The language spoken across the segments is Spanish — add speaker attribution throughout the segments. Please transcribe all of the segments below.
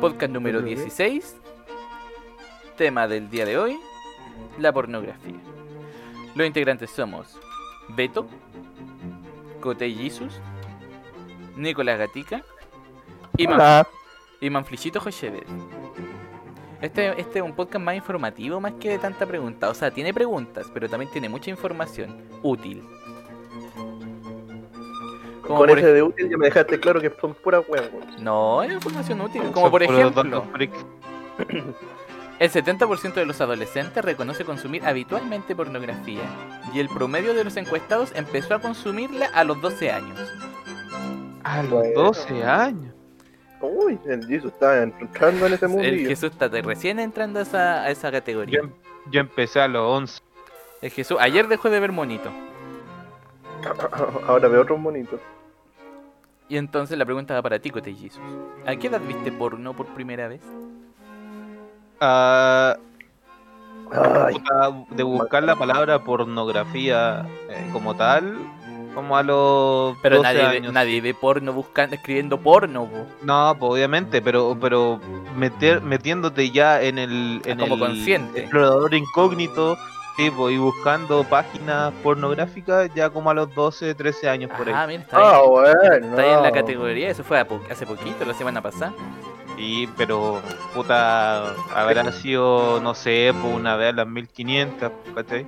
Speaker 1: Podcast número 16. Tema del día de hoy, la pornografía. Los integrantes somos Beto, Cotey Jesus, Nicolás Gatica y, Man-
Speaker 2: Hola.
Speaker 1: y Manflichito Jochevet. Este, este es un podcast más informativo más que de tanta pregunta. O sea, tiene preguntas, pero también tiene mucha información útil. Como
Speaker 2: Con
Speaker 1: por
Speaker 2: ese de útil ya me dejaste claro que son pura hueá, weón.
Speaker 1: No, es información útil. Como
Speaker 3: Son
Speaker 1: por
Speaker 3: puros
Speaker 1: ejemplo,
Speaker 3: datos freak.
Speaker 1: el 70% de los adolescentes reconoce consumir habitualmente pornografía. Y el promedio de los encuestados empezó a consumirla a los 12 años.
Speaker 3: A los
Speaker 2: Ah, Bueno.
Speaker 3: 12 años.
Speaker 2: Uy, el Jesus estaba entrando en ese mundo.
Speaker 1: El Jesús está de- recién entrando a esa, a esa
Speaker 3: Yo,
Speaker 1: categoría.
Speaker 3: em- yo empecé a los 11.
Speaker 1: El Jesús ayer dejó de ver monito.
Speaker 2: Ahora veo otros monitos.
Speaker 1: Y entonces la pregunta va para ti, Cote Jesús. ¿A qué edad viste porno por primera vez?
Speaker 3: Ah,
Speaker 2: Ay,
Speaker 3: puta, de buscar la palabra pornografía eh, como tal, como a los
Speaker 1: Pero
Speaker 3: 12
Speaker 1: nadie, ve-
Speaker 3: años.
Speaker 1: nadie ve porno buscando, escribiendo porno. po.
Speaker 3: No, pues, obviamente, pero pero meter, metiéndote ya en el en
Speaker 1: Ah, como
Speaker 3: el
Speaker 1: consciente.
Speaker 3: explorador incógnito, tipo, y buscando páginas pornográficas ya como a los 12, 13 años por ahí.
Speaker 1: Ah, mira, está,
Speaker 2: ah,
Speaker 1: ahí,
Speaker 2: bueno.
Speaker 1: está ahí en la categoría. Eso fue a po- hace poquito, la semana pasada.
Speaker 3: Sí, pero puta, habrá sido, no sé, por una vez a las 1500, ¿cachai?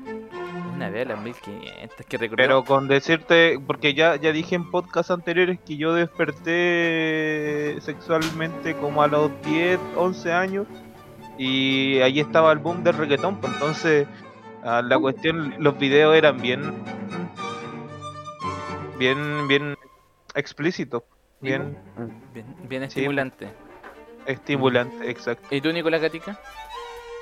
Speaker 1: Una vez a las 1500, que
Speaker 3: Pero
Speaker 1: recuerdo.
Speaker 3: con decirte, porque ya, ya dije en podcasts anteriores que yo desperté sexualmente como a los 10, 11 años y ahí estaba el boom del reggaetón, pues entonces ah, la cuestión, los videos eran bien, bien, bien explícitos, bien
Speaker 1: Bien, bien
Speaker 3: Sí.
Speaker 1: estimulante.
Speaker 3: estimulantes, exacto.
Speaker 1: ¿Y tú, Nicolás Gatica?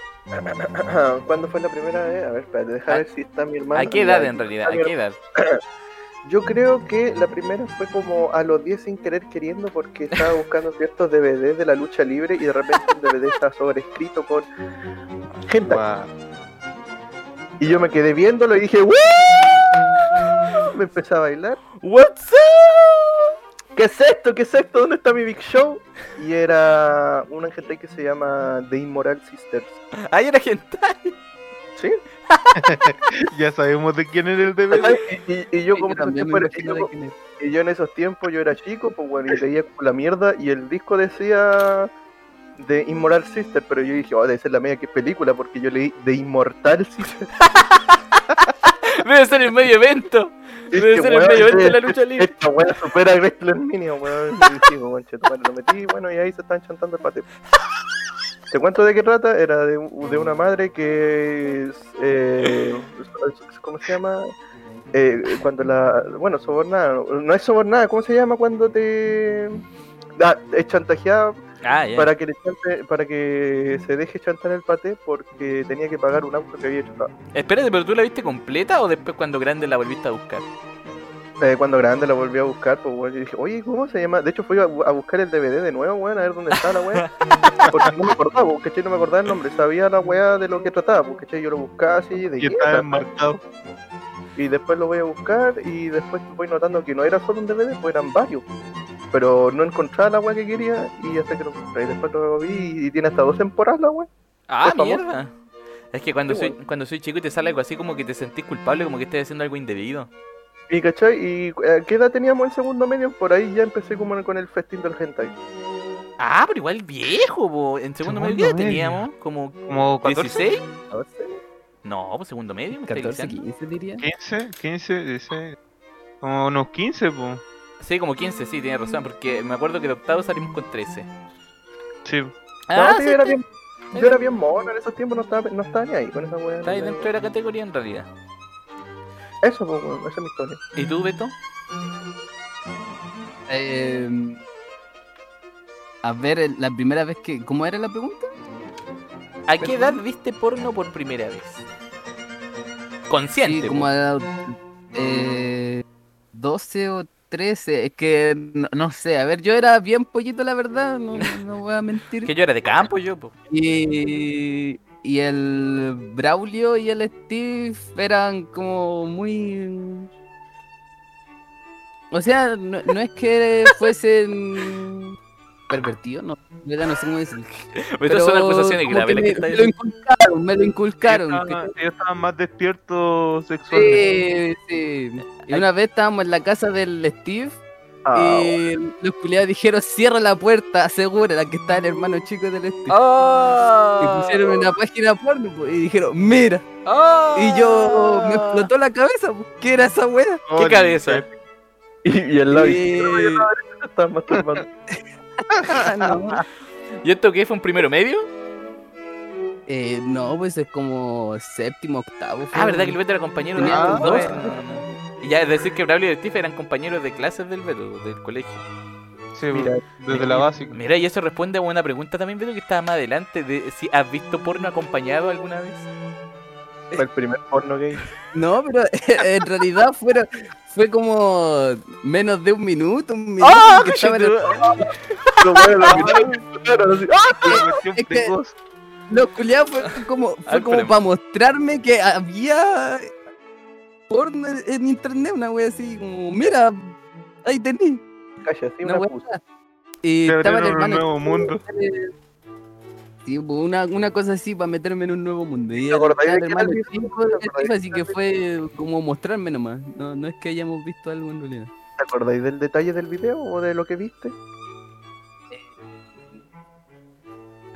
Speaker 2: ¿Cuándo fue la primera vez? A ver, espérate, deja
Speaker 1: ¿A-
Speaker 2: ver si está mi hermano.
Speaker 1: Ah, ¿A qué edad
Speaker 2: Ya,
Speaker 1: en
Speaker 2: está
Speaker 1: realidad?
Speaker 2: mi
Speaker 1: ¿A qué edad?
Speaker 2: Yo creo que la primera fue como a los 10 sin querer queriendo porque estaba buscando ciertos DVDs de la lucha libre y de repente un DVD está sobrescrito con gente.
Speaker 3: Guau.
Speaker 2: Y yo me quedé viéndolo y dije, ¡Woo! Me empecé a bailar.
Speaker 1: What's up?
Speaker 2: ¿Qué es esto? ¿Qué es esto? ¿Dónde está mi Big Show? Y era una gente que se llama The Immoral Sisters.
Speaker 1: Ahí era gente.
Speaker 2: ¿Sí?
Speaker 3: Ya sabemos de quién era el DVD.
Speaker 2: Y, y- y yo
Speaker 4: Sí,
Speaker 2: como
Speaker 4: yo también
Speaker 2: esos
Speaker 4: me
Speaker 2: tiempos- y
Speaker 4: imagino de
Speaker 2: yo-
Speaker 4: quién es.
Speaker 2: y yo en esos tiempos yo era chico, pues bueno, y leía como la mierda y el disco decía The Immoral Sister, pero yo dije, oh, debe ser la media que película, porque yo leí The Immortal Sister.
Speaker 1: Debe ser el medio evento. Debe
Speaker 2: Este
Speaker 1: ser el
Speaker 2: weón,
Speaker 1: medio evento de la
Speaker 2: este-
Speaker 1: lucha libre.
Speaker 2: Esta weá supera a Wrestler Minion, weón. Y dije, conche, tu madre, lo metí, bueno, y ahí se están chantando el pate. Te cuento de qué trata, era de, u- de una madre que. es, eh, es- es- ¿Cómo se llama? Eh, cuando la. Bueno, sobornada. No es sobornada, ¿cómo se llama cuando te. Ah, es chantajeada
Speaker 1: Ah, ya.
Speaker 2: para que, le chante- para que se deje chantar el pate porque tenía que pagar un auto que había hecho.
Speaker 1: Espérate, pero tú la viste completa o después cuando grande la volviste a buscar?
Speaker 2: Eh, cuando grande la volví a buscar, pues weón, yo dije, oye, ¿cómo se llama? De hecho fui a, bu- a buscar el DVD de nuevo, weón, a ver dónde está la weá. Porque no me acordaba, porque no me acordaba el nombre, sabía la weá de lo que trataba, porque yo lo buscaba así de
Speaker 3: Y
Speaker 2: lleno,
Speaker 3: estaba enmarcado.
Speaker 2: y después lo voy a buscar y después voy notando que no era solo un DVD, pues eran varios. Pero no encontraba la weá que quería y hasta que lo encontré, y después lo vi y tiene hasta dos temporadas la weá.
Speaker 1: Ah,
Speaker 2: Por favor.
Speaker 1: mierda. Es que cuando
Speaker 2: Sí,
Speaker 1: soy, cuando soy chico y te sale algo así como que te sentís culpable, como que estés haciendo algo indebido.
Speaker 2: Y cachai, y eh, qué edad teníamos el segundo medio, por ahí ya empecé como con el festín del hentai.
Speaker 1: Ah, pero igual viejo, po. En segundo,
Speaker 3: Segundo
Speaker 1: medio ¿qué edad
Speaker 3: medio.
Speaker 1: teníamos como
Speaker 3: Como 14,
Speaker 1: 16. No, pues segundo medio, me estáis
Speaker 4: 14,
Speaker 1: diciendo.
Speaker 4: 15 diría.
Speaker 3: 15, 15, 16. Como unos 15, pues.
Speaker 1: Sí, como 15, sí, tienes razón, porque me acuerdo que de octavo salimos con 13.
Speaker 3: Sí.
Speaker 2: No, Ah, sí,
Speaker 1: sí,
Speaker 2: yo,
Speaker 1: está-
Speaker 2: era bien, yo era bien mono en esos tiempos, no estaba, no estaba ni ahí con esa weá.
Speaker 1: está ahí dentro de la categoría en realidad.
Speaker 2: Eso, pues, weón, esa es mi historia.
Speaker 1: ¿Y tú, Beto?
Speaker 4: Eh, a ver, el- la primera vez que. ¿Cómo era la pregunta?
Speaker 1: ¿A qué edad viste porno por primera vez? Consciente.
Speaker 4: Sí, como
Speaker 1: po.
Speaker 4: a la- eh, 12 o 13. Es que no, no sé. A ver, yo era bien pollito, la verdad. No, no voy a mentir.
Speaker 1: Que yo era de campo, yo, po.
Speaker 4: Y, y el Braulio y el Steve eran como muy... O sea, no, no es que fuesen... pervertido, no, en verdad no sé cómo decirlo.
Speaker 1: Pero son acusaciones
Speaker 4: como
Speaker 1: graves
Speaker 4: que
Speaker 1: las
Speaker 4: me,
Speaker 1: que está
Speaker 4: me lo
Speaker 1: diciendo.
Speaker 4: inculcaron, me lo inculcaron.
Speaker 3: Ellos estaban- ellos estaban más despiertos sexualmente.
Speaker 4: Sí, sí. Y una vez estábamos en la casa del Steve
Speaker 2: Ah,
Speaker 1: Ah,
Speaker 4: y los culiados dijeron cierra la puerta, asegura la que está el hermano chico del Steve.
Speaker 1: ¡Oh!
Speaker 4: Y pusieron una página porno po, y dijeron, mira.
Speaker 1: ¡Oh!
Speaker 4: Y yo me explotó la cabeza, po, ¿qué era esa wea?
Speaker 1: ¿Qué cabeza?
Speaker 2: Y, y el lado
Speaker 4: Eh,
Speaker 2: izquierdo estaba masturbando.
Speaker 4: ah, no.
Speaker 1: ¿Y esto qué? ¿Fue un primero medio?
Speaker 4: Eh, no, pues es como séptimo, octavo.
Speaker 1: Ah,
Speaker 4: fue,
Speaker 1: ¿verdad que el Beto era compañero de
Speaker 4: Tenían
Speaker 1: estos dos?
Speaker 4: dos.
Speaker 1: en- Ya, es decir que Braulio y Steve eran compañeros de clases del Beto, del colegio.
Speaker 3: Sí,
Speaker 2: Mira,
Speaker 3: desde la básica.
Speaker 1: Mira, y eso responde a una pregunta también, Beto, que estaba más adelante, de si has visto porno acompañado alguna vez.
Speaker 2: Fue el primer porno gay.
Speaker 4: No, pero en realidad fuera, fue como menos de un minuto, un minuto.
Speaker 1: ¡Ah!
Speaker 4: que estaba en el-
Speaker 2: Lo bueno, lo miraron, claro, así, ¡ah!
Speaker 3: Cuestión
Speaker 4: Es que-
Speaker 3: precoz.
Speaker 4: Los culiados fue como,
Speaker 1: Ah,
Speaker 4: fue como
Speaker 1: espérame.
Speaker 4: para mostrarme que había porno en, en internet, una wea así, como, mira, ahí tení.
Speaker 2: Calla, así
Speaker 4: Una
Speaker 2: una
Speaker 4: wea
Speaker 2: puta.
Speaker 4: así. Y
Speaker 3: Te
Speaker 4: estaba el
Speaker 3: abrieron un
Speaker 4: hermano.
Speaker 3: nuevo mundo.
Speaker 4: Sí, hubo una, una cosa así para meterme en un nuevo mundo. Y
Speaker 2: ¿Te acordáis
Speaker 4: estaba el
Speaker 2: de
Speaker 4: hermano
Speaker 2: quién era el
Speaker 4: chico
Speaker 2: video?
Speaker 4: del
Speaker 2: ¿Te acordáis
Speaker 4: Steve,
Speaker 2: de
Speaker 4: así que fue como mostrarme nomás. No, no es que hayamos visto algo en realidad.
Speaker 2: ¿Te acordáis del detalle del video o de lo que viste?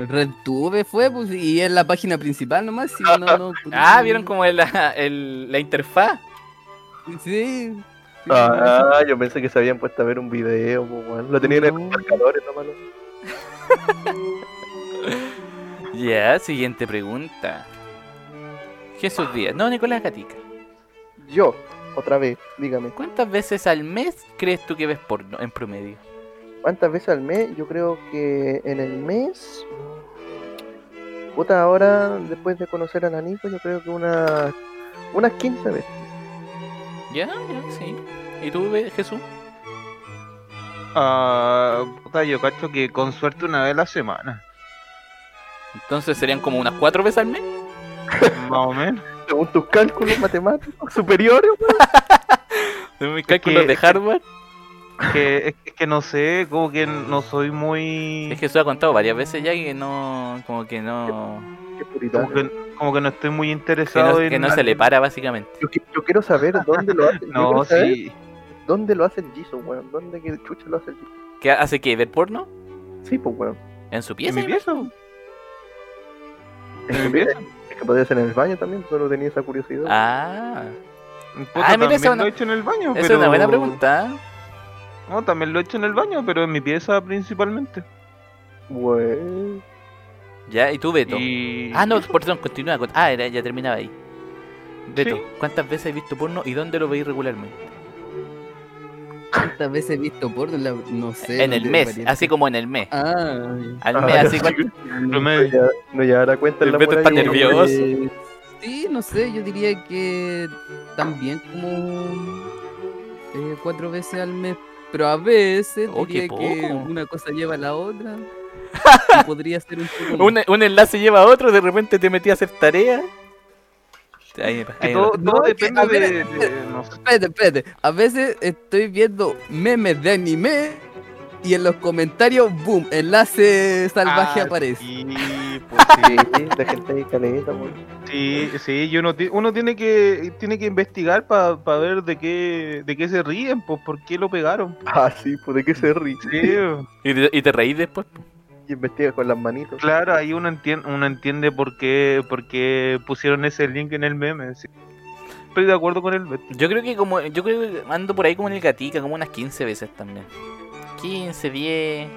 Speaker 4: Retuve fue, pues, y es la página principal nomás. sí, no, no, pues,
Speaker 1: Ah, ¿vieron como es la, el- la interfaz?
Speaker 4: Sí.
Speaker 2: Ah, yo pensé que se habían puesto a ver un video, po, weón. Lo tenían
Speaker 4: No.
Speaker 2: en marcadores, no malo.
Speaker 1: Ya, siguiente pregunta. Jesús Díaz, no, Nicolás Gatica.
Speaker 2: Yo, otra vez, dígame.
Speaker 1: ¿Cuántas veces al mes crees tú que ves porno en promedio?
Speaker 2: ¿Cuántas veces al mes? Yo creo que en el mes. Puta, ahora, después de conocer a la Nico, yo creo que unas. unas 15 veces.
Speaker 1: Ya, ya, sí. ¿Y tú, ve- Jesús?
Speaker 3: Ah, puta, yo cacho que con suerte una vez a la semana.
Speaker 1: Entonces serían como unas cuatro veces al mes.
Speaker 3: Más o menos.
Speaker 2: Según tus cálculos matemáticos superiores, weón.
Speaker 1: De mis cálculos de
Speaker 3: es que-
Speaker 1: hardware.
Speaker 3: Que, es, es que no sé, como que no soy muy.
Speaker 1: Es que Jesús ha contado varias veces ya que no. como que no.
Speaker 2: Qué
Speaker 3: como,
Speaker 2: puritano.
Speaker 3: que, como que no estoy muy
Speaker 1: que no,
Speaker 3: interesado en.
Speaker 1: que no se le para, básicamente.
Speaker 2: Yo, qui- yo quiero saber dónde lo hace. yo
Speaker 3: No,
Speaker 2: quiero saber
Speaker 1: ¿eh?
Speaker 3: sí.
Speaker 2: ¿Dónde lo hace el Jisoo, weón? ¿Dónde que chucha lo hace el Jisoo?
Speaker 1: ¿Qué hace que ver porno?
Speaker 2: Sí, pues, weón.
Speaker 1: ¿En su
Speaker 3: ¿En
Speaker 1: pieza?
Speaker 3: mi pieza? ¿En mi pieza?
Speaker 2: Es que podría ser en el baño también, solo tenía esa curiosidad.
Speaker 1: Ah,
Speaker 3: Puta,
Speaker 1: Ah, mira, esa
Speaker 3: también
Speaker 1: una-
Speaker 3: lo he hecho en el baño.
Speaker 1: esa es
Speaker 3: pero-
Speaker 1: una buena pregunta.
Speaker 3: No, también lo he hecho en el baño, pero en mi pieza principalmente.
Speaker 2: Weón.
Speaker 1: Ya, ¿y tú, Beto?
Speaker 3: Y...
Speaker 1: Ah, no, perdón, continúa. con- Ah, era, ya terminaba ahí. Beto,
Speaker 3: Sí.
Speaker 1: ¿cuántas veces has visto porno y dónde lo veis regularmente?
Speaker 4: ¿Cuántas veces he visto porno? La- no sé.
Speaker 1: en
Speaker 4: no
Speaker 1: el
Speaker 4: tengo
Speaker 1: mes,
Speaker 4: variedad.
Speaker 1: así como en el mes.
Speaker 4: Ah,
Speaker 1: Al
Speaker 2: Ah,
Speaker 1: mes,
Speaker 2: ya.
Speaker 1: así cuan-
Speaker 2: No
Speaker 3: Promedio.
Speaker 2: ya- No llevará cuenta
Speaker 1: El
Speaker 2: en la
Speaker 1: Beto está
Speaker 2: muralla,
Speaker 1: nervioso.
Speaker 2: weón.
Speaker 1: Nervioso.
Speaker 4: eh, sí, no sé, yo diría que también como eh, cuatro veces al mes. Pero a veces
Speaker 1: Oh, qué
Speaker 4: diría que
Speaker 1: poco.
Speaker 4: una cosa lleva a la otra. y podría ser un poco más.
Speaker 1: un, un enlace lleva a otro, de repente te metí a hacer tarea. Ahí,
Speaker 3: Que
Speaker 1: ahí-
Speaker 3: todo
Speaker 4: no,
Speaker 3: todo
Speaker 4: es que,
Speaker 3: depende
Speaker 4: a ver,
Speaker 3: de,
Speaker 1: este,
Speaker 3: de- no sé.
Speaker 4: Espérate, espérate. A veces estoy viendo memes de anime y en los comentarios, boom, enlace salvaje
Speaker 3: Ah,
Speaker 4: aparece.
Speaker 3: Sí, pues, sí.
Speaker 2: Sí, la gente ahí caleta, weón.
Speaker 3: Sí, sí, y uno, ti- uno tiene que tiene que investigar para ver de qué de qué se ríen, pues por qué lo pegaron.
Speaker 2: Ah, sí, pues de qué se ríe.
Speaker 3: Sí,
Speaker 1: y, te, y te reís después. po.
Speaker 2: Y investiga con las manitos.
Speaker 3: claro, ahí uno entiende uno entiende por qué por qué pusieron ese link en el meme. sí. Estoy de acuerdo con el Beto.
Speaker 1: Yo creo que como yo creo que ando por ahí como en el gatica, como unas 15 veces también. 15, 10.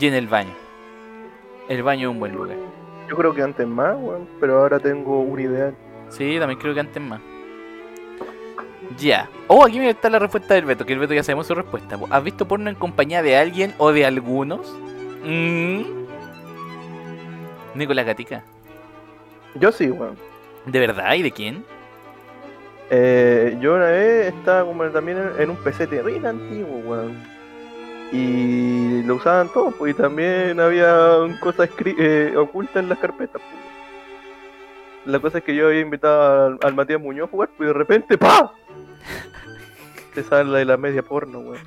Speaker 1: Y en el baño. El baño es un buen lugar.
Speaker 2: Yo creo que antes más, weón, pero ahora tengo un ideal.
Speaker 1: Sí, también creo que antes más. Ya. Oh, aquí mira, está la respuesta del Beto, que el Beto ya sabemos su respuesta. po. ¿Has visto porno en compañía de alguien o de algunos? Mm. Nicolás Gatica.
Speaker 2: Yo sí, weón.
Speaker 1: ¿De verdad? ¿Y de quién?
Speaker 2: Eh, yo una vez estaba como también en, en un PC terrible antiguo, weón. Y lo usaban todos, pues, y también había cosas escri- eh, ocultas en las carpetas, pues. pues, La cosa es que yo había invitado al, al Matías Muñoz a jugar, pues, y de repente, ¡pa! te sale la de la media porno, weón.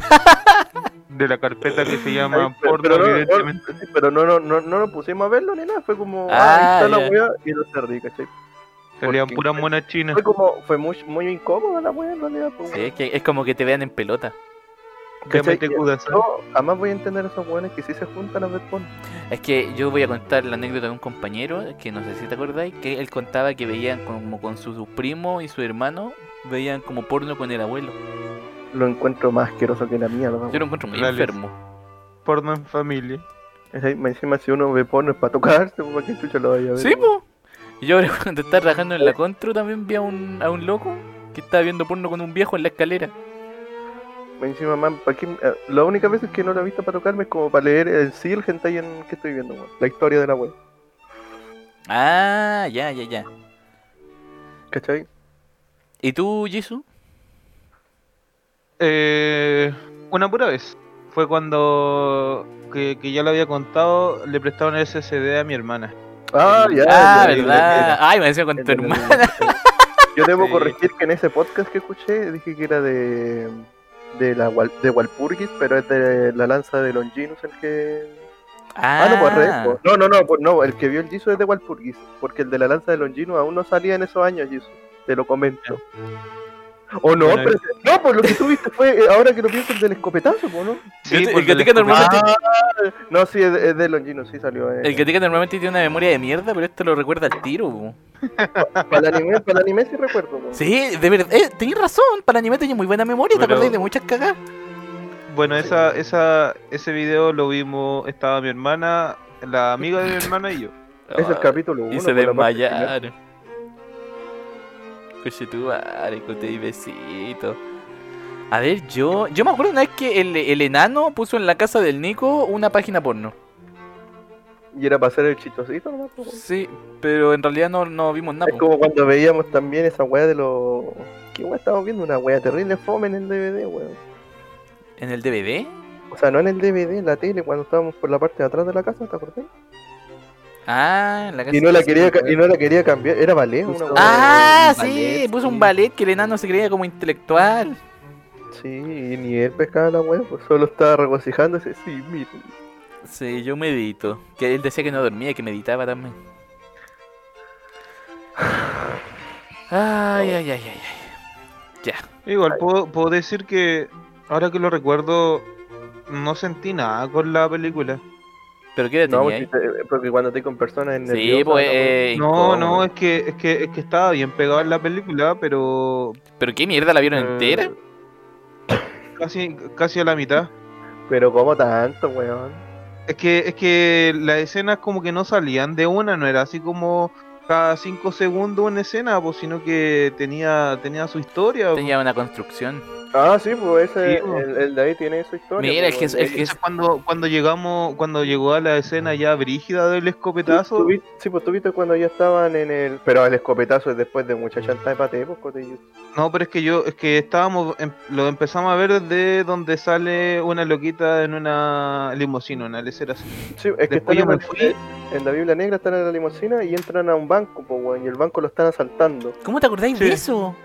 Speaker 3: de la carpeta que se
Speaker 2: Ahí,
Speaker 3: llama
Speaker 2: pero-
Speaker 3: porno,
Speaker 2: pero no- no-
Speaker 3: evidentemente.
Speaker 2: sí, Pero no, no, no, no nos pusimos a verlo ni nada, fue como,
Speaker 1: Ah,
Speaker 2: ah, ahí está
Speaker 1: ya.
Speaker 2: la weá y no se ríe, ¿cachai?
Speaker 3: Salían
Speaker 2: porque-
Speaker 3: puras monas chinas.
Speaker 2: Fue como, fue muy, muy incómoda la weá en realidad, pues,
Speaker 1: Sí,
Speaker 2: weón.
Speaker 1: es, que es como que te vean en pelota.
Speaker 2: ¿cachai?
Speaker 3: Llámate Kudasai.
Speaker 2: No, jamás voy a entender a esos weones que sí se juntan a ver porno.
Speaker 1: Es que yo voy a contar la anécdota de un compañero, que no sé si te acordáis, que él contaba que veían como con su, su primo y su hermano, veían como porno con el abuelo.
Speaker 2: Lo encuentro más asqueroso que la mierda, weón.
Speaker 1: Yo lo encuentro muy
Speaker 3: Dale.
Speaker 1: enfermo.
Speaker 3: Porno en familia.
Speaker 2: Es ahí, encima si uno ve porno es para tocarse, pues, ¿para qué chucha lo vaya a ver?
Speaker 1: Sí,
Speaker 2: weón?
Speaker 1: po. Y Yo ahora cuando estaba trabajando en la contro también vi a un, a un loco que estaba viendo porno con un viejo en la escalera.
Speaker 2: Encima, man, ¿para qué- eh, La única vez que no la he visto para tocarme es como para leer el sí el hentai en que estoy viendo, weón. La historia de la web,
Speaker 1: Ah, ya, ya, ya.
Speaker 2: ¿cachai?
Speaker 1: ¿Y tú, Jisoo?
Speaker 3: Eh, una pura vez. Fue cuando, que, que ya lo había contado, le prestaron el SSD a mi hermana.
Speaker 2: Ah, ya.
Speaker 1: Ah,
Speaker 2: ya, ya,
Speaker 1: verdad.
Speaker 2: ya,
Speaker 1: Ay, me decía con
Speaker 2: ya,
Speaker 1: tu
Speaker 2: ya, ya, ya,
Speaker 1: hermano.
Speaker 2: ya. Yo debo
Speaker 3: Sí.
Speaker 2: corregir que en ese podcast que escuché dije que era de de la Wal- de Walpurgis, pero es de la lanza de Longinus el que Ah, no, pues al revés, po. No, no, no, pues, no, el que vio el Jisoo es de Walpurgis, porque el de la lanza de Longino aún no salía en esos años, Jisoo, te lo comento. O no,
Speaker 3: Bueno,
Speaker 2: pero, no, pues lo que tú viste fue, eh, ahora que lo pienso, el del escopetazo, po, ¿no?
Speaker 1: te-
Speaker 3: porque
Speaker 1: el que te
Speaker 3: le
Speaker 1: queda normal.
Speaker 3: escupí-
Speaker 1: Normalmente-
Speaker 2: Ah, no, sí, es de, es de Longino, sí salió. eh.
Speaker 1: El que te que normalmente tiene una memoria de mierda, pero esto lo recuerda al tiro. po.
Speaker 2: Para el anime, para el anime sí recuerdo, po.
Speaker 1: Sí, de verdad. Eh, tenés razón, para anime tenía muy buena memoria, ¿te
Speaker 3: Pero-
Speaker 1: acordás de muchas cagas?
Speaker 3: Bueno, esa, esa, ese video lo vimos, estaba mi hermana, la amiga de mi hermana y yo.
Speaker 2: Es el capítulo 1.
Speaker 1: Ah, Y se desmayaron. Coche tu madre, cote y besito. A ver, yo. Yo me acuerdo una vez que el, el enano puso en la casa del Nico una página porno.
Speaker 2: Y era para hacer el chistosito, ¿no? po.
Speaker 1: Sí, pero en realidad no, no vimos nada.
Speaker 2: Es
Speaker 1: po.
Speaker 2: como cuando veíamos también esa weá de los... ¿Qué weá estábamos viendo? Una weá terrible fome en el DVD, weón.
Speaker 1: ¿En el DVD?
Speaker 2: O sea, no en el DVD, en la tele, cuando estábamos por la parte de atrás de la casa, ¿te acordás?
Speaker 1: Ah, en la casa
Speaker 2: Y no la
Speaker 1: del-
Speaker 2: quería, ca- y no la quería cambiar, era ballet, una weá.
Speaker 4: Justo.
Speaker 1: Ah,
Speaker 4: Un
Speaker 1: sí,
Speaker 4: ballet,
Speaker 1: puso un
Speaker 4: sí.
Speaker 1: ballet que el enano se creía como intelectual.
Speaker 2: Sí, y ni él pescaba la weá, pues solo estaba regocijándose, sí, miren.
Speaker 1: Sí, yo medito. Que él decía que no dormía y que meditaba también. Ay, ay, ay, ay, ay.
Speaker 3: Igual puedo, puedo decir que ahora que lo recuerdo, no sentí nada con la película.
Speaker 1: ¿Pero qué edad
Speaker 2: No,
Speaker 1: tenía ahí?
Speaker 2: porque te- porque cuando estoy con personas en
Speaker 1: Sí, pues. eh,
Speaker 3: No,
Speaker 1: incómodo.
Speaker 3: no, es que, es que, es que estaba bien pegado en la película, pero
Speaker 1: ¿Pero qué mierda la vieron
Speaker 2: Mm,
Speaker 3: eh,
Speaker 1: entera?
Speaker 3: casi, casi a la mitad.
Speaker 2: Pero como tanto, weón.
Speaker 3: Es que, es que las escenas como que no salían de una, no era así como cada cinco segundos una escena, pues, sino que tenía, tenía su historia. pues.
Speaker 1: Tenía una construcción.
Speaker 2: Ah, sí, pues ese,
Speaker 3: Sí, pues.
Speaker 2: el, el de ahí tiene su historia.
Speaker 1: Mira,
Speaker 2: pues,
Speaker 1: es que-
Speaker 2: weón.
Speaker 1: es que-
Speaker 3: Entonces, cuando, cuando llegamos, cuando llegó a la escena ya brígida del
Speaker 2: Tú- tú
Speaker 3: escopetazo,
Speaker 2: vi- sí, pues tú viste cuando ya estaban en el... Pero el escopetazo es después de mucha chanta de pate, pues, cotillo.
Speaker 3: no, pero es que yo, es que estábamos, em- lo empezamos a ver desde donde sale una loquita en una limusina, una lecera así.
Speaker 2: Sí, es que
Speaker 3: Después
Speaker 2: están
Speaker 3: yo
Speaker 2: en,
Speaker 3: me
Speaker 2: la-
Speaker 3: fui,
Speaker 2: en la Biblia Negra, están en la limusina y entran a un banco, pues, weón, y el banco lo están asaltando.
Speaker 1: ¿Cómo te acordáis
Speaker 3: Sí.
Speaker 1: de eso?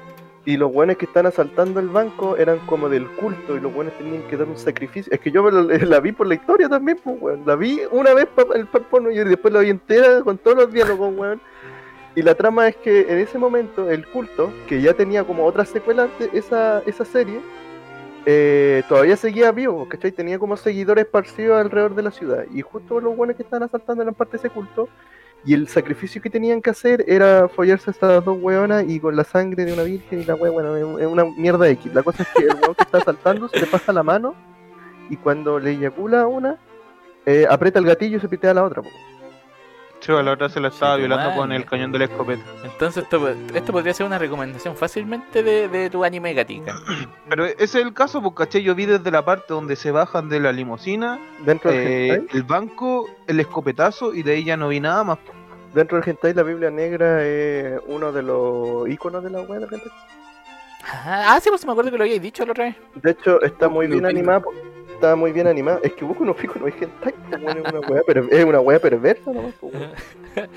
Speaker 2: Y los buenos que están asaltando el banco eran como del culto y los buenos tenían que dar un sacrificio. Es que yo me lo- la vi por la historia también, pues, weón. La vi una vez pa- el pa- porno y después la vi entera con todos los diálogos, weón. Y la trama es que en ese momento el culto, que ya tenía como otra secuela antes, esa, esa serie, eh, todavía seguía vivo, ¿cachai? Tenía como seguidores esparcidos alrededor de la ciudad. Y justo los buenos que estaban asaltando eran parte de ese culto. Y el sacrificio que tenían que hacer era follarse a estas dos hueonas y con la sangre de una virgen y la hueá, bueno, es- es una mierda X. La cosa es que el hueón que está saltando se le pasa la mano y cuando le eyacula a una, eh, aprieta el gatillo y se pitea a la otra. po.
Speaker 3: Chuta, la otra se la estaba
Speaker 1: tu
Speaker 3: violando con
Speaker 1: madre.
Speaker 3: el cañón de la escopeta.
Speaker 1: Entonces, esto, esto podría ser una recomendación fácilmente de, de tu anime gatica.
Speaker 3: Pero ese es el caso, porque caché, yo vi desde la parte donde se bajan de la limusina,
Speaker 2: Dentro, del
Speaker 3: eh,
Speaker 2: hentai,
Speaker 3: el banco, el escopetazo, y de ahí ya no vi nada más.
Speaker 2: dentro del hentai la Biblia Negra es uno de los iconos de la hueá del hentai.
Speaker 1: Ah, ah, sí, pues me acuerdo que lo habíais dicho la otra vez.
Speaker 2: De hecho, está muy
Speaker 4: Boku no
Speaker 2: bien
Speaker 4: Pico.
Speaker 2: animada. po. Está muy bien animada. Es que Boku no Pico no es hentai, po, weón, es una hueá per- es una hueá perversa nomás. po, weón.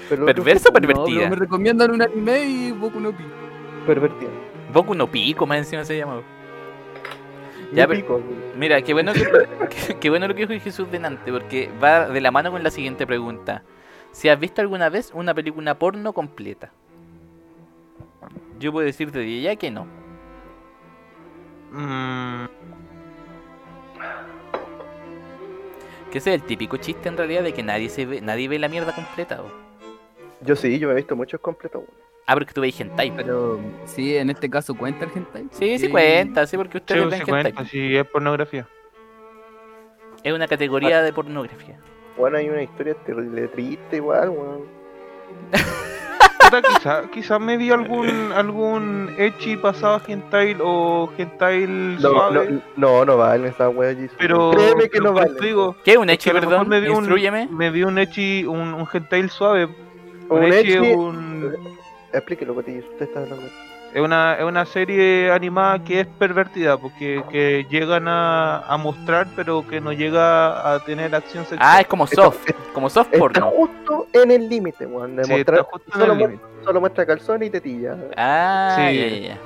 Speaker 2: Pero-
Speaker 1: Perversa o
Speaker 4: No, pero
Speaker 1: pervertida.
Speaker 4: me recomiendan un anime y Boku no Pico.
Speaker 2: Pervertida.
Speaker 1: Boku no Pico, más encima se llama. Ya,
Speaker 2: Ya,
Speaker 1: pero-
Speaker 2: pico.
Speaker 1: Mira, qué bueno, que, qué bueno lo que dijo Jesús delante, porque va de la mano con la siguiente pregunta. Si has visto alguna vez una película porno completa. Yo puedo decirte de ya que no.
Speaker 3: Mm,
Speaker 1: Que ese es el típico chiste en realidad de que nadie se ve, nadie ve la mierda completa. bo.
Speaker 2: Yo sí, yo he visto muchos completos. weón.
Speaker 1: Ah, porque tú veis hentai.
Speaker 4: Pero sí, en este caso cuenta el hentai.
Speaker 1: Sí, sí
Speaker 4: porque-
Speaker 1: cuenta, sí, porque
Speaker 3: sí,
Speaker 1: ustedes
Speaker 3: sí
Speaker 1: ven hentai.
Speaker 3: cuenta, sí, es pornografía.
Speaker 1: Es una
Speaker 3: Ah.
Speaker 1: categoría de pornografía.
Speaker 2: Bueno, hay una historia terrible, triste igual, weón.
Speaker 3: Puta, quizá, quizá me vi algún algún echi pasado hentai o hentai
Speaker 2: No,
Speaker 3: suave,
Speaker 2: no, no, no valen esas weas, Jesus.
Speaker 3: pero
Speaker 2: Créeme que
Speaker 3: pero
Speaker 2: no
Speaker 3: por eso
Speaker 2: valen.
Speaker 3: digo,
Speaker 1: ¿Qué? ¿Un
Speaker 3: es que
Speaker 1: hecho,
Speaker 3: a lo mejor
Speaker 1: perdón?
Speaker 3: me vi un-
Speaker 1: Instruyeme.
Speaker 3: me vi un echi un, un hentai suave, un,
Speaker 2: Un
Speaker 3: echi,
Speaker 2: ecchi-
Speaker 3: un
Speaker 2: Explíquelo, Cotillo, usted está hablando.
Speaker 3: Es una, es una serie animada que es pervertida, porque que llegan a, a mostrar, pero que no llega a tener acción
Speaker 1: Ah,
Speaker 3: sexual.
Speaker 1: es como soft, como soft
Speaker 2: Está
Speaker 1: porno.
Speaker 2: justo en el límite, weón. de
Speaker 3: Sí, está
Speaker 2: mostrar-
Speaker 3: justo en
Speaker 2: solo,
Speaker 3: el
Speaker 2: mu-
Speaker 3: límite.
Speaker 2: solo muestra calzones y tetillas.
Speaker 1: Ah,
Speaker 3: Sí.
Speaker 1: ya, ya, ya.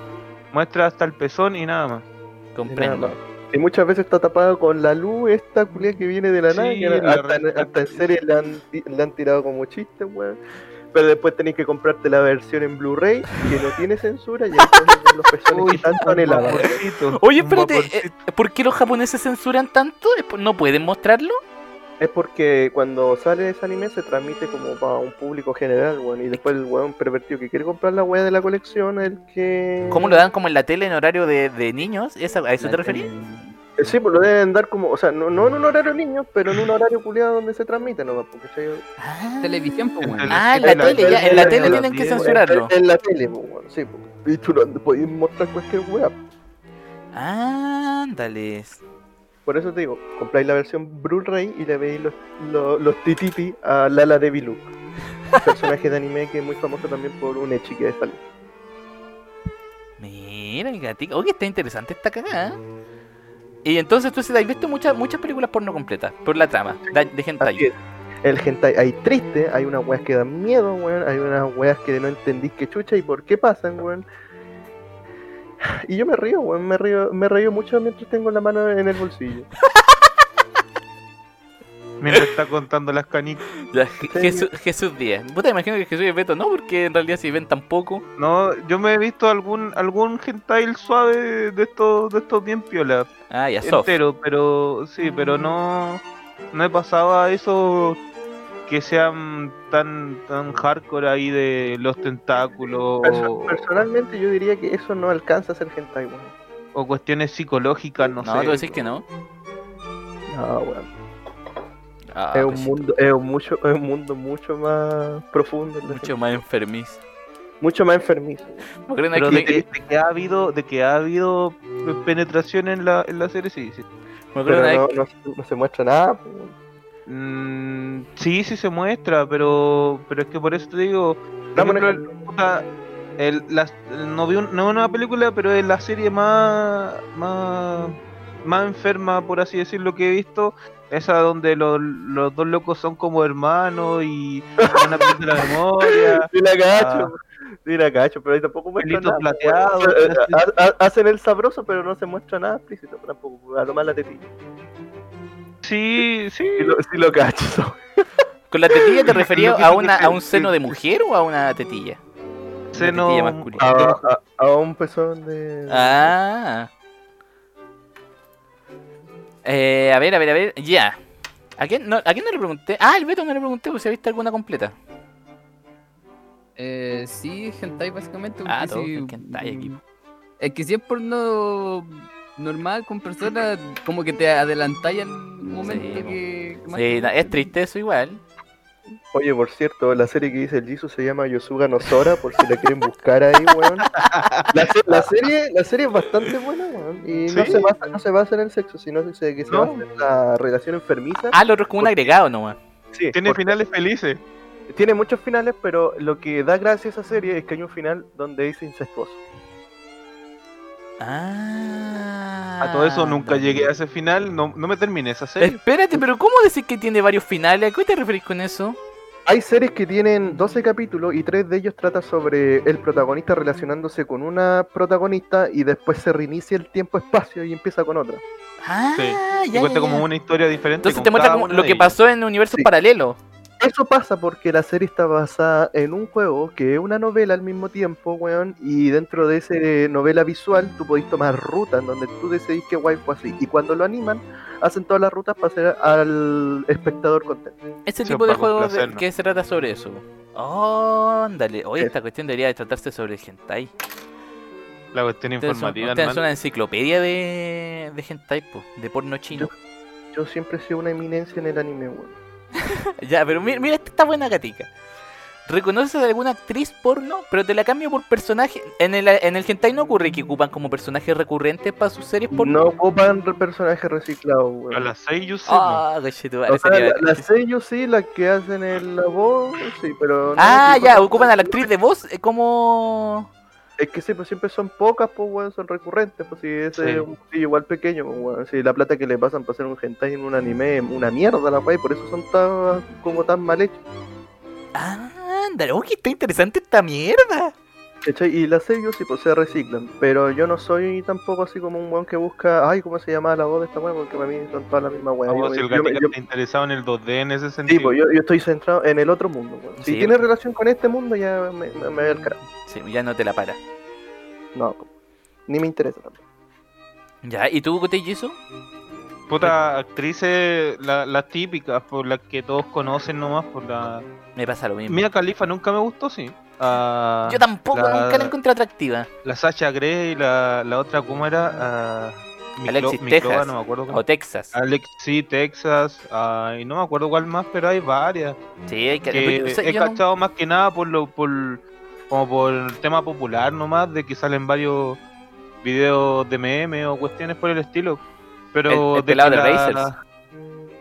Speaker 3: Muestra hasta el pezón y nada más.
Speaker 1: Comprendo.
Speaker 2: Y muchas veces está tapado con la luz esta culia que viene de la
Speaker 3: Sí,
Speaker 2: nada. que
Speaker 3: la
Speaker 2: hasta,
Speaker 3: red-
Speaker 2: hasta en serie le han, ti- le han tirado como chiste, weón. Pero después tenéis que comprarte la versión en Blu-ray que no tiene censura y ahí ponen los pezones que tanto
Speaker 3: un
Speaker 2: anhelaban.
Speaker 3: vaporcito,
Speaker 1: Oye,
Speaker 3: un
Speaker 1: espérate,
Speaker 3: vaporcito.
Speaker 1: eh, ¿por qué los japoneses censuran tanto? ¿Es por- ¿No pueden mostrarlo?
Speaker 2: Es porque cuando sale ese anime se transmite como para un público general, weón. Y después el weón pervertido que quiere comprar la weá de la colección, el que.
Speaker 1: ¿Cómo lo dan como en la tele en horario de, de niños? ¿Esa- ¿A eso te referís?
Speaker 2: Eh, Sí, pues lo deben dar como, o sea, no, no en un horario niños, pero en un horario culiado donde se transmite nomás, porque ¿cachai?
Speaker 1: Ah.
Speaker 4: Televisión, pues, weón.
Speaker 3: Entonces-
Speaker 1: Ah, en la
Speaker 2: En la
Speaker 1: tele, ya, en la
Speaker 2: tele,
Speaker 1: tele
Speaker 2: en la
Speaker 1: tienen que
Speaker 3: tele.
Speaker 1: censurarlo.
Speaker 2: En la tele, pues, bueno, sí, pues. Y tú no podías mostrar cualquier weá.
Speaker 1: Ándale.
Speaker 2: Por eso te digo, compráis la versión Blu-ray y le veis los, los, los tititi a Lala de Bilu. Personaje de anime que es muy famoso también por un echi que sale.
Speaker 1: Mira el gatito. Oye, está interesante esta cagada. ¿eh? Y entonces tú sí, has visto muchas muchas películas porno completas por la trama da- de
Speaker 2: Así
Speaker 1: hentai.
Speaker 2: es. El hentai hay triste, hay unas weas que dan miedo, weón, hay unas weas que no entendís que chucha y por qué pasan, weón. Y yo me río, weón, me río, me río mucho mientras tengo la mano en el bolsillo.
Speaker 3: Mientras está contando las canicas.
Speaker 1: Ya, Je- Jesús, Jesús Díaz. Puta, imagino que Jesús y Beto no, porque en realidad si ven tampoco.
Speaker 3: No, yo me he visto algún algún hentai suave de estos de estos bien piola,
Speaker 1: Ah, ya soft.
Speaker 3: entero, pero sí, pero no no he pasado a eso que sean tan tan hardcore ahí de los tentáculos
Speaker 2: Perso-
Speaker 3: o-
Speaker 2: Personalmente yo diría que eso no alcanza a ser hentai, weón.
Speaker 3: o cuestiones psicológicas, no,
Speaker 1: No,
Speaker 3: sé.
Speaker 1: tú decís que no.
Speaker 2: No, weón.
Speaker 1: Ah,
Speaker 2: es un
Speaker 1: pues,
Speaker 2: mundo, es un mucho, es un mundo mucho más profundo, el de
Speaker 1: mucho más enfermiz.
Speaker 2: hentai. mucho más enfermizo.
Speaker 1: No creo
Speaker 3: Pero
Speaker 1: que-
Speaker 3: de, que, de que ha habido de que ha habido penetración en la en la serie sí, sí.
Speaker 1: Me acuerdo
Speaker 2: Pero
Speaker 1: una vez
Speaker 2: no, no- no se muestra nada, weón.
Speaker 3: Mm, sí, sí se muestra, pero pero es que por eso te digo, por
Speaker 2: Dame un
Speaker 3: ejemplo, puta, el- las- no vi un- no una película, pero es la serie más, más, más enferma, por así decirlo, que he visto. Esa donde los, los dos locos son como hermanos y van a perder la memoria.
Speaker 2: Sí la
Speaker 1: Ah.
Speaker 2: cacho, sí la cacho, pero ahí tampoco muestra
Speaker 3: Pelitos
Speaker 2: nada.
Speaker 3: plateados,
Speaker 2: weón. Eh,
Speaker 3: así.
Speaker 2: Ha- ha- hacen el sabroso, pero no se muestra nada explícito tampoco. A lo más la tetilla.
Speaker 3: Sí, sí.
Speaker 2: Sí lo, sí lo cacho.
Speaker 1: ¿Con la tetilla te
Speaker 3: Lo
Speaker 1: referías
Speaker 3: que
Speaker 1: a,
Speaker 3: se
Speaker 1: una,
Speaker 3: refiere,
Speaker 1: a un seno
Speaker 3: sí.
Speaker 1: de mujer o a una tetilla?
Speaker 3: Seno-
Speaker 1: tetilla masculina.
Speaker 2: A, a- a un pezón de.
Speaker 1: Ah. Eh, a ver, a ver, a ver. Ya. ¿A, quién no, ¿A quién no le pregunté? Ah, el Beto no le pregunté pues, si ha visto alguna completa.
Speaker 4: Eh, sí, hentai básicamente.
Speaker 1: Ah,
Speaker 4: porque
Speaker 1: todo
Speaker 4: si-
Speaker 1: es hentai aquí.
Speaker 4: Es que si es porno normal con personas, como que te adelantáis al momento
Speaker 1: po.
Speaker 4: que... que más
Speaker 1: Sí,
Speaker 4: te
Speaker 1: na- es
Speaker 4: guste.
Speaker 1: triste eso igual.
Speaker 2: Oye, por cierto, la serie que dice el Jisoo se llama Yosuga no Sora, por si la quieren buscar ahí, weón. La, se- la serie, la serie es bastante buena, weón. Y no,
Speaker 3: Sí.
Speaker 2: se basa, no se basa en el sexo, sino que se, que se
Speaker 3: No.
Speaker 2: basa en la relación enfermiza.
Speaker 1: Ah, lo otro es como un agregado nomás.
Speaker 2: Sí,
Speaker 3: Tiene
Speaker 2: porque-
Speaker 3: finales felices.
Speaker 2: tiene muchos finales, pero lo que da gracia a esa serie es que hay un final donde es incestuoso.
Speaker 1: Ah.
Speaker 3: A todo eso nunca llegué a ese final, no, no me terminé esa serie.
Speaker 1: Espérate, pero ¿cómo decir que tiene varios finales? ¿A qué te referís con eso?
Speaker 2: Hay series que tienen 12 capítulos y tres de ellos trata sobre el protagonista relacionándose con una protagonista y después se reinicia el tiempo-espacio y empieza con otra.
Speaker 1: Ah,
Speaker 3: Sí.
Speaker 1: ya,
Speaker 3: Y
Speaker 1: ya,
Speaker 3: cuenta
Speaker 1: ya.
Speaker 3: como una historia diferente.
Speaker 1: Entonces
Speaker 3: con
Speaker 1: te muestra
Speaker 3: cada
Speaker 1: como
Speaker 3: una
Speaker 1: lo
Speaker 3: de
Speaker 1: que
Speaker 3: ellas.
Speaker 1: pasó en universos
Speaker 2: Sí.
Speaker 1: paralelos.
Speaker 2: Eso pasa porque la serie está basada en un juego que es una novela al mismo tiempo, weón, y dentro de ese novela visual tú podés tomar rutas en donde tú decidís qué guay fue así. Y cuando lo animan, hacen todas las rutas para hacer al espectador contento.
Speaker 1: Ese
Speaker 3: Sí, pues,
Speaker 1: tipo de
Speaker 3: para
Speaker 1: juegos de-
Speaker 3: complacernos.
Speaker 1: que se trata sobre eso. Óndale, Oh, oye, esta cuestión debería de tratarse sobre hentai.
Speaker 3: La cuestión
Speaker 1: Ustedes son,
Speaker 3: informativa,
Speaker 1: ustedes son
Speaker 3: hermano.
Speaker 1: una enciclopedia de, de hentai, po, de porno chino.
Speaker 2: Yo siempre he sido una eminencia en el anime, weón.
Speaker 1: ya, pero mira, mira esta está buena gatica. ¿Reconoces a alguna actriz porno, pero te la cambio por personaje? En el, en el hentai no ocurre que ocupan como personajes recurrentes para sus series porno.
Speaker 2: No ocupan re- personajes reciclados,
Speaker 3: A
Speaker 2: weón.
Speaker 3: las 6 yo sé, man.
Speaker 1: Ah, conchetumare,
Speaker 2: O sea,
Speaker 1: sería-
Speaker 2: la- las sellos sí, las que hacen el, la voz, sí, pero... no
Speaker 1: Ah,
Speaker 2: ocupan-
Speaker 1: ya, ocupan a la actriz de voz eh, como...
Speaker 2: Es que sí, pues siempre son pocas, pues, weón, son recurrentes, pues, si ese
Speaker 3: Sí.
Speaker 2: es un mundillo igual pequeño, pues, weón. Si la plata que le pasan para hacer un hentai en un anime, es una mierda la weá, y por eso son tan, como tan mal hechos,
Speaker 1: Ah, ándale, oye, está interesante esta mierda.
Speaker 2: ¿cachai? Y las sellos sí, pues, se reciclan, pero yo no soy tampoco así como un weón que busca, ay, ¿cómo se llama la voz de esta weá? Porque para mí son todas las mismas weas.
Speaker 3: Ah,
Speaker 2: Yo-
Speaker 3: vos, si el
Speaker 2: yo-
Speaker 3: gatito
Speaker 2: yo-
Speaker 3: está interesado en el 2D en ese
Speaker 2: sí,
Speaker 3: sentido.
Speaker 2: pues, yo, yo estoy centrado en el otro mundo, weón. Si
Speaker 1: Sí.
Speaker 2: tiene relación con este mundo, ya me, me, me ve el carajo.
Speaker 1: Sí, ya no te la para.
Speaker 2: No, pues, ni me interesa tampoco.
Speaker 1: Ya, ¿y tú, Gote Jisoo?
Speaker 3: Puta, actrices, la- las típicas, por las que todos conocen nomás, por la...
Speaker 1: Me pasa lo mismo.
Speaker 3: Mia Khalifa nunca me gustó, sí. Ah,
Speaker 1: Yo tampoco,
Speaker 3: la-
Speaker 1: nunca la encontré atractiva.
Speaker 3: la Sasha Grey, la, la otra, ¿cómo era? Ah, Miklo-
Speaker 1: Alexis
Speaker 3: Miklova,
Speaker 1: Texas.
Speaker 3: no me acuerdo cómo.
Speaker 1: O Texas.
Speaker 3: Alex, sí, Texas, ah, y no me acuerdo cuál más, pero hay varias.
Speaker 1: Sí, hay que...
Speaker 3: Que
Speaker 1: pero, o sea,
Speaker 3: he
Speaker 1: yo no-
Speaker 3: cachado más que nada por lo, por, como por el tema popular nomás, de que salen varios videos de meme o cuestiones por el estilo. Pero
Speaker 1: El- el
Speaker 3: que
Speaker 1: pelado de
Speaker 3: la-
Speaker 1: Brazers.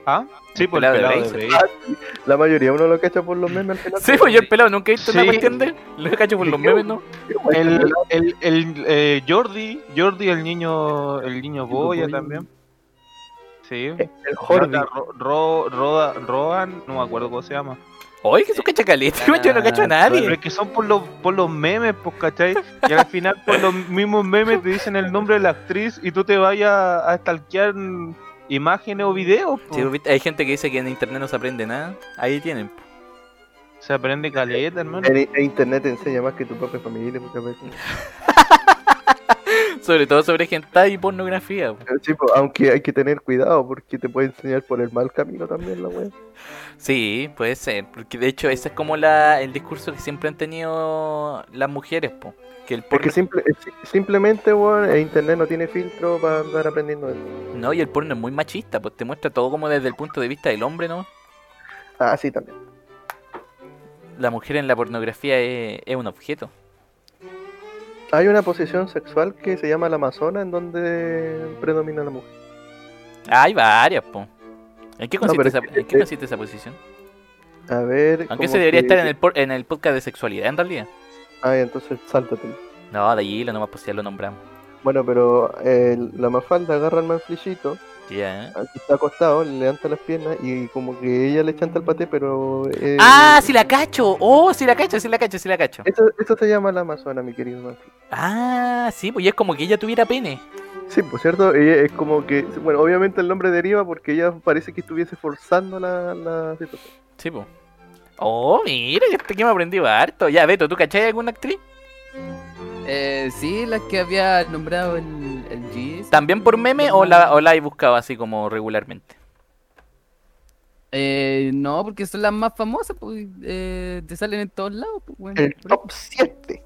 Speaker 3: ¿Ah, sí,
Speaker 1: El
Speaker 3: por
Speaker 1: pelado de
Speaker 3: el pelado de
Speaker 1: Brazers.
Speaker 3: Brazers.
Speaker 2: La mayoría uno lo cacha por los memes al final.
Speaker 1: Sí, pues yo el pelado nunca he visto una
Speaker 3: Sí.
Speaker 1: cuestión de... él. Lo cacho por los memes, ¿no?
Speaker 3: Ah, El, el, el, eh, Jordi, Jordi, el niño, el niño Boya Eh, también. Sí.
Speaker 2: El Jordi.
Speaker 3: Rata, Ro- Ro- Roda- Roan, no me acuerdo cómo se llama.
Speaker 1: Oye, que tú cacha caleta, yo no cacho a
Speaker 3: Pero
Speaker 1: nadie.
Speaker 3: es que son por los, por los memes, pues, ¿cachai? Y al final por los mismos memes te dicen el nombre de la actriz y tú te vayas a stalkear imágenes o videos. pues. po.
Speaker 1: Sí, pues, viste, hay gente que dice que en internet no se aprende nada. Ahí tienen. po.
Speaker 3: Se aprende caleta, hermano.
Speaker 2: El, el internet te enseña más que tu propia familia muchas veces.
Speaker 1: Sobre todo sobre hentai y pornografía. po.
Speaker 2: Pero sí, pues, aunque hay que tener cuidado porque te puede enseñar por el mal camino también la wea.
Speaker 1: Sí, puede ser, porque de hecho ese es como la, el discurso que siempre han tenido las mujeres, po, que el porno,
Speaker 2: Porque simple, es- simplemente, weón, el internet no tiene filtro para andar aprendiendo eso.
Speaker 1: no, y el porno es muy machista, pues te muestra todo como desde el punto de vista del hombre, ¿no?
Speaker 2: Ah, sí, también.
Speaker 1: La mujer en la pornografía es, es un objeto.
Speaker 2: Hay una posición sexual que se llama la amazona en donde predomina la mujer.
Speaker 1: Hay varias, po. ¿En qué
Speaker 2: No,
Speaker 1: consiste,
Speaker 2: pero
Speaker 1: esa,
Speaker 2: es que-
Speaker 1: en qué consiste esa posición?
Speaker 2: A ver.
Speaker 1: Aunque
Speaker 2: como
Speaker 1: se debería
Speaker 2: que-
Speaker 1: estar en el, por- en el podcast de sexualidad, en realidad.
Speaker 2: Ay, entonces sáltatelo.
Speaker 1: No, de allí lo nomás, pues ya lo nombramos.
Speaker 2: Bueno, pero eh, la mafalda agarra al manflillito
Speaker 1: Ya. ¿eh?
Speaker 2: Aquí está acostado, le levanta las piernas y como que ella le chanta el paté, pero... eh,
Speaker 1: ¡Ah, si la cacho! ¡Oh, si la cacho, si la cacho, si la cacho!
Speaker 2: Eso, eso se llama la amazona, mi querido Manfred.
Speaker 1: Ah, sí, pues ya es como que ella tuviera pene.
Speaker 2: Sí, por cierto, ella es como que... Bueno, obviamente el nombre deriva porque ella parece que estuviese forzando la, la situación.
Speaker 1: Sí, po. Oh, mira, que este que me aprendido harto. Ya, Beto, ¿tú cachai alguna actriz?
Speaker 4: Eh, sí, las que había nombrado el, el Gis.
Speaker 1: ¿También
Speaker 2: Mm,
Speaker 1: por meme o la, o la he buscado así como regularmente?
Speaker 4: Eh, no, porque son las más famosas, pues, eh, te salen en todos lados. Pues, bueno.
Speaker 2: El top 7.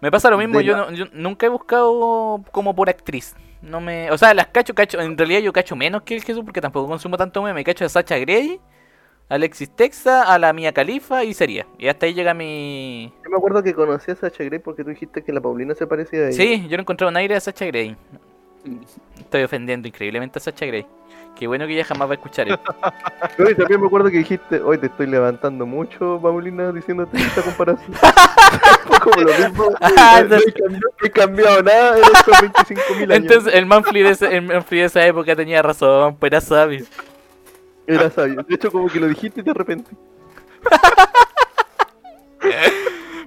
Speaker 1: Me pasa lo mismo,
Speaker 2: De
Speaker 1: yo, no- yo nunca he buscado como por actriz. No me, o sea, las cacho, cacho, en realidad yo cacho menos que el Jesús porque tampoco consumo tanto meme. Cacho a Sacha Grey, a Alexis Texa, a la Mia Califa y sería. Y hasta ahí llega mi...
Speaker 2: Yo me acuerdo que conocí a Sacha Grey porque tú dijiste que la Paulina se parecía a ella.
Speaker 1: Sí, yo no encontré un aire a Sacha Grey. Estoy ofendiendo increíblemente a Sacha Grey. Qué bueno que ella jamás va a escuchar esto.
Speaker 2: No, y Ah, también me acuerdo que dijiste, hoy te estoy levantando mucho, Paulina, diciéndote esta comparación. como lo mismo.
Speaker 1: Ah,
Speaker 2: no, he cambiado, no he cambiado nada en estos 25.000 años.
Speaker 1: Entonces, el Manfly de, ese- el Manfly de esa época tenía razón, pues era sabio.
Speaker 2: Era sabio. De hecho, como que lo dijiste de repente.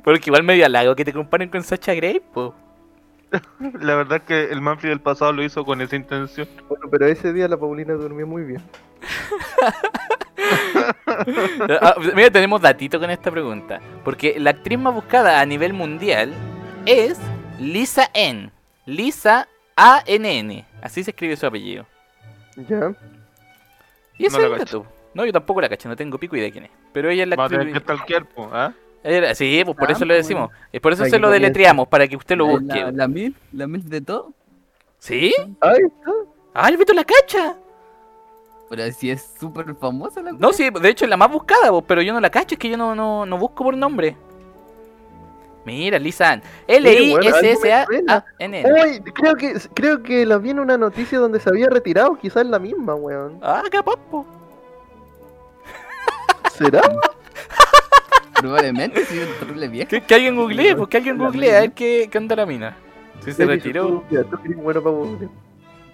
Speaker 1: Porque igual medio halago que te comparen con Sacha Grey, pues. po.
Speaker 3: La verdad es que el Manfred del pasado lo hizo con esa intención.
Speaker 2: Bueno, pero ese día la Paulina durmió muy bien.
Speaker 1: Ah, mira, tenemos datito con esta pregunta. Porque la actriz más buscada a nivel mundial es Lisa N. Lisa A-N-N. Así se escribe su apellido.
Speaker 2: Ya.
Speaker 1: Y eso
Speaker 3: No
Speaker 1: es
Speaker 3: la
Speaker 1: un dato. No, yo tampoco la cacho, no tengo pico idea de quién es. Pero ella es la
Speaker 3: Va a tener
Speaker 1: actriz.
Speaker 3: que stalkear, po, ¿ah?
Speaker 1: Ella- Sí, pues por eso lo
Speaker 4: Ah,
Speaker 1: decimos. Y por eso
Speaker 2: Para
Speaker 1: se
Speaker 2: que
Speaker 1: lo
Speaker 2: comience.
Speaker 1: deletreamos, para que usted lo busque.
Speaker 4: La, la mil, la mil de todo.
Speaker 1: ¿Sí?
Speaker 2: Ahí está.
Speaker 1: ¡Ah, el Beto la cacha!
Speaker 4: Pero así es súper famosa la
Speaker 1: No, sí, de hecho es la más buscada, vos, pero yo no la cacho, es que yo no, no, no busco por nombre. Mira, Lisa Ann. L-I-S-S-A-N.
Speaker 2: Uy, creo que, creo que la vi en una noticia donde se había retirado, quizás la misma, weón.
Speaker 1: Ah, capaz, po.
Speaker 2: ¿Será?
Speaker 4: Probablemente sí, un terrible vieja.
Speaker 1: Que, que alguien googlee, pues que alguien
Speaker 4: La
Speaker 1: googlee a ver qué, qué onda la mina. Si se
Speaker 2: Él hizo
Speaker 1: retiró.
Speaker 2: todo, ya, tú eres bueno para googlear.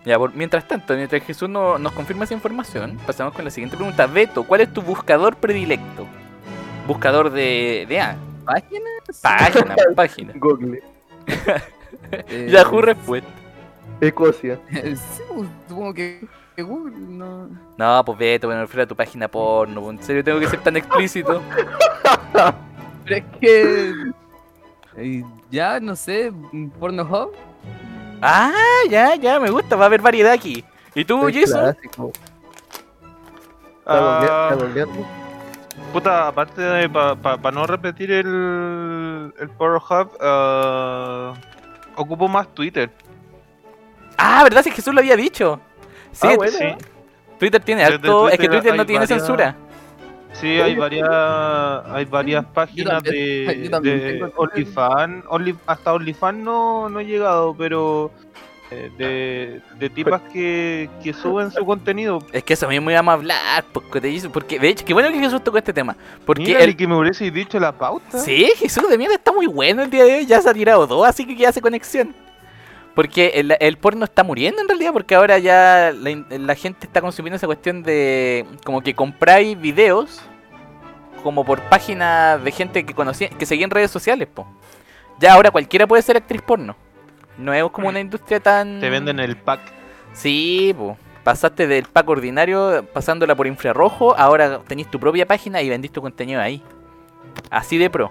Speaker 1: Ya, por- mientras tanto, mientras Jesús no- nos confirma esa información, pasamos con la siguiente pregunta. Beto, ¿cuál es tu buscador predilecto? Buscador de. de ah,
Speaker 4: ¿Páginas?
Speaker 1: página, página.
Speaker 2: Google.
Speaker 4: Eh,
Speaker 1: Yahoo respuesta.
Speaker 2: Escocia.
Speaker 4: Sí, pues, supongo que, que Google no.
Speaker 1: No, pues Beto, me refiero a tu página porno. po. En serio, tengo que ser tan explícito.
Speaker 4: Pero es que. eh, ya, no sé, Pornhub.
Speaker 1: Ah, ya, ya, me gusta, va a haber variedad aquí. ¿Y tú,
Speaker 2: Soy
Speaker 1: Jason?
Speaker 2: clásico. Está
Speaker 3: Ah,
Speaker 2: googleando, está googleando.
Speaker 3: puta, aparte de. Para no repetir el. El Pornhub, ah, ocupo más Twitter.
Speaker 1: Ah, ¿verdad? Si Jesús lo había dicho. Sí,
Speaker 2: Ah, bueno.
Speaker 3: Sí,
Speaker 1: Twitter tiene
Speaker 3: Desde
Speaker 1: harto. Es que
Speaker 3: Twitter
Speaker 1: Twitter
Speaker 3: hay
Speaker 1: no tiene
Speaker 3: variedad.
Speaker 1: censura.
Speaker 3: sí hay varias. Hay varias páginas
Speaker 4: también-
Speaker 3: de.
Speaker 4: yo también
Speaker 3: de
Speaker 4: tengo Twitter.
Speaker 3: OnlyFans. Only- hasta OnlyFans no, no he llegado, pero. eh, De, de tipas que, que suben su contenido.
Speaker 1: Es que eso mismo íbamos a hablar. Porque, te hizo- porque de hecho, qué bueno que Jesús tocó este tema. Porque
Speaker 3: Mira,
Speaker 1: el.
Speaker 3: ni que me hubiese dicho la pauta.
Speaker 1: Sí, Jesús de mierda está muy bueno el día de hoy. Ya se ha tirado dos, así que ya hace conexión. Porque el, el porno está muriendo en realidad, porque ahora ya la, in- la gente está consumiendo esa cuestión de como que compráis videos como por páginas de gente que conocía, que seguía en redes sociales, po. Ya ahora cualquiera puede ser actriz porno. No es como una industria tan.
Speaker 3: Mm. Te venden el pack.
Speaker 1: Sí, po. Pasaste del pack ordinario pasándola por infrarrojo, ahora tenés tu propia página y vendís tu contenido ahí. Así de pro.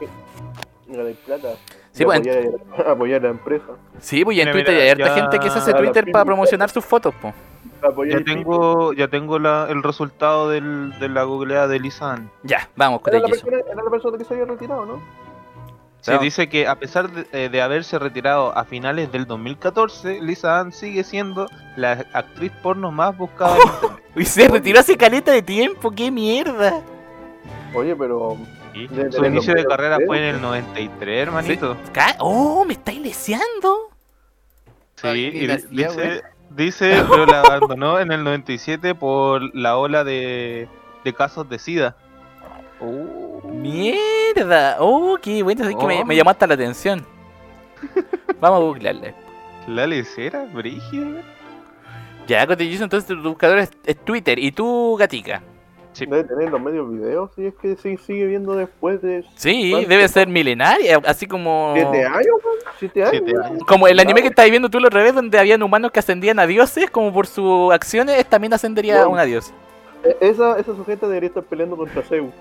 Speaker 2: Mira, hay plata.
Speaker 1: Sí,
Speaker 2: Y
Speaker 1: pues,
Speaker 2: apoyar, a- apoyar a la empresa.
Speaker 1: Sí, pues y en
Speaker 3: Mira,
Speaker 1: Twitter
Speaker 3: mira,
Speaker 1: hay harta
Speaker 3: ya-
Speaker 1: gente que se hace
Speaker 2: ya la
Speaker 1: Twitter para
Speaker 2: firma.
Speaker 1: promocionar sus fotos, po.
Speaker 2: Apoyar
Speaker 3: Ya
Speaker 2: el
Speaker 3: tengo, ya tengo la, el resultado del, de la googleada de Lisa Ann.
Speaker 1: Ya, vamos con
Speaker 2: Era la,
Speaker 1: eso.
Speaker 2: persona, era la persona que se había retirado, ¿no?
Speaker 3: Se
Speaker 1: Claro.
Speaker 3: dice que a pesar de, eh, de haberse retirado a finales del 2014, Lisa Ann sigue siendo la actriz porno más buscada. en internet.
Speaker 1: Uy, se retiró hace caleta de tiempo, qué mierda.
Speaker 2: Oye, pero.
Speaker 3: Y
Speaker 2: Debe
Speaker 3: Su
Speaker 2: tener
Speaker 3: inicio
Speaker 2: los
Speaker 3: de carrera
Speaker 2: videos,
Speaker 3: fue en el 93, hermanito.
Speaker 1: Ca- Oh, me estáis leseando.
Speaker 3: Sí,
Speaker 4: Ay,
Speaker 3: y
Speaker 4: mira,
Speaker 3: di-
Speaker 4: sí, ya, güey.
Speaker 3: dice, dice, pero la abandonó en el 97 por la ola de, de casos de SIDA.
Speaker 1: Mierda. Oh, qué bueno, es que me,
Speaker 3: Oh.
Speaker 1: me llamó hasta la atención. Vamos a googlearle.
Speaker 3: La lecera, brígida.
Speaker 1: Ya, Cotillizo, entonces tu buscador es, es Twitter y tú, gatica.
Speaker 3: Sí.
Speaker 2: Debe tener los medios videos, si es que sí, sigue viendo después de.
Speaker 1: Sí,
Speaker 2: ¿Cuánto?
Speaker 1: debe ser milenaria, así como...
Speaker 2: ¿Siete años, weón? ¿Siete años?
Speaker 3: Siete
Speaker 2: weón.
Speaker 3: años.
Speaker 1: Como el anime que estabas viendo tú la otra vez, donde habían humanos que ascendían a dioses, como por sus acciones, esta también ascendería a
Speaker 2: Bueno.
Speaker 1: una diosa.
Speaker 2: E- Esa, esa sujeta debería estar peleando contra Zeus.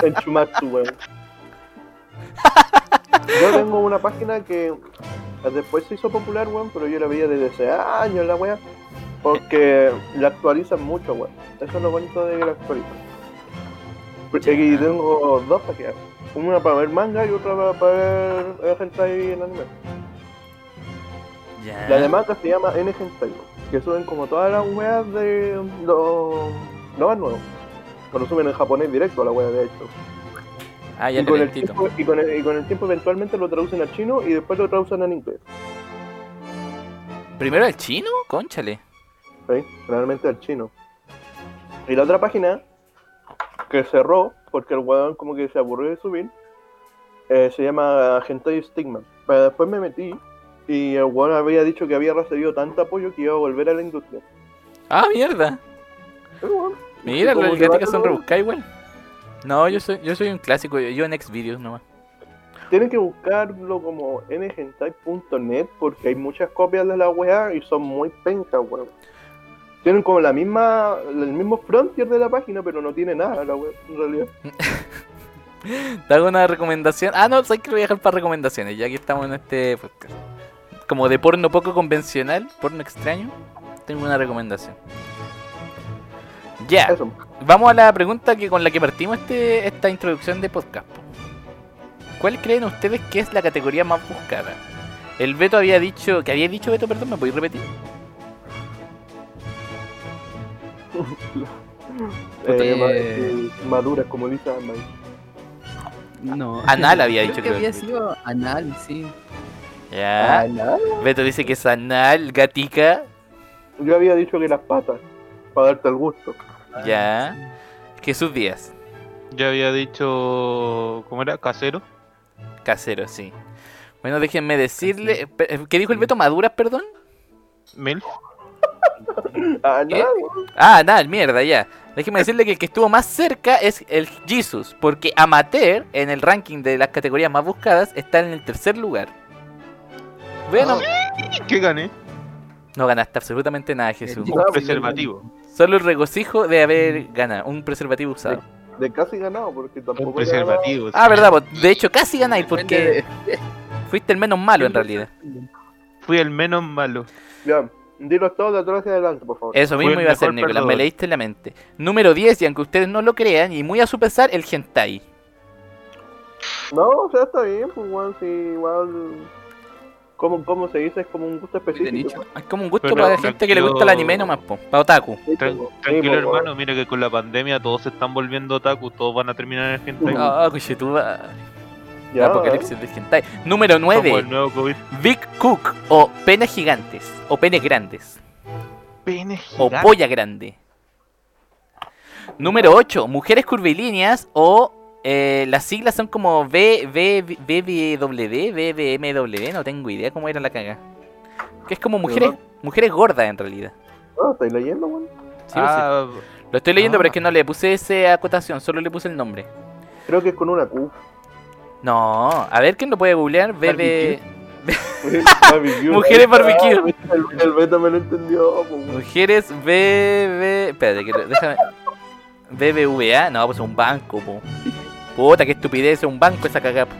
Speaker 2: en Chumatsu, weón. Yo tengo una página que después se hizo popular, weón, pero yo la veía desde hace años, la weá. Porque la actualizan mucho, weón. Eso es lo bonito de que la actualizan. Porque aquí tengo dos páginas. Una para ver manga y otra para- para ver eh, hentai en anime.
Speaker 1: Ya.
Speaker 2: La de manga se llama N Hentai, que suben como todas las weas de los los más nuevos. Pero suben en japonés directo a la wea, de hecho.
Speaker 1: Ah, ya
Speaker 2: Y
Speaker 1: te
Speaker 2: con, el
Speaker 1: lentito.
Speaker 2: tiempo, y, con el, y con el tiempo eventualmente lo traducen al chino y después lo traducen en inglés.
Speaker 1: Primero el chino, conchale.
Speaker 2: ¿sí? Generalmente al chino. Y la otra página que cerró, porque el weón como que se aburrió de subir, eh, se llama Hentai Stigma. Pero después me metí y el weón había dicho que había recibido tanto apoyo que iba a volver a la industria.
Speaker 1: Ah, mierda.
Speaker 2: Pero, weón,
Speaker 1: Mira,
Speaker 2: como
Speaker 1: los
Speaker 2: que va
Speaker 1: gaticas son
Speaker 2: todo-
Speaker 1: rebuscadas igual. No, yo soy, yo soy un clásico, yo, yo en Xvideos nomás.
Speaker 2: Tienen que buscarlo como ngentai.net porque hay muchas copias de la weá y son muy pencas, weón. Tienen como la misma, el mismo frontier de la página, pero no tiene nada la weá, en realidad.
Speaker 1: ¿Te hago una recomendación? Ah, no, hay que lo voy a dejar para recomendaciones, ya que estamos en este podcast. Como de porno poco convencional, porno extraño, tengo una recomendación.
Speaker 3: Ah.
Speaker 1: Ya,
Speaker 2: Eso.
Speaker 1: vamos a la pregunta que con la que partimos este, esta introducción de podcast. po. ¿Cuál creen ustedes que es la categoría más buscada? El Beto había dicho, que había dicho Beto, perdón, ¿me podéis repetir?
Speaker 2: Eh, ma-
Speaker 4: Eh.
Speaker 2: eh, maduras, como dice Amai.
Speaker 4: No.
Speaker 1: Anal Ah, había dicho
Speaker 4: Creo que
Speaker 1: que- Ah,
Speaker 4: había sido anal, sí.
Speaker 1: Ya. Beto dice que es anal, gatica.
Speaker 2: Yo había dicho que las patas, para darte el gusto.
Speaker 1: Ya. Jesús Díaz,
Speaker 3: Ya había dicho. ¿Cómo era? Casero.
Speaker 1: casero, sí. Bueno, déjenme decirle. pe- eh, ¿Qué dijo el Beto? ¿Maduras, perdón?
Speaker 3: Mil.
Speaker 2: Ah, no,
Speaker 1: ¿Qué? Ah, nada, mierda, ya. Déjenme decirle que el que estuvo más cerca es el Jesus, porque Amateur, en el ranking de las categorías más buscadas, está en el tercer lugar. Bueno,
Speaker 3: Ah. ¿Qué gané?
Speaker 1: no ganaste absolutamente nada, Jesús.
Speaker 2: Ah,
Speaker 3: Preservativo.
Speaker 1: Solo el regocijo de haber ganado un preservativo usado.
Speaker 2: De casi ganado, porque tampoco.
Speaker 3: Un preservativo.
Speaker 1: Ah, verdad, pues, de hecho casi ganáis porque
Speaker 4: Depende
Speaker 1: fuiste el menos malo en realidad.
Speaker 3: Fui el menos malo.
Speaker 2: Ya, dilo todo de atrás hacia adelante, por favor.
Speaker 1: Eso
Speaker 3: Fui
Speaker 1: mismo
Speaker 3: el
Speaker 1: iba a ser,
Speaker 3: mejor
Speaker 1: Nicolás, me
Speaker 3: perdedor.
Speaker 1: leíste la mente. Número 10, y aunque ustedes no lo crean, y muy a su pesar, el hentai.
Speaker 2: No, o sea, está bien, pues, weón, si igual. ¿Cómo, ¿Cómo se dice? Es como un gusto
Speaker 4: de
Speaker 2: específico.
Speaker 4: nicho.
Speaker 1: Es como un gusto
Speaker 3: Pero
Speaker 1: para la gente que le gusta el
Speaker 3: yo-
Speaker 1: anime nomás, po, para otaku.
Speaker 2: Sí,
Speaker 3: Tran-
Speaker 2: pues, sí,
Speaker 3: tranquilo,
Speaker 2: pues,
Speaker 3: hermano. Mira que con la pandemia todos se están volviendo otaku. Todos van a terminar en hentai.
Speaker 2: No,
Speaker 1: Ah, cuchetuba.
Speaker 2: weón.
Speaker 1: La
Speaker 2: Ya,
Speaker 1: apocalipsis del hentai. Número
Speaker 3: Como el
Speaker 1: 9,
Speaker 3: nuevo COVID.
Speaker 1: Big Cook, o penes gigantes, o penes grandes,
Speaker 3: Pene
Speaker 1: o
Speaker 3: gigante.
Speaker 1: polla grande. Número 8, mujeres curvilíneas, o eh, las siglas son como B, B, BBW, BBMW, no tengo idea cómo era la caga. Que es como mujeres, mujeres gordas en realidad.
Speaker 2: Ah, ¿estáis leyendo, weón?
Speaker 1: Sí,
Speaker 3: Ah,
Speaker 1: sí. Lo estoy leyendo,
Speaker 3: ah.
Speaker 1: pero es que no le puse esa acotación, solo le puse el nombre.
Speaker 2: Creo que es con una Q.
Speaker 1: No, a ver quién lo puede googlear. BB.
Speaker 2: Barbecue.
Speaker 1: Mujeres barbecue.
Speaker 2: Ah, El, el beta me lo entendió, pues, weón.
Speaker 1: Mujeres BB. Espérate, que lo- déjame. BBVA. No, pues es un banco, po. Puta, qué estupidez, es un banco esa cagada. po.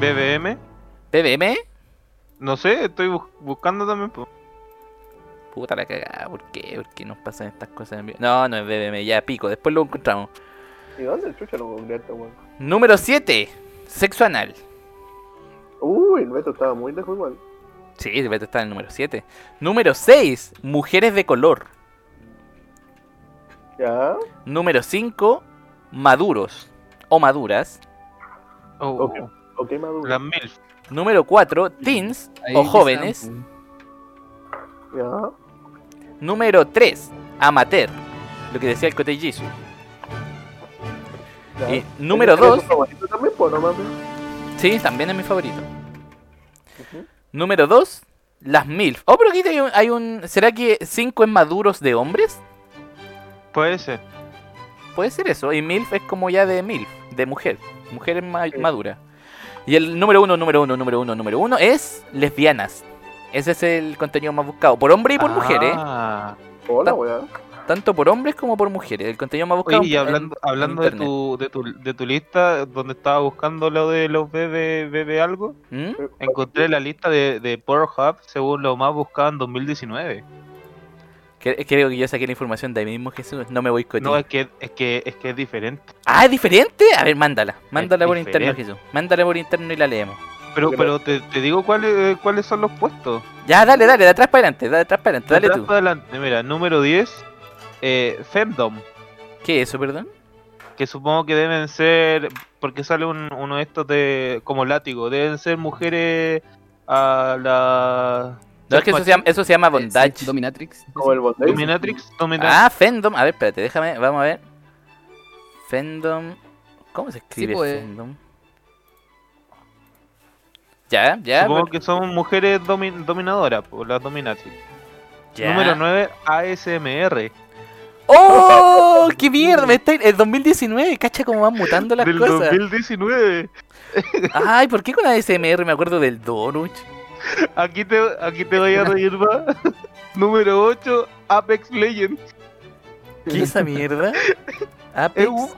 Speaker 3: BBM.
Speaker 1: ¿BBM?
Speaker 3: No sé, estoy bus- buscando también. po.
Speaker 1: Puta la cagada, ¿por qué? ¿Por qué nos pasan estas cosas en vivo? No, no es BBM, ya pico, después lo encontramos.
Speaker 2: ¿Y dónde el chucha lo googleaste, weón?
Speaker 1: Número 7. Sexo anal.
Speaker 2: Uy, el Beto estaba muy lejos igual.
Speaker 1: Sí, el Beto está en el número 7. Número 6. Mujeres de color.
Speaker 2: Ya.
Speaker 1: Número 5. Maduros o maduras.
Speaker 3: Oh,
Speaker 2: Ok. Ok, maduro.
Speaker 3: Las mil.
Speaker 1: Número 4, teens
Speaker 4: Ahí
Speaker 1: o
Speaker 4: quizá,
Speaker 1: jóvenes.
Speaker 4: pues.
Speaker 2: Ya.
Speaker 1: Número 3, amateur. Lo que decía el Cote Jisoo.
Speaker 2: ya.
Speaker 1: Y número
Speaker 2: Ese es
Speaker 1: 2,
Speaker 2: tu favorito también, pues, no mames.
Speaker 1: sí, también es mi favorito.
Speaker 2: Ujú.
Speaker 1: Número 2, las MILF. Oh, pero aquí hay un, hay un- ¿Será que 5 es maduros de hombres?
Speaker 3: Puede ser.
Speaker 1: Puede ser eso. Y MILF es como ya de MILF, de mujer. Mujer es ma-
Speaker 2: Sí.
Speaker 1: madura. Y el número 1, número 1, número 1, número 1 es lesbianas. Ese es el contenido más buscado. Por hombre y por mujer, ¿eh?
Speaker 3: Ah.
Speaker 2: Hola,
Speaker 1: Ta-
Speaker 2: weón.
Speaker 1: Tanto por hombres como por mujeres. El contenido más buscado.
Speaker 3: Oye, y
Speaker 1: en-
Speaker 3: hablando,
Speaker 1: en
Speaker 3: hablando de,
Speaker 1: internet.
Speaker 3: tu, de, tu, de tu lista, donde estaba buscando lo de los bebé, bebé algo,
Speaker 1: ¿Mm?
Speaker 3: encontré la lista de, de Pornhub según lo más buscado en 2019.
Speaker 1: Cre- Creo que yo saqué la información de ahí mismo, Jesús. No me voy con
Speaker 3: No, es que, es que es que es diferente.
Speaker 1: Ah, ¿es diferente? A ver, mándala. Mándala por interno,
Speaker 3: diferente.
Speaker 1: Jesús. Mándala por interno y la leemos.
Speaker 3: Pero
Speaker 2: Porque
Speaker 3: pero te, te digo cuáles eh, cuáles son los puestos.
Speaker 1: Ya, dale, dale, de atrás para adelante, de atrás para adelante,
Speaker 3: De
Speaker 1: dale
Speaker 3: atrás
Speaker 1: tú.
Speaker 3: para adelante, mira, número 10, eh, Femdom,
Speaker 1: ¿Qué es eso, perdón?
Speaker 3: que supongo que deben ser, porque sale un- uno de estos de como látigo, deben ser mujeres a la...
Speaker 1: No, es que eso se llama, eso se
Speaker 3: eh,
Speaker 1: llama bondage.
Speaker 4: Sí, pues, eh, Dominatrix.
Speaker 2: Como el bondage.
Speaker 3: Dominatrix, Dominatrix.
Speaker 1: ah, Fendom. A ver, espérate, déjame, vamos a ver. Fendom. ¿Cómo se escribe
Speaker 4: pues.
Speaker 1: Fendom? Ya, ya.
Speaker 3: Supongo
Speaker 1: bueno,
Speaker 3: que son mujeres domi- dominadoras, por las dominatrix.
Speaker 1: ya.
Speaker 3: Número 9, ASMR.
Speaker 1: ¡Oh! ¡Qué mierda! Me está... El 2019, cacha cómo van mutando las
Speaker 3: Del
Speaker 1: cosas.
Speaker 3: 2019.
Speaker 1: Ay, ¿por qué con ASMR me acuerdo del Donuch?
Speaker 3: Aquí te, aquí te voy a reír más. Número 8, Apex Legends.
Speaker 1: ¿Qué es esa mierda? Ah,
Speaker 3: Es
Speaker 1: Apex.
Speaker 3: un
Speaker 4: Es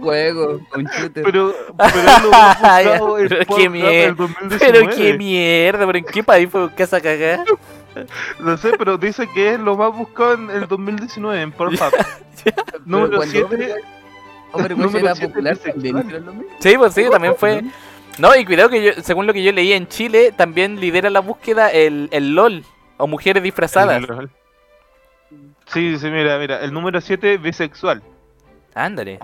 Speaker 3: juego.
Speaker 4: juego, un shooter.
Speaker 3: Pero, pero es lo más buscado en
Speaker 1: Pero qué
Speaker 3: Pornhub
Speaker 1: mier-
Speaker 3: del 2019.
Speaker 1: Pero qué mierda, pero en qué país fue buscar esa cagada.
Speaker 3: No sé, pero dice que es lo más buscado en el 2019 en Pornhub. Número
Speaker 4: cuando-
Speaker 3: 7,
Speaker 4: Overwatch
Speaker 3: número
Speaker 4: era
Speaker 3: siete
Speaker 4: popular
Speaker 3: bisexual.
Speaker 4: también. pero lo mismo,
Speaker 1: Sí, pues sí, también fue.
Speaker 4: ¿no?
Speaker 1: No, y cuidado que yo, según lo que yo leí en Chile, también lidera la búsqueda el, el LOL o mujeres disfrazadas.
Speaker 3: Sí, sí, mira, mira. El número 7, bisexual.
Speaker 1: Ándale.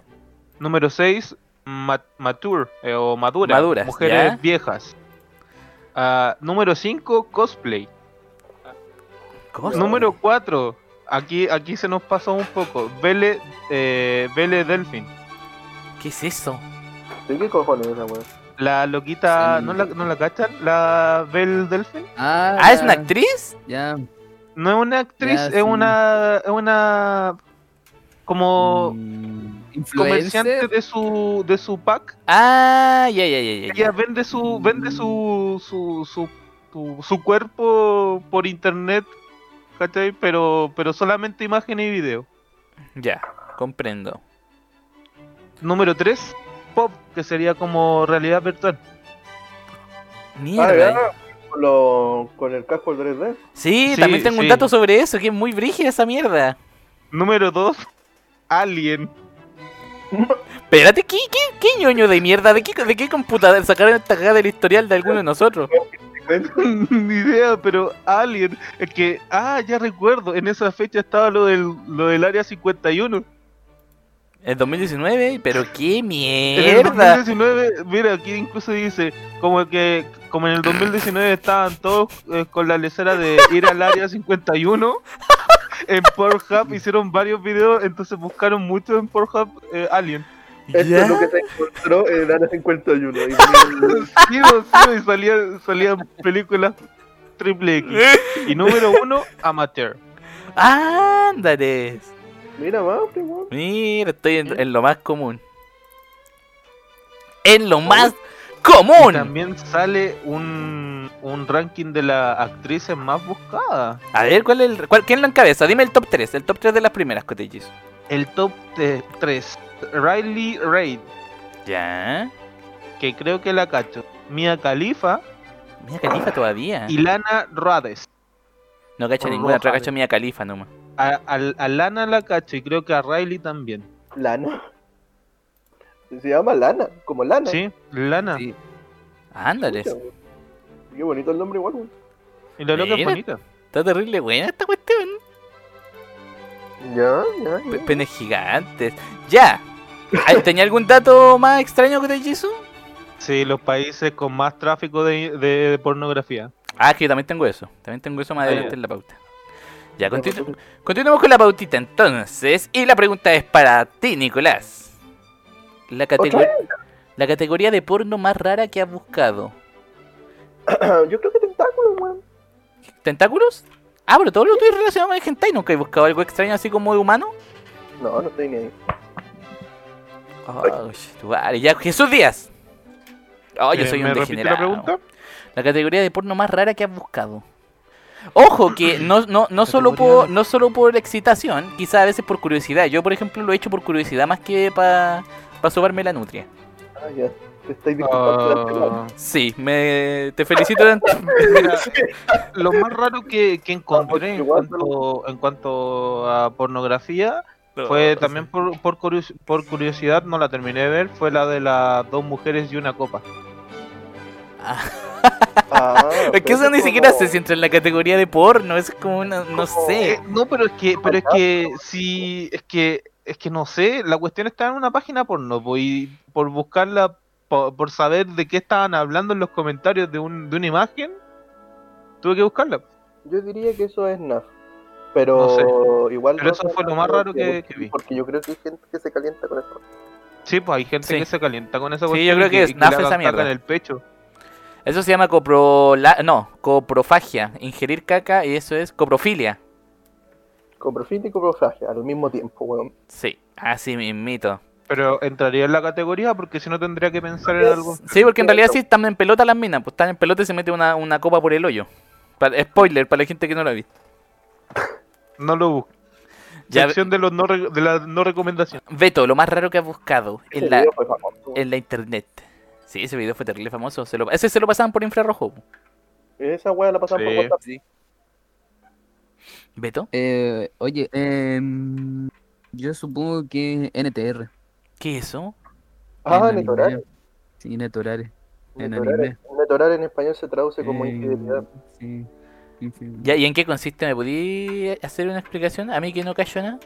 Speaker 3: Número 6, mature eh, o madura.
Speaker 1: Maduras,
Speaker 3: mujeres
Speaker 1: ya.
Speaker 3: viejas. Ah, número 5, cosplay.
Speaker 1: Cosa.
Speaker 3: Número 4, aquí, aquí se nos pasó un poco. Vele, eh, Vele Delfin.
Speaker 1: ¿Qué es eso?
Speaker 2: ¿De qué cojones es esa weón?
Speaker 3: La loquita,
Speaker 4: Sí.
Speaker 3: ¿no, la, ¿no la cachan? ¿La Belle Delfin?
Speaker 4: Ah,
Speaker 1: ¿Ah, es
Speaker 4: ya,
Speaker 1: una actriz?
Speaker 4: Ya. mm,
Speaker 3: No es una actriz,
Speaker 4: Ya,
Speaker 3: es
Speaker 4: sí.
Speaker 3: una. Es una. Como.
Speaker 4: Mm,
Speaker 3: Comerciante
Speaker 4: Influencer.
Speaker 3: de su, de su pack.
Speaker 1: Ah, ya, ya, ya, ya, ya.
Speaker 3: Ella vende su vende su su, su, su- su cuerpo por internet, ¿cachai? Pero pero solamente imagen y video.
Speaker 1: Ya, comprendo.
Speaker 3: Número 3, pop, que sería como realidad virtual.
Speaker 2: Ah,
Speaker 1: Mierda. eh.
Speaker 2: ya. Con, lo- con el casco del 3D.
Speaker 1: Sí,
Speaker 3: Sí,
Speaker 1: también tengo un
Speaker 3: sí.
Speaker 1: dato sobre eso, que es muy brígida esa mierda.
Speaker 3: Número 2, alien.
Speaker 1: Espérate, ¿qué, qué, qué ñoño de mierda? ¿De qué, de qué computadora sacaron esta cagada del historial de alguno de nosotros?
Speaker 3: Ni idea, pero alien. Es que, ah, ya recuerdo, en esa fecha estaba lo del, lo del área 51.
Speaker 1: El 2019, pero qué
Speaker 3: En el
Speaker 1: mierda.
Speaker 3: 2019, mira, aquí incluso dice, como que como en el 2019 estaban todos eh, con la lecera de ir al área 51, en Pornhub hicieron varios videos, entonces buscaron mucho en Pornhub eh, Alien.
Speaker 2: Esto
Speaker 1: ¿Ya?
Speaker 2: es lo que se encontró en el área 51. Y-
Speaker 3: Sí, no, sí, y salían, salían películas triple X. Y número uno, Amateur.
Speaker 1: Ándale.
Speaker 2: Mira, mafre, weón.
Speaker 1: Mira, estoy en, en lo más común. En lo más común.
Speaker 3: También sale un, un ranking de las actrices más buscadas.
Speaker 1: A ver, ¿cuál es el, cuál- ¿quién lo encabeza? Dime el top 3, el top 3 de las primeras cotillas.
Speaker 3: El top 3, Riley Reid.
Speaker 1: Ya.
Speaker 3: que creo que la cacho. Mia Khalifa
Speaker 1: Mía califa todavía.
Speaker 3: y Lana Rhoades.
Speaker 1: No cacho ninguna, otra
Speaker 3: Roja,
Speaker 1: cacho mía califa nomás.
Speaker 3: A, a- a Lana la cacho y creo que a Riley también.
Speaker 2: Lana. Se llama Lana, como Lana.
Speaker 3: ¿Sí? Lana.
Speaker 4: Sí.
Speaker 1: Ándale.
Speaker 2: Pucha, weón. Qué bonito el nombre igual, weón.
Speaker 3: Y la loca es
Speaker 1: Mira.
Speaker 3: bonita.
Speaker 1: Está terrible buena esta cuestión.
Speaker 2: Ya,
Speaker 3: Pues,
Speaker 2: ya, ya.
Speaker 1: Pe- Penes gigantes. Ya. Ay, ¿Tenía algún dato más extraño que te hizo?
Speaker 3: Sí, los países con más tráfico de, de pornografía.
Speaker 1: Ah, que yo también tengo eso. También tengo eso más
Speaker 3: Ah,
Speaker 1: adelante
Speaker 3: ya.
Speaker 1: en la pauta.
Speaker 2: pues,
Speaker 1: Ya, continu- continuamos con la pautita entonces. Y la pregunta es para ti, Nicolás. La, catego-
Speaker 2: ¿Otra vez?
Speaker 1: la categoría de porno más rara que has buscado.
Speaker 2: Yo creo que tentáculos, weón.
Speaker 1: ¿Tentáculos? Ah, pero todo lo tuyo es relacionado con el hentai. ¿Nunca he buscado algo extraño así como de humano?
Speaker 2: No, no estoy ni ahí.
Speaker 1: Ay, vale, ya, Jesús Díaz. Oh, yo
Speaker 3: Eh,
Speaker 1: soy
Speaker 3: ¿Me
Speaker 1: un
Speaker 3: repite la
Speaker 1: degenerado.
Speaker 3: pregunta?
Speaker 1: La categoría de porno más rara que has buscado. Ojo, que no, no, no, solo
Speaker 3: Categoría
Speaker 1: por, no solo por excitación, quizá a veces por curiosidad. Yo, por ejemplo, lo he hecho por curiosidad más que para pa sobarme la nutria.
Speaker 2: Ah, ya. Te estáis disculpando la pelota.
Speaker 3: Ah,
Speaker 1: Sí, me, te felicito. de ante-
Speaker 3: mira, lo más raro que, que encontré en
Speaker 2: Igual,
Speaker 3: cuanto, en cuanto a pornografía fue también por, por, curios- por curiosidad, no la terminé de ver, fue la de las dos mujeres y una copa.
Speaker 2: Ah,
Speaker 1: Es que
Speaker 2: pero
Speaker 1: eso ni
Speaker 2: como-
Speaker 1: siquiera se siente en la categoría de porno. Es como una. No
Speaker 2: Como-
Speaker 1: sé.
Speaker 3: Eh, no, pero es que, pero es que sí, es que, es que no sé, la cuestión está en una página porno, po, y por buscarla, po- por, saber de qué estaban hablando en los comentarios de, un, de una imagen, tuve que buscarla.
Speaker 2: Yo diría que eso es NAF. Pero
Speaker 3: No
Speaker 2: igual.
Speaker 3: Pero
Speaker 2: no
Speaker 3: eso
Speaker 2: es
Speaker 3: fue lo
Speaker 2: nada
Speaker 3: más raro
Speaker 2: porque-
Speaker 3: que, que vi.
Speaker 2: Porque yo creo que hay gente que se calienta con eso.
Speaker 3: Sí, pues hay gente
Speaker 1: Sí.
Speaker 3: que se calienta con esa
Speaker 1: Sí,
Speaker 3: cuestión.
Speaker 1: yo creo
Speaker 3: y
Speaker 1: que es
Speaker 3: y
Speaker 1: nafe
Speaker 3: le hagan
Speaker 1: esa mierda.
Speaker 3: caca en el pecho.
Speaker 1: Eso se llama coprola... no, coprofagia. Ingerir caca y eso es coprofilia.
Speaker 2: coprofilia y coprofagia al mismo tiempo, weón.
Speaker 1: Sí, así mismito.
Speaker 3: Pero entraría en la categoría porque si no tendría que pensar en algo.
Speaker 1: Sí, porque en realidad sí están en pelota las minas, pues están en pelota y se mete una, una copa por el hoyo. Para- spoiler para la gente que no lo ha visto.
Speaker 3: No lo busco.
Speaker 1: Ya,
Speaker 3: Sección de, los no re- de la no recomendación.
Speaker 1: Beto, lo más raro que has buscado en
Speaker 2: Ese
Speaker 1: la,
Speaker 2: video fue famoso.
Speaker 1: en la internet. Sí, ese video fue terrible famoso. Se lo- ese se lo pasaban por infrarrojo. pues. po.
Speaker 2: Esa weá la pasan
Speaker 3: Sí.
Speaker 2: por WhatsApp.
Speaker 1: ¿Beto?
Speaker 4: Eh, oye, em, yo supongo que NTR.
Speaker 1: ¿Qué es eso?
Speaker 2: Ah,
Speaker 4: en
Speaker 2: Netorare.
Speaker 4: anime. Sí, Netorare. En
Speaker 2: Netorare.
Speaker 4: anime.
Speaker 2: Netorare en español se traduce como
Speaker 4: Eh,
Speaker 2: infidelidad.
Speaker 4: Sí. infidelidad.
Speaker 1: Ya, ¿Y en qué consiste? ¿Me podí hacer una explicación? A mí que no cayó nada.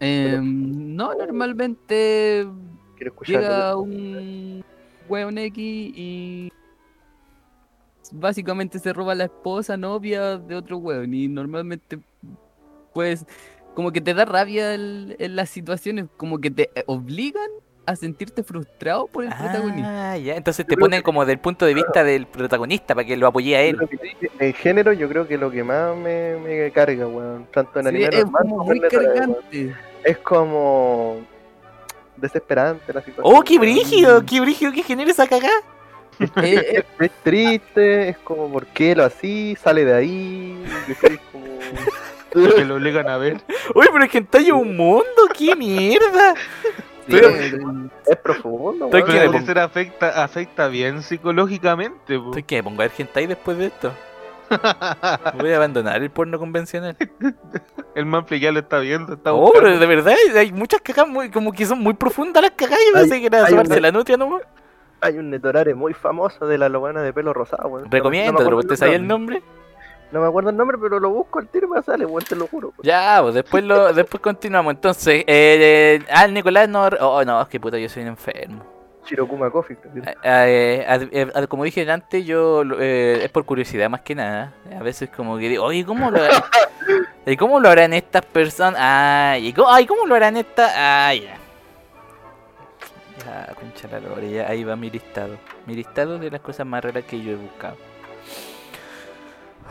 Speaker 4: Em,
Speaker 3: Oh.
Speaker 4: no, normalmente
Speaker 2: Quiero
Speaker 4: Pues
Speaker 2: escucharlo.
Speaker 4: llega un weón X y básicamente se roba la esposa, novia de otro weón. Y normalmente, pues, como que te da rabia el- en las situaciones, como que te obligan a sentirte frustrado por el protagonista.
Speaker 1: Ah, ya. Entonces te
Speaker 2: creo
Speaker 1: ponen como del punto de vista del protagonista para que lo apoye a él.
Speaker 2: Lo que sí, En género, yo creo que lo que más me, me carga, weón, tanto en
Speaker 4: Sí,
Speaker 2: anime
Speaker 4: es
Speaker 2: normal
Speaker 4: como
Speaker 2: como
Speaker 4: muy
Speaker 2: en Netorare, weón.
Speaker 4: cargante.
Speaker 2: Es como desesperante la situación.
Speaker 1: ¡Oh, qué
Speaker 2: weón.
Speaker 1: brígido! ¡Qué brígido que genera esa cagada!
Speaker 4: Eh, eh,
Speaker 2: Es triste, es como, ¿por qué lo así? Sale de ahí. y es como-
Speaker 3: Que lo obligan a ver.
Speaker 1: Uy, pero es que en un mundo, qué mierda.
Speaker 2: Pero-
Speaker 4: eh,
Speaker 2: Es profundo,
Speaker 1: Estoy
Speaker 2: weón.
Speaker 1: que-
Speaker 3: Pero parecer afecta, afecta bien psicológicamente. po.
Speaker 1: Estoy que me pongo a ver hentai después de esto. Voy a abandonar el porno convencional.
Speaker 3: El manfle ya lo está viendo. Está
Speaker 1: Oh, pero
Speaker 3: buscando.
Speaker 1: de verdad, hay muchas cagas muy, como que son muy profundas las cagas. Yo pensé que era
Speaker 2: hay
Speaker 1: sobarse
Speaker 2: una-
Speaker 1: la nutria nomás.
Speaker 2: Hay un netorare muy famoso de la lobana de pelo rosado, weón.
Speaker 1: Recomiendo,
Speaker 2: me
Speaker 1: pero
Speaker 2: acuerdo
Speaker 1: usted sabía el nombre.
Speaker 2: No me acuerdo el nombre, pero lo busco al tiro y me sale, weón, te lo juro. weón.
Speaker 1: Ya, pues después lo, después continuamos. Entonces, eh, eh, ah, el Nicolás no. Oh, no, es que puta, yo soy un enfermo.
Speaker 2: Shirokuma Coffee. creo que es.
Speaker 1: Ah, ah, eh, ad- eh, ad- como dije antes, yo lo- eh, es por curiosidad más que nada. A veces como que digo, oye, ¿cómo lo, hará- ¿y cómo lo harán estas personas? Ay, ¿y cómo, ay, ¿cómo lo harán estas? Ay, ya. Ya, concha la lora, ya, ahí va mi listado. Mi listado de las cosas más raras que yo he buscado.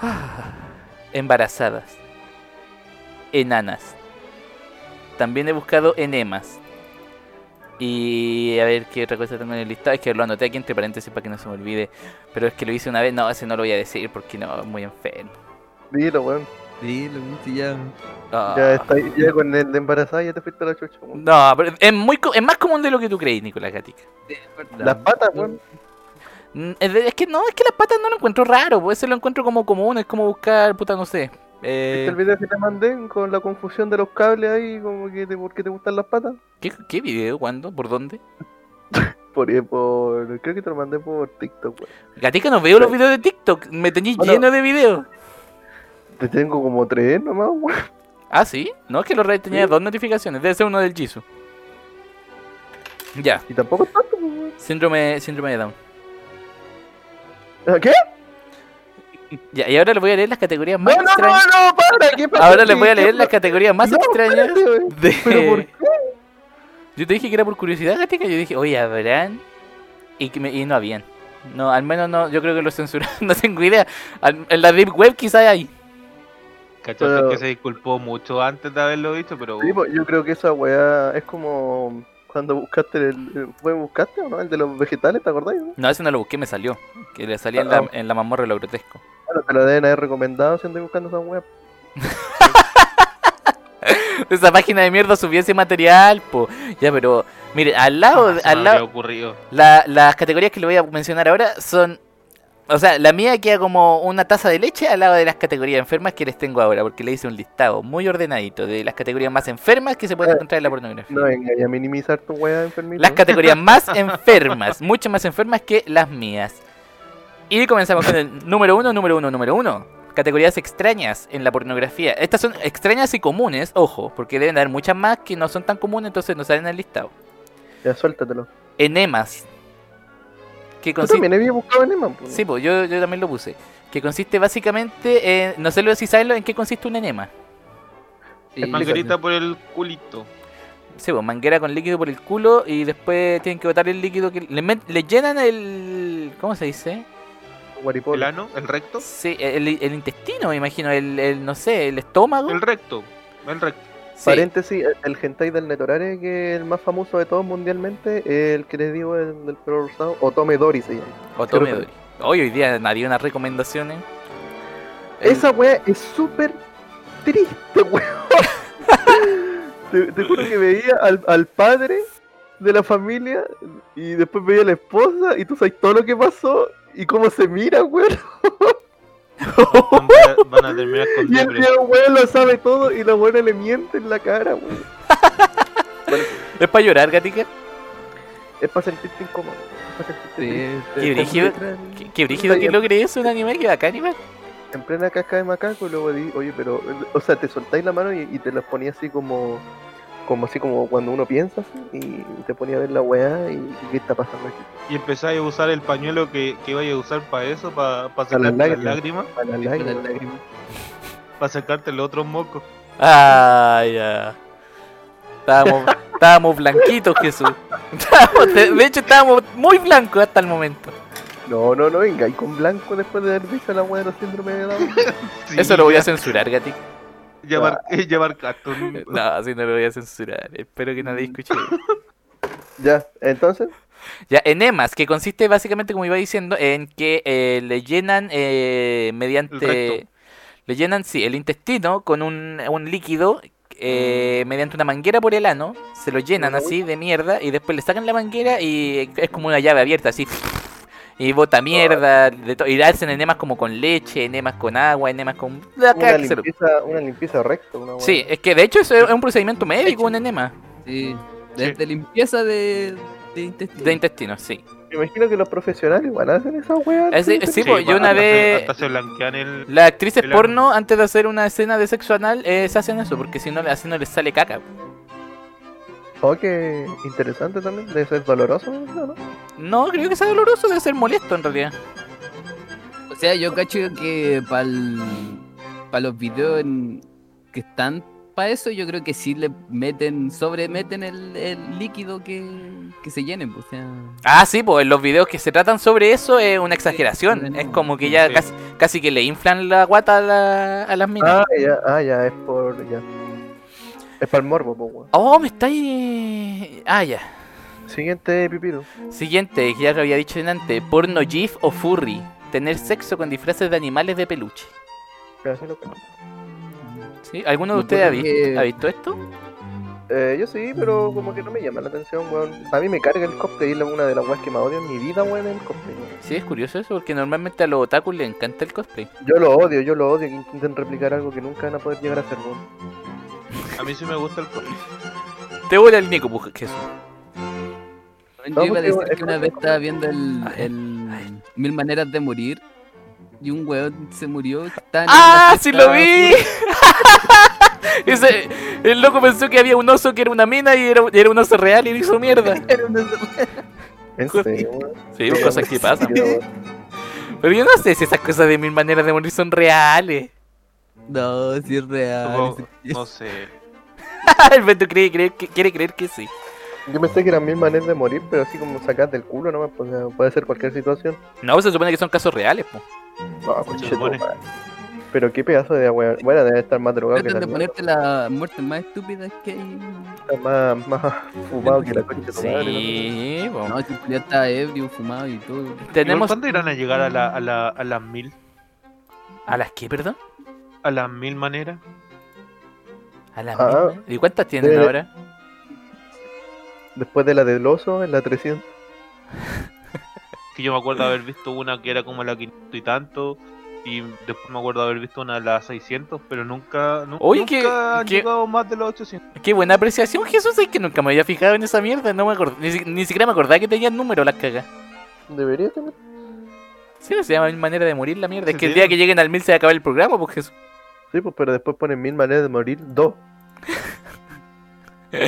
Speaker 1: Embarazadas. Enanas. También he buscado enemas. Y a ver qué otra cosa tengo en el listado. Es que lo anoté aquí entre paréntesis para que no se me olvide. Pero es que lo hice una vez. No, ese no lo voy a decir porque no, es muy enfermo.
Speaker 2: Dilo, weón.
Speaker 4: sí, lo viste ya.
Speaker 1: Ah.
Speaker 2: Ya, está, ya con el de embarazada ya te fuiste a la chucha, weón.
Speaker 1: No, pero es, muy, co- es más común de lo que tú crees, Nicolás Gatica.
Speaker 4: Sí, es verdad.
Speaker 2: Las patas, weón.
Speaker 1: Mm, Es, de- es que no, es que las patas no lo encuentro raro. Pues eso lo encuentro como común. Es como buscar, puta, no sé.
Speaker 2: ¿Viste
Speaker 1: eh,
Speaker 2: el video que te mandé con la confusión de los cables ahí, como que te, por qué te gustan las patas?
Speaker 1: ¿qué, ¿Qué video? ¿Cuándo? ¿Por dónde?
Speaker 2: Por, eh, por, creo que te lo mandé por TikTok, weón.
Speaker 1: Gatica, no veo los videos de TikTok. Me tenéis
Speaker 2: Bueno.
Speaker 1: lleno de videos.
Speaker 2: Te tengo como tres nomás, weón.
Speaker 1: Ah, sí. No, es que los redes tenía dos notificaciones. Debe ser uno del Jisoo. Ya.
Speaker 2: Y tampoco es tanto, weón.
Speaker 1: Síndrome, síndrome de Down.
Speaker 2: ¿Ah, ¿Qué?
Speaker 1: Ya, y ahora le voy a leer las categorías
Speaker 2: No,
Speaker 1: más
Speaker 2: no, no,
Speaker 1: extrañas.
Speaker 2: no, para, ¿qué pasa?
Speaker 1: Ahora le
Speaker 2: Sí,
Speaker 1: voy a leer
Speaker 2: ¿qué
Speaker 1: las
Speaker 2: pasa?
Speaker 1: categorías más
Speaker 2: No,
Speaker 1: extrañas
Speaker 2: espérate, weón. ¿Pero por
Speaker 1: de...
Speaker 2: qué?
Speaker 1: Yo te dije que era por curiosidad, Gatica. Yo dije, oye, habrán... Y, que me- y no habían. No, al menos no, yo creo que lo censuraron, no tengo idea. Al- en la deep web quizá hay.
Speaker 3: Cachaste
Speaker 2: Pero-
Speaker 3: que se disculpó mucho antes de haberlo dicho, pero.
Speaker 2: Sí, pues, yo creo que esa weá es como cuando buscaste el. el- ¿fue buscaste o no? El de los vegetales, ¿te acordáis? no?
Speaker 1: No, ese no lo busqué, me salió. Que le salía en la, en la mamorra de lo grotesco.
Speaker 2: Bueno, te lo deben haber recomendado si andas buscando esa weá.
Speaker 1: Esa página de mierda subía ese material, po. Ya, pero... Mire, al lado,
Speaker 3: jamás Ah, se me
Speaker 1: al lado,
Speaker 3: habría ocurrido.
Speaker 1: La- las categorías que le voy a mencionar ahora son. O sea, la mía queda como una taza de leche al lado de las categorías enfermas que les tengo ahora, porque le hice un listado muy ordenadito de las categorías más enfermas que se pueden encontrar en la pornografía.
Speaker 2: No venga y a minimizar tu weá enfermito.
Speaker 1: Las categorías más enfermas, mucho más enfermas que las mías. Y comenzamos con el número uno, número uno, número uno. Categorías extrañas en la pornografía. Estas son extrañas y comunes, ojo, porque deben haber muchas más que no son tan comunes, entonces no salen al listado.
Speaker 2: Ya suéltatelo.
Speaker 1: Enemas. Que
Speaker 2: Yo
Speaker 1: consiste...
Speaker 2: también había buscado en Eman, pues.
Speaker 1: Sí, pues yo, yo también lo puse. Que consiste básicamente en. No sé lo- si sabes lo- en qué consiste un enema.
Speaker 4: Sí,
Speaker 3: Manguerita por el culito.
Speaker 1: Sí, pues manguera con líquido por el culo y después tienen que botar el líquido que. Le, met- le llenan el. ¿Cómo se dice?
Speaker 2: Guaripolo.
Speaker 3: ¿El ano? ¿El recto?
Speaker 1: Sí, el, el intestino, me imagino, el, el, no sé, el estómago.
Speaker 3: El recto. El recto.
Speaker 1: Sí.
Speaker 2: Paréntesis, el- el hentai del Netorare, que es el más famoso de todos mundialmente, el que les digo el del pelo rosado, Otome Dori se llama.
Speaker 1: O tome
Speaker 2: Creo que-
Speaker 1: Dory. Hoy, hoy día nadie ¿eh? unas recomendaciones. El-
Speaker 2: Esa weá es súper triste, weón. te, te juro que veía al, al padre de la familia y después veía a la esposa y tú sabes todo lo que pasó y cómo se mira, weón.
Speaker 3: Van a- van a terminar con
Speaker 2: Y el,
Speaker 3: lumbre.
Speaker 2: y el weón lo sabe todo y la buena le miente en la cara, weón.
Speaker 1: Es para llorar, gatica.
Speaker 2: Es para sentirte incómodo. es pa' sentirte triste.
Speaker 1: Qué brígido. Qué, qué brígido que logre eso un anime que bacán, igual.
Speaker 2: En plena casca de macaco y luego di, oye, pero, o sea, te soltáis la mano y, y te las ponía así como, como así como cuando uno piensa así, y te ponía a ver la weá y, y qué está pasando aquí.
Speaker 3: Y empezáis a usar el pañuelo que, que vaya a usar para eso, para sacar
Speaker 2: las
Speaker 3: las
Speaker 2: lágrimas.
Speaker 3: lágrimas,
Speaker 2: A la lágrima, la lágrima.
Speaker 3: para sacarte los otros mocos.
Speaker 1: Ah, ya. Estábamos, estábamos blanquitos, Jesús. Estábamos- de, de hecho, estábamos muy blancos hasta el momento.
Speaker 2: No, no, no, venga, y con blanco después de haber visto la weá de los síndromes de Down.
Speaker 3: Sí,
Speaker 1: Eso lo voy a
Speaker 3: ya-
Speaker 1: censurar, gatica.
Speaker 3: Ya, mar- ya marcaste un-
Speaker 1: No, así no lo voy a censurar. Espero que nadie escuche.
Speaker 2: ya, entonces,
Speaker 1: Ya, enemas, que consiste básicamente, como iba diciendo, en que eh, le llenan eh,
Speaker 3: El
Speaker 1: mediante...
Speaker 3: recto.
Speaker 1: Le llenan, sí, el intestino con un, un líquido eh, mediante una manguera por el ano, se lo llenan así de mierda y después le sacan la manguera y es como una llave abierta, así... Y bota mierda, de to- y hacen enemas como con leche, enemas con agua, enemas con... la
Speaker 2: una
Speaker 1: caga que se lo-
Speaker 2: limpieza, una limpieza recta, una weá.
Speaker 1: Sí, es que de hecho eso es un procedimiento médico, un enema
Speaker 4: Sí,
Speaker 3: Sí.
Speaker 4: desde limpieza de, de intestino.
Speaker 1: de intestino, sí.
Speaker 2: Me imagino que los profesionales igual hacen esa weá.
Speaker 1: Es de- sí, pues, yo
Speaker 3: hasta
Speaker 1: una
Speaker 3: se-
Speaker 1: vez-
Speaker 3: hasta se blanquean el.
Speaker 1: Las actrices
Speaker 3: El
Speaker 1: porno, antes de hacer una escena de sexo anal, eh, se hacen eso, porque si no, así no les sale caca.
Speaker 2: Oh, qué interesante también, debe ser doloroso, me imagino, ¿no?
Speaker 1: No, creo que sea doloroso, debe ser molesto en realidad.
Speaker 4: O sea, yo cacho que para los videos en- que están para eso, yo creo que sí le meten, sobremeten el, el líquido que, que se llenen. pues, O sea,
Speaker 1: Ah, sí, pues en los videos que se tratan sobre eso es una exageración.
Speaker 4: Sí,
Speaker 1: Es como que ya
Speaker 3: sí.
Speaker 1: casi, casi que le inflan la guata a, la- a las minas.
Speaker 2: Ah, ya, ah, ya, es por, ya. Es para el morbo, po, weón.
Speaker 1: Oh, me estáis. Ah, ya.
Speaker 2: Siguiente, Pipiro.
Speaker 1: Siguiente, que ya lo había dicho antes: porno GIF o furry. Tener sexo con disfraces de animales de peluche.
Speaker 2: Gracias, loco.
Speaker 1: ¿Sí? ¿Alguno de
Speaker 4: Me
Speaker 1: ustedes ha visto,
Speaker 4: acuerdo que-
Speaker 1: ha visto esto?
Speaker 2: Eh, yo sí, pero como que no me llama la atención, weón. A mí me carga el cosplay, es la- una de las weas que más odio en mi vida, weón, el cosplay. weón.
Speaker 1: Sí, es curioso eso, porque normalmente a los otakus les encanta el cosplay.
Speaker 2: Yo lo odio, yo lo odio, que intenten replicar algo que nunca van a poder llegar a hacer, weón.
Speaker 3: A mí sí me
Speaker 1: Ah,
Speaker 3: gusta el cómic.
Speaker 1: Te huele el Nico, pues, Jesús.
Speaker 4: yo iba a
Speaker 2: porque
Speaker 4: decir
Speaker 2: es
Speaker 4: que una
Speaker 2: como-
Speaker 4: vez estaba viendo el,
Speaker 1: Ay,
Speaker 4: el
Speaker 1: ay.
Speaker 4: Mil Maneras de Morir y un weón se murió. estaba en
Speaker 1: ¡Ah,
Speaker 4: una
Speaker 1: sí
Speaker 4: fiesta
Speaker 1: lo vi!
Speaker 4: furry.
Speaker 1: Ese, el loco pensó que había un oso que era una mina y era, y era un oso real y lo hizo mierda.
Speaker 2: En serio, weón.
Speaker 1: Sí, pues, cosas que pasan.
Speaker 2: Yo, weón,
Speaker 1: Pero yo no sé si esas cosas de mil maneras de morir son reales.
Speaker 4: No, sí es real.
Speaker 3: Supongo-
Speaker 4: sí.
Speaker 3: No sé.
Speaker 1: el Beto cree, cree que- quiere creer que sí.
Speaker 2: yo pensé que eran mil maneras de morir, pero así como sacar del culo, no o sea, puede ser cualquier situación.
Speaker 1: No, se supone que son casos reales, po.
Speaker 2: No,
Speaker 3: Se
Speaker 2: conchetumare.
Speaker 3: supone.
Speaker 2: Pero qué pedazo de weón. Bueno, debe estar más drogado que
Speaker 4: Tratan
Speaker 2: la
Speaker 4: de
Speaker 2: mierda,
Speaker 4: ponerte la muerte más estúpida que hay.
Speaker 2: está más, más fumado que la concha de tu madre, ¿no?
Speaker 1: Sí,
Speaker 3: Oh.
Speaker 1: po.
Speaker 4: No, si ya está ebrio, fumado y todo.
Speaker 1: Tenemos.
Speaker 3: ¿Cuándo irán a llegar a, la, a, la, a las mil?
Speaker 1: ¿A las qué, perdón?
Speaker 3: A las mil maneras.
Speaker 1: A las
Speaker 2: Ah.
Speaker 1: mil. ¿Y cuántas tienen
Speaker 2: Debe-
Speaker 1: ahora?
Speaker 2: Después de la del oso, en la 300.
Speaker 3: Que yo me acuerdo haber visto una que era como la 500 y tanto. Y después me acuerdo haber visto una de las 600. Pero nunca. nu-
Speaker 1: Oye, que-
Speaker 3: nunca han
Speaker 1: que-
Speaker 3: llegado más de los 800.
Speaker 1: Qué buena apreciación, Jesús. Es que nunca me había fijado en esa mierda. No me acordé. Ni, si- ni siquiera me acordaba que tenía el número, las cagas.
Speaker 2: Debería tener.
Speaker 1: Sí, se llama Mil Maneras de Morir la mierda. Es
Speaker 3: Sí,
Speaker 1: que el
Speaker 3: sí.
Speaker 1: día que lleguen al mil se va a acabar el programa, pues Jesús.
Speaker 2: Sí, pues, pero después ponen mil maneras de morir. Dos.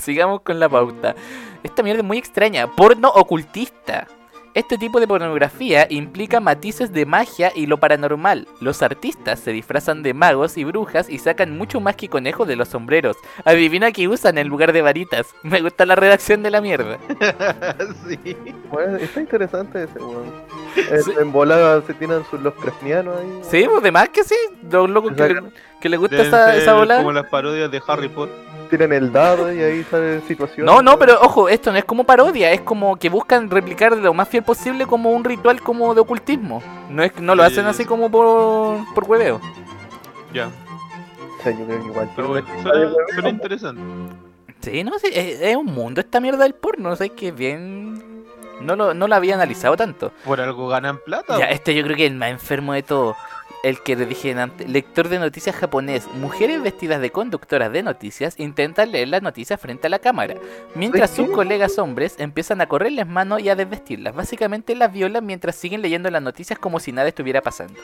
Speaker 1: Sigamos con la pauta. Esta mierda es muy extraña. Porno ocultista. Este tipo de pornografía implica matices de magia y lo paranormal. Los artistas se disfrazan de magos y brujas y sacan mucho más que conejos de los sombreros. Adivina qué usan en lugar de varitas. Me gusta la redacción de la mierda.
Speaker 3: sí.
Speaker 2: Bueno, está interesante ese, weón. En-
Speaker 1: Sí.
Speaker 2: En volada se tiran sus, los crasnianos ahí. weón.
Speaker 1: Sí, pues de más que sí. Los locos que,
Speaker 2: Exacto.
Speaker 1: que les gusta
Speaker 3: Deben
Speaker 1: esa,
Speaker 3: ser
Speaker 1: esa
Speaker 3: Como
Speaker 1: bola.
Speaker 3: las parodias de Harry Potter.
Speaker 2: Tiran el dado y ahí salen situaciones.
Speaker 1: No, no,
Speaker 2: weón.
Speaker 1: pero ojo, esto no es como parodia, es como que buscan replicar de lo más fiel posible como un ritual como de ocultismo. No es, no lo
Speaker 3: Sí,
Speaker 1: hacen
Speaker 3: sí,
Speaker 1: así
Speaker 3: sí.
Speaker 1: como por, por hueveo.
Speaker 3: Ya.
Speaker 2: O sea, yo creo que igual.
Speaker 3: Pero
Speaker 2: tiene-
Speaker 3: bueno, suena, suena interesante.
Speaker 1: Sí, no sé, es, es un mundo esta mierda del porno, o sea, es que bien... No lo, no lo había analizado tanto.
Speaker 3: Por algo ganan plata.
Speaker 1: Ya, este yo creo que es el más enfermo de todo. El que le dije antes, lector de noticias japonés. Mujeres vestidas de conductoras de noticias intentan leer las noticias frente a la cámara, mientras
Speaker 2: ¿De
Speaker 1: sus
Speaker 2: qué?
Speaker 1: colegas hombres empiezan a correrles mano y a desvestirlas. Básicamente las violan mientras siguen leyendo las noticias como si nada estuviera pasando.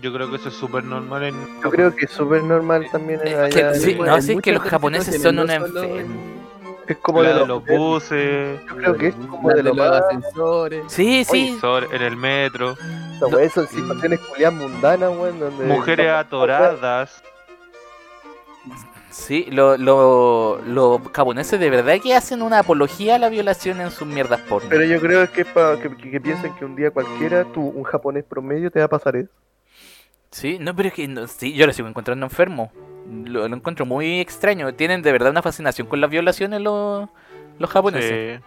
Speaker 3: Yo creo que eso es súper normal en.
Speaker 2: Yo creo que es súper
Speaker 1: Eh,
Speaker 2: normal también en
Speaker 1: Es que-
Speaker 2: allá.
Speaker 1: sí,
Speaker 2: weón.
Speaker 1: no,
Speaker 4: en
Speaker 1: sí, es que
Speaker 4: muchas
Speaker 1: los
Speaker 4: otras
Speaker 1: japoneses son
Speaker 4: situaciones,
Speaker 1: unos
Speaker 4: no solo en-
Speaker 1: enfermos.
Speaker 2: Es como
Speaker 3: la
Speaker 2: de
Speaker 3: de
Speaker 2: los.
Speaker 3: los buses,
Speaker 2: Yo creo que es como
Speaker 4: la
Speaker 2: de lo
Speaker 4: los
Speaker 2: más.
Speaker 4: ascensores.
Speaker 1: Sí, sí.
Speaker 3: sobre- en el metro,
Speaker 2: weón, Son situaciones culiadas mundanas, weón. Donde
Speaker 3: mujeres atoradas.
Speaker 1: Sí, lo- lo- los japoneses de verdad que hacen una apología a la violación en sus mierdas porno.
Speaker 2: Pero yo creo que es para que, que- que piensen que un día cualquiera, tú, un japonés promedio, te va a pasar eso.
Speaker 1: Sí, no, pero es que no- sí, yo lo sigo encontrando enfermo. Lo, lo encuentro muy extraño. Tienen de verdad una fascinación con las violaciones los, los japoneses.
Speaker 3: eh,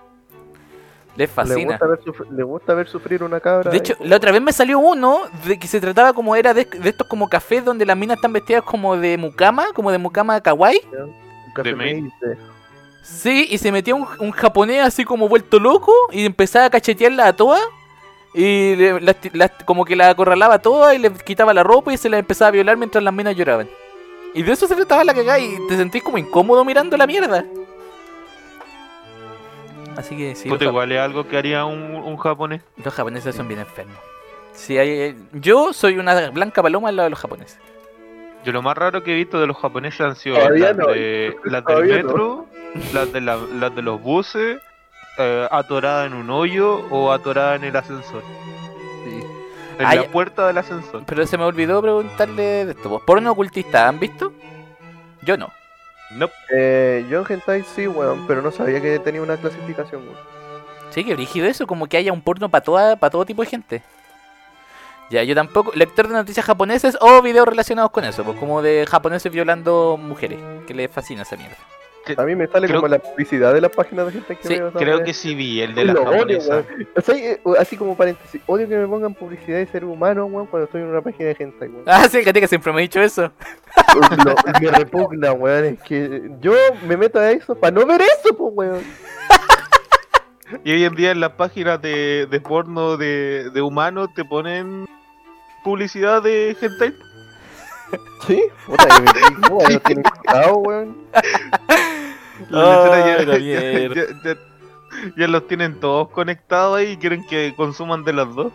Speaker 1: Les
Speaker 2: Le
Speaker 1: fascina.
Speaker 2: gusta, ver sufrir, le gusta ver sufrir una cabra.
Speaker 1: De hecho, la otra vez me salió uno de que se trataba como era de, de estos como cafés donde las minas están vestidas como de mukama, como de mukama kawaii.
Speaker 2: un café
Speaker 3: de mail.
Speaker 2: mail, sí.
Speaker 1: Sí, y se metía un, un japonés así como vuelto loco y empezaba a cachetearla a todas. Y le- las ti- las- como que la acorralaba a todas y le quitaba la ropa y se la empezaba a violar mientras las minas lloraban. Y de eso se trataba la cagada y te sentís como incómodo mirando la mierda. Así que sí, los,
Speaker 3: puta,
Speaker 1: ja-
Speaker 3: igual es algo que haría un, un japonés.
Speaker 1: los japoneses son bien enfermos. Sí, hay- eh, yo soy una blanca paloma al lado de los japoneses.
Speaker 3: Yo lo más raro que he visto de los japoneses han sido
Speaker 2: Todavía
Speaker 3: las,
Speaker 2: no,
Speaker 3: de- las del
Speaker 2: todavía no.
Speaker 3: metro, las, de la- las de los buses, eh, atorada en un hoyo o atorada en el ascensor. En
Speaker 1: Ay.
Speaker 3: la puerta del ascensor.
Speaker 1: Pero se me olvidó preguntarle de esto. ¿Vos porno ocultista han visto? Yo no.
Speaker 3: No,
Speaker 2: Eh, yo en Hentai sí, weón, pero no sabía que tenía una clasificación, weón.
Speaker 1: Sí, que brígido eso, como que haya un porno para toda, para todo tipo de gente. Ya, yo tampoco. Lector de noticias japoneses o videos relacionados con eso, pues como de japoneses violando mujeres, que les fascina esa mierda.
Speaker 2: A mí me sale
Speaker 3: Creo-
Speaker 2: como la publicidad de las páginas de gente que
Speaker 1: Sí,
Speaker 2: veo. esa
Speaker 3: creo
Speaker 2: weá.
Speaker 3: que sí vi el de la
Speaker 2: Lo odio,
Speaker 3: japonesa.
Speaker 2: weón. O sea, eh, así como paréntesis, odio que me pongan publicidad de ser humano, weón, cuando estoy en una página de hentai, weón.
Speaker 1: Ah, sí, fíjate que siempre me he dicho eso.
Speaker 2: Lo- me repugna, weón. Es que yo me meto a eso para no ver eso, pues, weón.
Speaker 3: Y hoy en día en las páginas de, de porno de, de humanos te ponen publicidad de hentai.
Speaker 2: Sí, puta que me pico, weón. lo tienen cuidado, weón.
Speaker 1: Ah,
Speaker 3: ya,
Speaker 1: la
Speaker 3: ya-
Speaker 1: mierda.
Speaker 3: ya- ya- ya los tienen todos conectados ahí y quieren que consuman de las dos.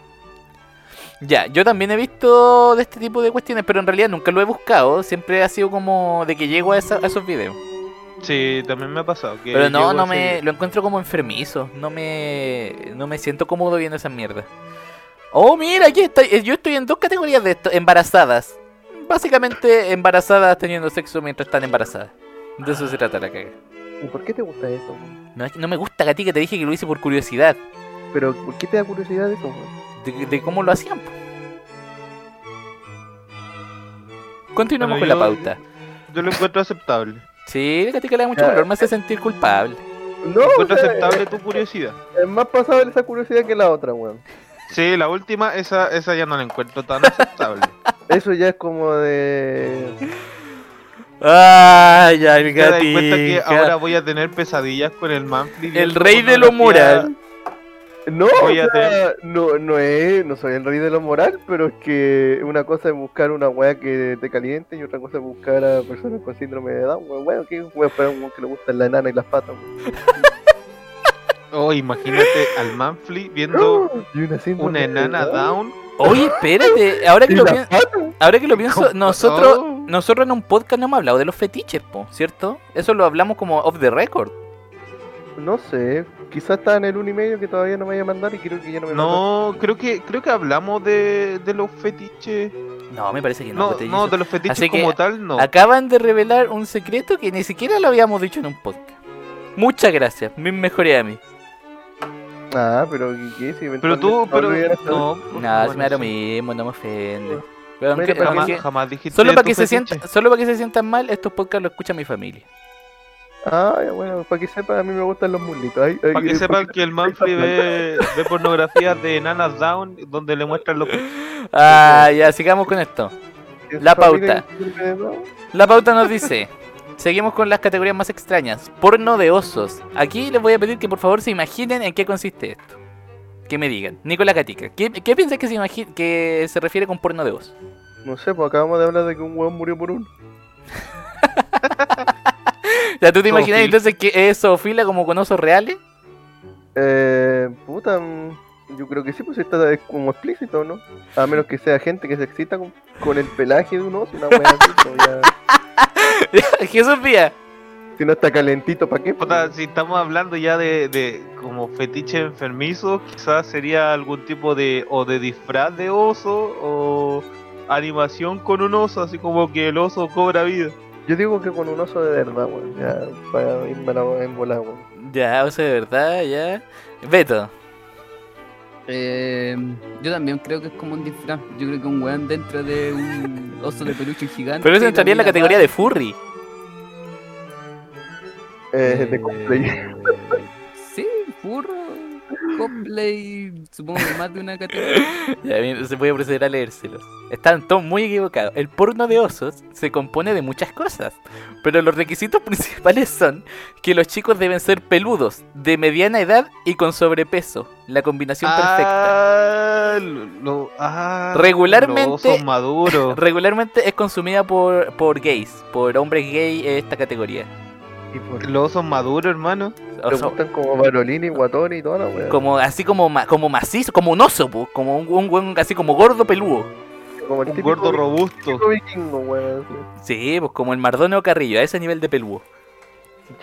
Speaker 1: Ya, yo también he visto de este tipo de cuestiones, pero en realidad nunca lo he buscado. Siempre ha sido como de que llego a, esa- a esos videos.
Speaker 3: Sí, también me ha pasado. que
Speaker 1: Pero no,
Speaker 3: llego
Speaker 1: no
Speaker 3: así-
Speaker 1: me. Lo encuentro como enfermizo. No me. No me siento cómodo viendo esas mierdas. Oh, mira, aquí está. eh, Yo estoy en dos categorías de esto: embarazadas. Básicamente, embarazadas teniendo sexo mientras están embarazadas. De eso se
Speaker 3: Ah.
Speaker 1: trata la caga.
Speaker 2: ¿Y por qué te gusta eso, weón?
Speaker 1: No, es que no me gusta, Gati, que te dije que lo hice por curiosidad.
Speaker 2: Pero, ¿por qué te da curiosidad eso, weón?
Speaker 1: De, de cómo lo hacían. po. Continuemos
Speaker 3: Bueno,
Speaker 1: con
Speaker 3: yo-
Speaker 1: la pauta.
Speaker 3: Yo lo encuentro aceptable.
Speaker 1: Sí, Gati, que le da mucho
Speaker 2: Ya.
Speaker 1: valor.
Speaker 3: eh.
Speaker 1: Me hace sentir culpable.
Speaker 2: No, o
Speaker 3: Encuentro
Speaker 2: sea,
Speaker 3: aceptable tu curiosidad.
Speaker 2: es más pasable esa curiosidad que la otra, weón.
Speaker 3: Sí, la última, esa, esa ya no la encuentro tan aceptable.
Speaker 2: Eso ya es como de.
Speaker 1: Ay, el
Speaker 3: Te das cuenta que ahora voy a tener pesadillas con el Manfly.
Speaker 1: El
Speaker 3: viendo
Speaker 1: rey de lo
Speaker 3: pornografía.
Speaker 1: moral.
Speaker 2: No,
Speaker 3: Voy a
Speaker 2: o sea, no, no es, no soy el rey de lo moral, pero es que una cosa es buscar una weá que te caliente y otra cosa es buscar a personas con síndrome de Down, weón. Bueno, ¿qué weá para un weón que le gustan la enana y las patas, weón?
Speaker 3: Oh, imagínate al Manfly viendo
Speaker 2: Y una síndrome
Speaker 3: una
Speaker 2: de
Speaker 3: enana down.
Speaker 1: Oye, espérate. Ahora que
Speaker 2: y
Speaker 1: lo
Speaker 2: las
Speaker 1: pienso.
Speaker 2: patas.
Speaker 1: Ahora que lo pienso,
Speaker 3: ¿Cómo?
Speaker 1: nosotros,
Speaker 3: Oh.
Speaker 1: nosotros en un podcast no hemos hablado de los fetiches, po, ¿cierto? Eso lo hablamos como off the record.
Speaker 2: No sé, Quizás está en el uno y medio que todavía no me vaya a mandar y creo que ya no me manda.
Speaker 3: Oh, No, creo que creo que hablamos de, de los fetiches.
Speaker 1: No, me parece que no.
Speaker 3: No,
Speaker 1: Gote
Speaker 3: no,
Speaker 1: Jisoo.
Speaker 3: de los fetiches
Speaker 1: Así que-
Speaker 3: como tal, no.
Speaker 1: Acaban de revelar un secreto que ni siquiera lo habíamos dicho en un podcast. Muchas gracias, mis mejores a mí.
Speaker 2: Ah, pero ¿qué- ¿qué? Si
Speaker 3: Pero
Speaker 2: eventualmente
Speaker 3: tú,
Speaker 2: no
Speaker 3: pero
Speaker 2: olvidarás-
Speaker 3: no. por
Speaker 1: No,
Speaker 3: favor,
Speaker 1: si me da lo
Speaker 3: sí.
Speaker 1: mismo, no me ofende. Pero
Speaker 2: Mira,
Speaker 1: aunque-
Speaker 2: pero
Speaker 1: aunque-
Speaker 3: Jamás, jamás dijiste.
Speaker 1: solo para
Speaker 3: tu
Speaker 1: que se
Speaker 3: fetiche.
Speaker 1: sientan, solo para que se sientan mal, estos podcasts los escucha mi familia.
Speaker 2: Ah, ya, bueno, para que sepa, a mí me gustan los muslitos. Ay, eh, ay,
Speaker 3: Para que
Speaker 2: ay,
Speaker 3: sepan que el Manfred ve, ve pornografías de nanas down donde le muestran los
Speaker 1: Ah, ya, sigamos con esto.
Speaker 2: porque
Speaker 1: la
Speaker 2: su familia-
Speaker 1: La pauta nos dice. Seguimos con las categorías más extrañas. Porno de osos. Aquí les voy a pedir que por favor se imaginen en qué consiste esto. Que me digan. Nicolás Catica, ¿qué, qué piensas que se, imagi- que se refiere con porno de osos?
Speaker 2: No sé, pues acabamos de hablar de que un huevón murió por uno.
Speaker 1: O sea, ¿tú te imaginas
Speaker 3: Zoofil.
Speaker 1: entonces que es zoofila como con osos reales?
Speaker 2: Eh, puta, mm, yo creo que sí, pues está como explícito, ¿no? A menos que sea gente que se excita con, con el pelaje de un oso, una wea así, pero ya-
Speaker 1: Jesús Díaz.
Speaker 2: Si no está calentito, ¿para qué? pues?
Speaker 3: Puta, si estamos hablando ya de, de como fetiche enfermizo, quizás sería algún tipo de o de disfraz de oso o animación con un oso, así como que el oso cobra vida.
Speaker 2: Yo digo que con un oso de verdad, weón. Ya, para irme a la en volada, weón.
Speaker 1: Ya, o sea, de verdad, ya. Beto.
Speaker 4: Eh, yo también creo que es como un disfraz. Yo creo que un weón dentro de un oso de peluche gigante.
Speaker 1: Pero eso entraría en la categoría de furry.
Speaker 2: Eh, de cosplay.
Speaker 4: Eh, Sí, furro. Cosplay, supongo que más de una categoría.
Speaker 1: Ya, bien, entonces voy a proceder a leérselos. Están todos muy equivocados. El porno de osos se compone de muchas cosas, pero los requisitos principales son que los chicos deben ser peludos, de mediana edad y con sobrepeso. La combinación perfecta.
Speaker 3: Ah, lo- lo- ah,
Speaker 1: Regularmente-
Speaker 3: Los osos maduros.
Speaker 1: Regularmente es consumida por, por gays, por hombres gay eh, esta categoría.
Speaker 2: Y por
Speaker 3: los osos maduros, hermano.
Speaker 1: O
Speaker 2: te
Speaker 1: sea,
Speaker 2: gustan como varolini, guatones y toda la weá.
Speaker 1: como así como, ma- como macizo, como un oso, po, como un, un, weón así como gordo peludo.
Speaker 2: Como el
Speaker 3: Un
Speaker 2: típico
Speaker 3: gordo
Speaker 2: vi-
Speaker 3: robusto.
Speaker 2: típico vikingo, weón. así.
Speaker 1: Sí, pues como el Mardoneo Carrillo, a ese nivel de peludo.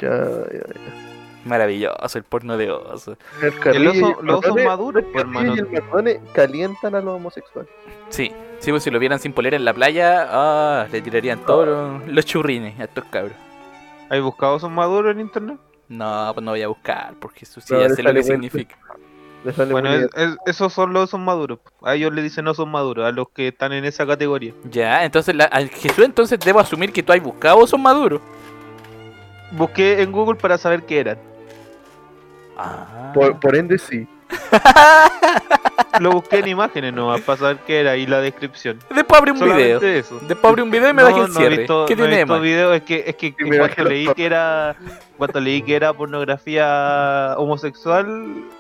Speaker 2: Ya, ya, ya.
Speaker 1: Maravilloso el porno de osos.
Speaker 2: El carrillo y
Speaker 3: oso-
Speaker 2: el
Speaker 3: los osos
Speaker 2: Mardones-
Speaker 3: maduros,
Speaker 2: el
Speaker 3: pues,
Speaker 2: carrillo y el Mardones calientan a los homosexuales.
Speaker 1: Sí, sí, pues si lo vieran sin polera en la playa, ah, le tirarían todos
Speaker 2: Ah.
Speaker 1: los, los churrines a estos cabros.
Speaker 3: ¿Hay buscado osos maduros en internet?
Speaker 1: No, pues no voy a buscar, porque eso sí,
Speaker 2: No,
Speaker 1: ya
Speaker 2: le
Speaker 1: sé lo
Speaker 2: sale
Speaker 1: que
Speaker 2: cuento.
Speaker 1: significa.
Speaker 2: Le sale
Speaker 3: Bueno,
Speaker 2: muy
Speaker 3: es- es- esos son los osos maduros. A ellos le dicen osos maduros, a los que están en esa categoría.
Speaker 1: Ya, entonces, la, al- Jesús, entonces debo asumir que tú has buscado osos maduros.
Speaker 3: Busqué en Google para saber qué eran.
Speaker 1: Ah.
Speaker 2: Por, por ende, sí.
Speaker 3: Lo busqué en imágenes nomás para saber qué era y la descripción.
Speaker 1: Después abrí un video.
Speaker 3: Solamente eso.
Speaker 1: Después abrí un video y me bajé el
Speaker 3: he
Speaker 1: cierre.
Speaker 3: visto-
Speaker 1: ¿Qué
Speaker 3: no he
Speaker 1: tiene de
Speaker 3: visto
Speaker 1: mal?
Speaker 3: video, es que, es que en
Speaker 2: me
Speaker 3: cuanto
Speaker 2: bajé
Speaker 3: leí
Speaker 2: los
Speaker 3: que era cuanto leí que era pornografía homosexual,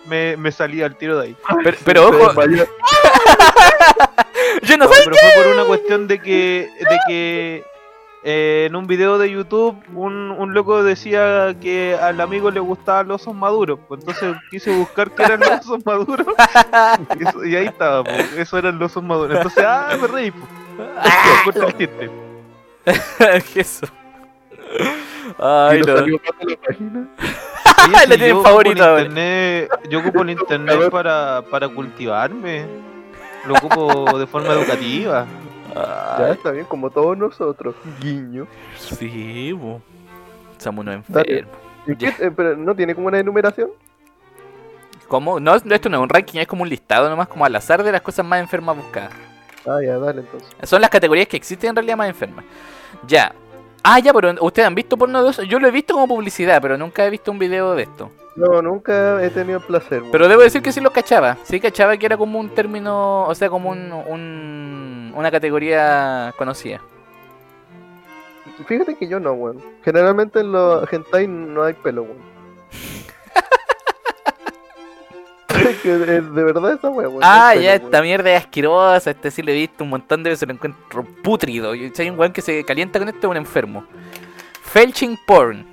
Speaker 3: me, me salí al tiro de ahí.
Speaker 1: Pero, pero
Speaker 2: Se
Speaker 1: ojo,
Speaker 2: desmayó.
Speaker 1: yo no
Speaker 3: No,
Speaker 1: soy.
Speaker 3: pero fue por una cuestión de que, de que eh, en un video de YouTube un, un loco decía que al amigo le gustaban los osos maduros. Pues entonces quise buscar qué eran los osos maduros. Y, eso- y ahí estaba, pues, eso eran los osos maduros. Entonces, ah, me reí. Pues.
Speaker 1: Ah,
Speaker 3: Corto el chiste.
Speaker 1: Jesús. Ay,
Speaker 2: y no
Speaker 1: no.
Speaker 2: salió más de la página.
Speaker 3: Oye,
Speaker 1: Le
Speaker 3: si
Speaker 1: tienen
Speaker 3: yo
Speaker 1: favorito
Speaker 3: ocupo el
Speaker 1: ahora.
Speaker 3: internet- yo ocupo el internet para, para cultivarme. Lo ocupo de forma educativa.
Speaker 2: Ya
Speaker 1: Ay,
Speaker 2: está bien, como todos nosotros. Guiño.
Speaker 1: sí, bo. Somos unos
Speaker 2: Dale.
Speaker 1: enfermos.
Speaker 2: ¿Y qué- eh, pero no tiene como una enumeración.
Speaker 1: ¿Cómo? No, no, esto no es un ranking, es como un listado nomás, como al azar de las cosas más enfermas buscadas.
Speaker 2: Ah, ya, dale entonces.
Speaker 1: Son las categorías que existen en realidad más enfermas. Ya. Ah, ya, pero ustedes han visto porno de osos? Yo lo he visto como publicidad, pero nunca he visto un video de esto.
Speaker 2: No, nunca he tenido el placer. weón.
Speaker 1: Pero debo decir que sí lo cachaba. Sí cachaba que era como un término, o sea, como un, un- una categoría conocida.
Speaker 2: Fíjate que yo no, weón. Generalmente en los hentai no hay pelo, weón. Es que eh, de, de verdad esa weón.
Speaker 1: ah, ya, esta mierda es asquerosa. Este sí lo he visto un montón de veces, lo encuentro putrido. Y si hay un weón que se calienta con esto, es un enfermo. Felching porn.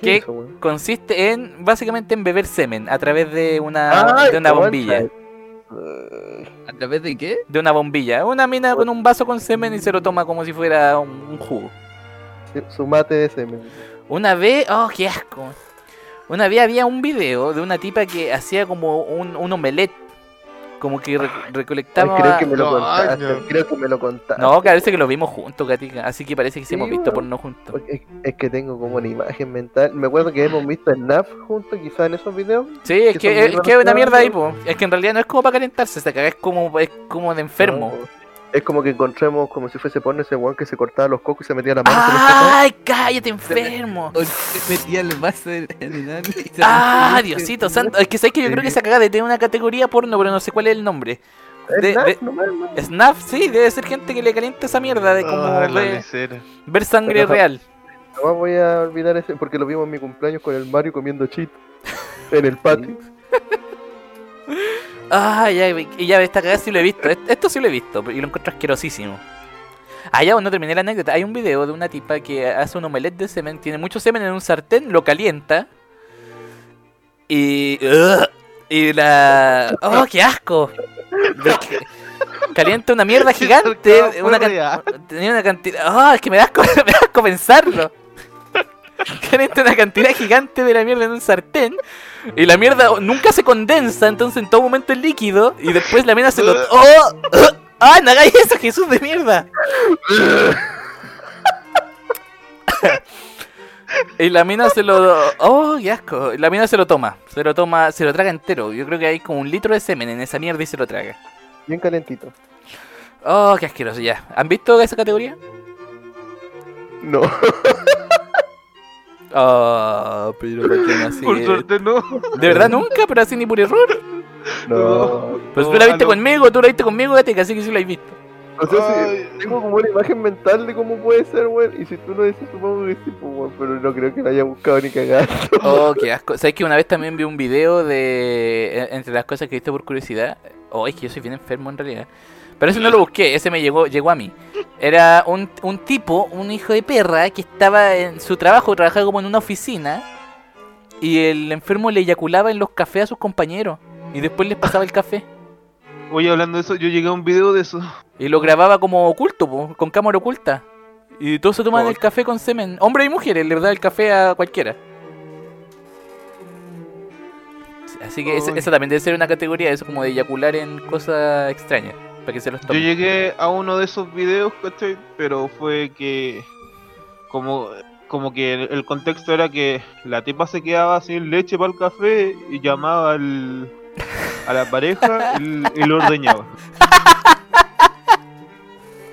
Speaker 1: ¿Qué consiste en básicamente en beber semen a través de una Ah,
Speaker 2: Ah,
Speaker 1: de una bombilla,
Speaker 4: ¿A través de qué?
Speaker 1: de una bombilla. Una mina con un vaso con semen y se lo toma como si fuera un, un jugo.
Speaker 2: Su mate de semen.
Speaker 1: Una vez, oh, qué asco. Una vez había un video de una tipa que hacía como un, un omelette. Como que re-
Speaker 2: Ay,
Speaker 1: recolectaba.
Speaker 2: creo que me lo
Speaker 3: no,
Speaker 2: contaste,
Speaker 3: no.
Speaker 2: creo que me lo contaste.
Speaker 1: No, que parece que lo vimos juntos, Gatica. Así que parece que sí
Speaker 2: Sí,
Speaker 1: hemos visto
Speaker 2: bueno.
Speaker 1: porno juntos.
Speaker 2: Porque Es, es que tengo como una imagen mental. Me acuerdo que hemos visto Snap juntos, quizás en esos videos.
Speaker 1: Sí, es
Speaker 2: que
Speaker 1: que
Speaker 2: son
Speaker 1: es,
Speaker 2: muy
Speaker 1: que es una
Speaker 2: ranciados.
Speaker 1: mierda ahí, po. Es que en realidad no es como para calentarse, esta cagada es como, es como de enfermo.
Speaker 2: No, Es como que encontremos como si fuese porno ese weón que se cortaba los cocos y se metía la mano. en el cocón.
Speaker 1: ¡Ay, cállate, enfermo!
Speaker 4: O te metía el vaso en el ano y se-
Speaker 1: ¡Ah, Diosito santo! Es que sabes que yo creo que
Speaker 2: Sí.
Speaker 1: esa cagada tiene una categoría porno, pero no sé cuál es el nombre. de-
Speaker 2: Snap,
Speaker 1: de-
Speaker 2: nomás, hermano.
Speaker 1: Snap, sí, debe ser gente que le calienta esa mierda de como
Speaker 3: Ah, la
Speaker 1: ver,
Speaker 3: lesera.
Speaker 1: ver sangre
Speaker 2: Pero-
Speaker 1: real.
Speaker 2: Nomás voy a olvidar ese porque lo vimos en mi cumpleaños con el Mario comiendo chit en el patio.
Speaker 1: Ah, ya, y ya esta cagada sí lo he visto. Est- Esto sí lo he visto y lo encuentro asquerosísimo. Ah, ya, no terminé la anécdota. Hay un video de una tipa que hace un omelette de semen, tiene mucho semen en un sartén, lo calienta. Y. ¡Ugh! y la. ¡Oh, qué asco! Pero que- Calienta una mierda gigante. Una can- Tenía una cantidad. ¡Ah! es que me da asco, me da asco pensarlo. Calienta una cantidad gigante de la mierda en un sartén. Y la mierda nunca se condensa, entonces en todo momento es líquido. Y después la mina se lo. ¡Oh! ¡Ah! ¡No hagáis eso, Jesús de mierda! Y la mina se lo. ¡Oh, qué asco! Y La mina se lo toma. Se lo toma. Se lo traga entero. Yo creo que hay como un litro de semen en esa mierda y se lo traga.
Speaker 2: Bien calentito.
Speaker 1: ¡Oh, qué asqueroso ya! ¿Han visto esa categoría?
Speaker 2: No,
Speaker 1: Ah, pero ¿por qué no así?
Speaker 3: Por suerte no.
Speaker 1: De verdad nunca, pero así ni por error.
Speaker 2: no.
Speaker 1: Pues tú
Speaker 3: No,
Speaker 1: la viste
Speaker 3: Oh, aló.
Speaker 1: conmigo, tú la viste conmigo, gatica, así que sí la has visto.
Speaker 2: O sea, sí,
Speaker 3: Ay.
Speaker 2: tengo como una imagen mental de cómo puede ser, weón. Y si tú lo dices, supongo que sí, pues, weón. Pero no creo que lo haya buscado ni cagado.
Speaker 1: Oh, qué asco. ¿Sabes que una vez también vi un video de. en- Entre las cosas que viste por curiosidad. Oh, es que yo soy bien enfermo en realidad. Pero ese no lo busqué, ese me llegó, llegó a mí. Era un, un tipo, un hijo de perra, que estaba en su trabajo, trabajaba como en una oficina. Y el enfermo le eyaculaba en los cafés a sus compañeros. Y después les pasaba el café.
Speaker 3: Oye, hablando de eso, yo llegué a un video de eso.
Speaker 1: Y lo grababa como oculto, po, con cámara oculta. Y todos se tomaban el café con semen. Hombres y mujeres, le daban el café a cualquiera. Así que ese-
Speaker 3: Uy.
Speaker 1: esa también debe ser una categoría, eso como de eyacular en cosas extrañas. Para que se los
Speaker 3: Yo
Speaker 1: tomen.
Speaker 3: llegué a uno de esos videos, ¿cachai? Pero fue que. Como, como que el, el contexto era que la tipa se quedaba sin leche para el café y llamaba al, a la pareja y, l- y lo ordeñaba.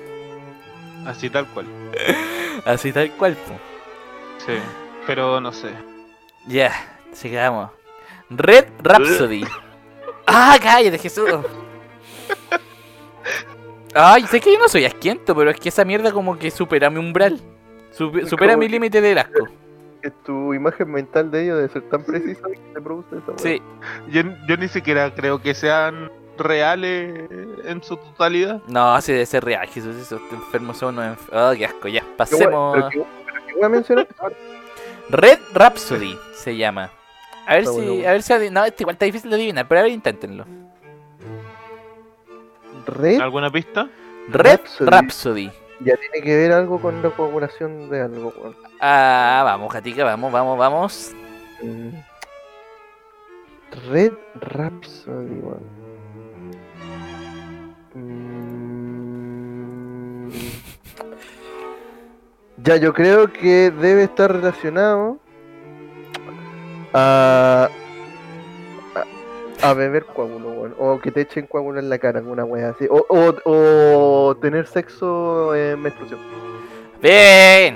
Speaker 3: Así tal cual.
Speaker 1: Así tal cual, po.
Speaker 3: Sí. Pero no sé.
Speaker 1: Ya, sigamos. Red Rhapsody. ¡Ah, cállate, Jesús! Ay, sé que yo no soy asquiento, pero es que esa mierda como que supera mi umbral. Supe-
Speaker 2: Es
Speaker 1: supera
Speaker 2: como
Speaker 1: mi
Speaker 2: que-
Speaker 1: límite del asco.
Speaker 2: Que tu imagen mental de ellos debe ser tan precisa que te produce esa, weón.
Speaker 1: Sí.
Speaker 3: Yo, yo ni siquiera creo que sean reales en su totalidad.
Speaker 1: No, sí debe ser real, Jesús, esos enfermos son unos enf- Ah, qué asco, ya.
Speaker 2: Qué weón,
Speaker 1: Pasemos.
Speaker 2: Pero que, pero que voy a mencionar.
Speaker 1: Red Rhapsody se llama. A ver
Speaker 2: Está
Speaker 1: si.
Speaker 2: bueno, bueno.
Speaker 1: A ver si. adi- No, este igual está difícil de adivinar, pero a ver, inténtenlo.
Speaker 2: Red
Speaker 3: ¿Alguna pista?
Speaker 1: Red
Speaker 2: Rhapsody.
Speaker 1: Rhapsody.
Speaker 2: ya tiene que ver algo con la coagulación de algo, weón.
Speaker 1: Ah, vamos, Gatica, vamos, vamos, vamos.
Speaker 2: Mm. Red Rhapsody, weón. Mm. Ya, yo creo que debe estar relacionado a. a, a beber coágulo, weón. O que te echen coágulo en la cara, alguna wea así. O, o, o tener sexo en menstruación.
Speaker 1: Bien.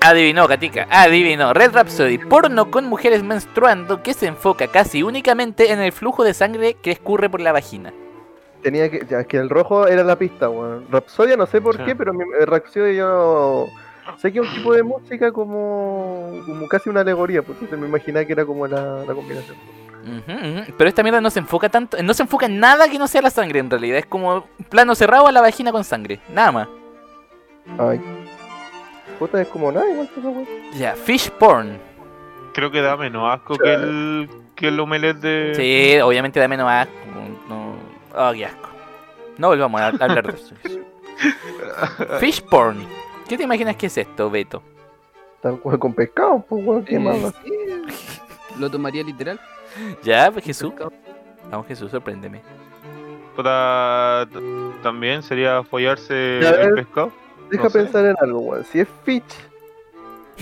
Speaker 1: Adivinó, Gatica, adivinó. Red Rhapsody, porno con mujeres menstruando que se enfoca casi únicamente en el flujo de sangre que escurre por la vagina.
Speaker 2: Tenía que. Ya, que el rojo era la pista, weón. Rapsodia no sé por
Speaker 3: Sí.
Speaker 2: qué, pero mi, eh, Rapsodia yo. Sé que es un tipo de música como. como casi una alegoría, por eso me imaginaba que era como la, la combinación.
Speaker 1: Ujú, ujú. Pero esta mierda no se enfoca tanto, no se enfoca en nada que no sea la sangre en realidad. Es como plano cerrado a la vagina con sangre, nada más.
Speaker 2: Ay. Puta, es como nada igual que esa weón.
Speaker 1: Ya, fish porn.
Speaker 3: Creo que da menos asco que el, que el omelette de...
Speaker 1: Sí, obviamente da menos asco. No, oh, qué asco. No volvamos a a hablar de eso. Fish porn. ¿Qué te imaginas que es esto, Beto?
Speaker 3: Eh,
Speaker 2: Tal cual con pescado, pues weón, qué
Speaker 4: Eh,
Speaker 2: más.
Speaker 4: Lo tomaría literal.
Speaker 1: Ya, pues, Jesús. Vamos, Jesús, sorpréndeme.
Speaker 3: Puta, t- también sería follarse
Speaker 2: Ya,
Speaker 3: el
Speaker 2: eh.
Speaker 3: pescado.
Speaker 2: Deja
Speaker 3: No sé.
Speaker 2: pensar en algo, weón. Si es Fitch,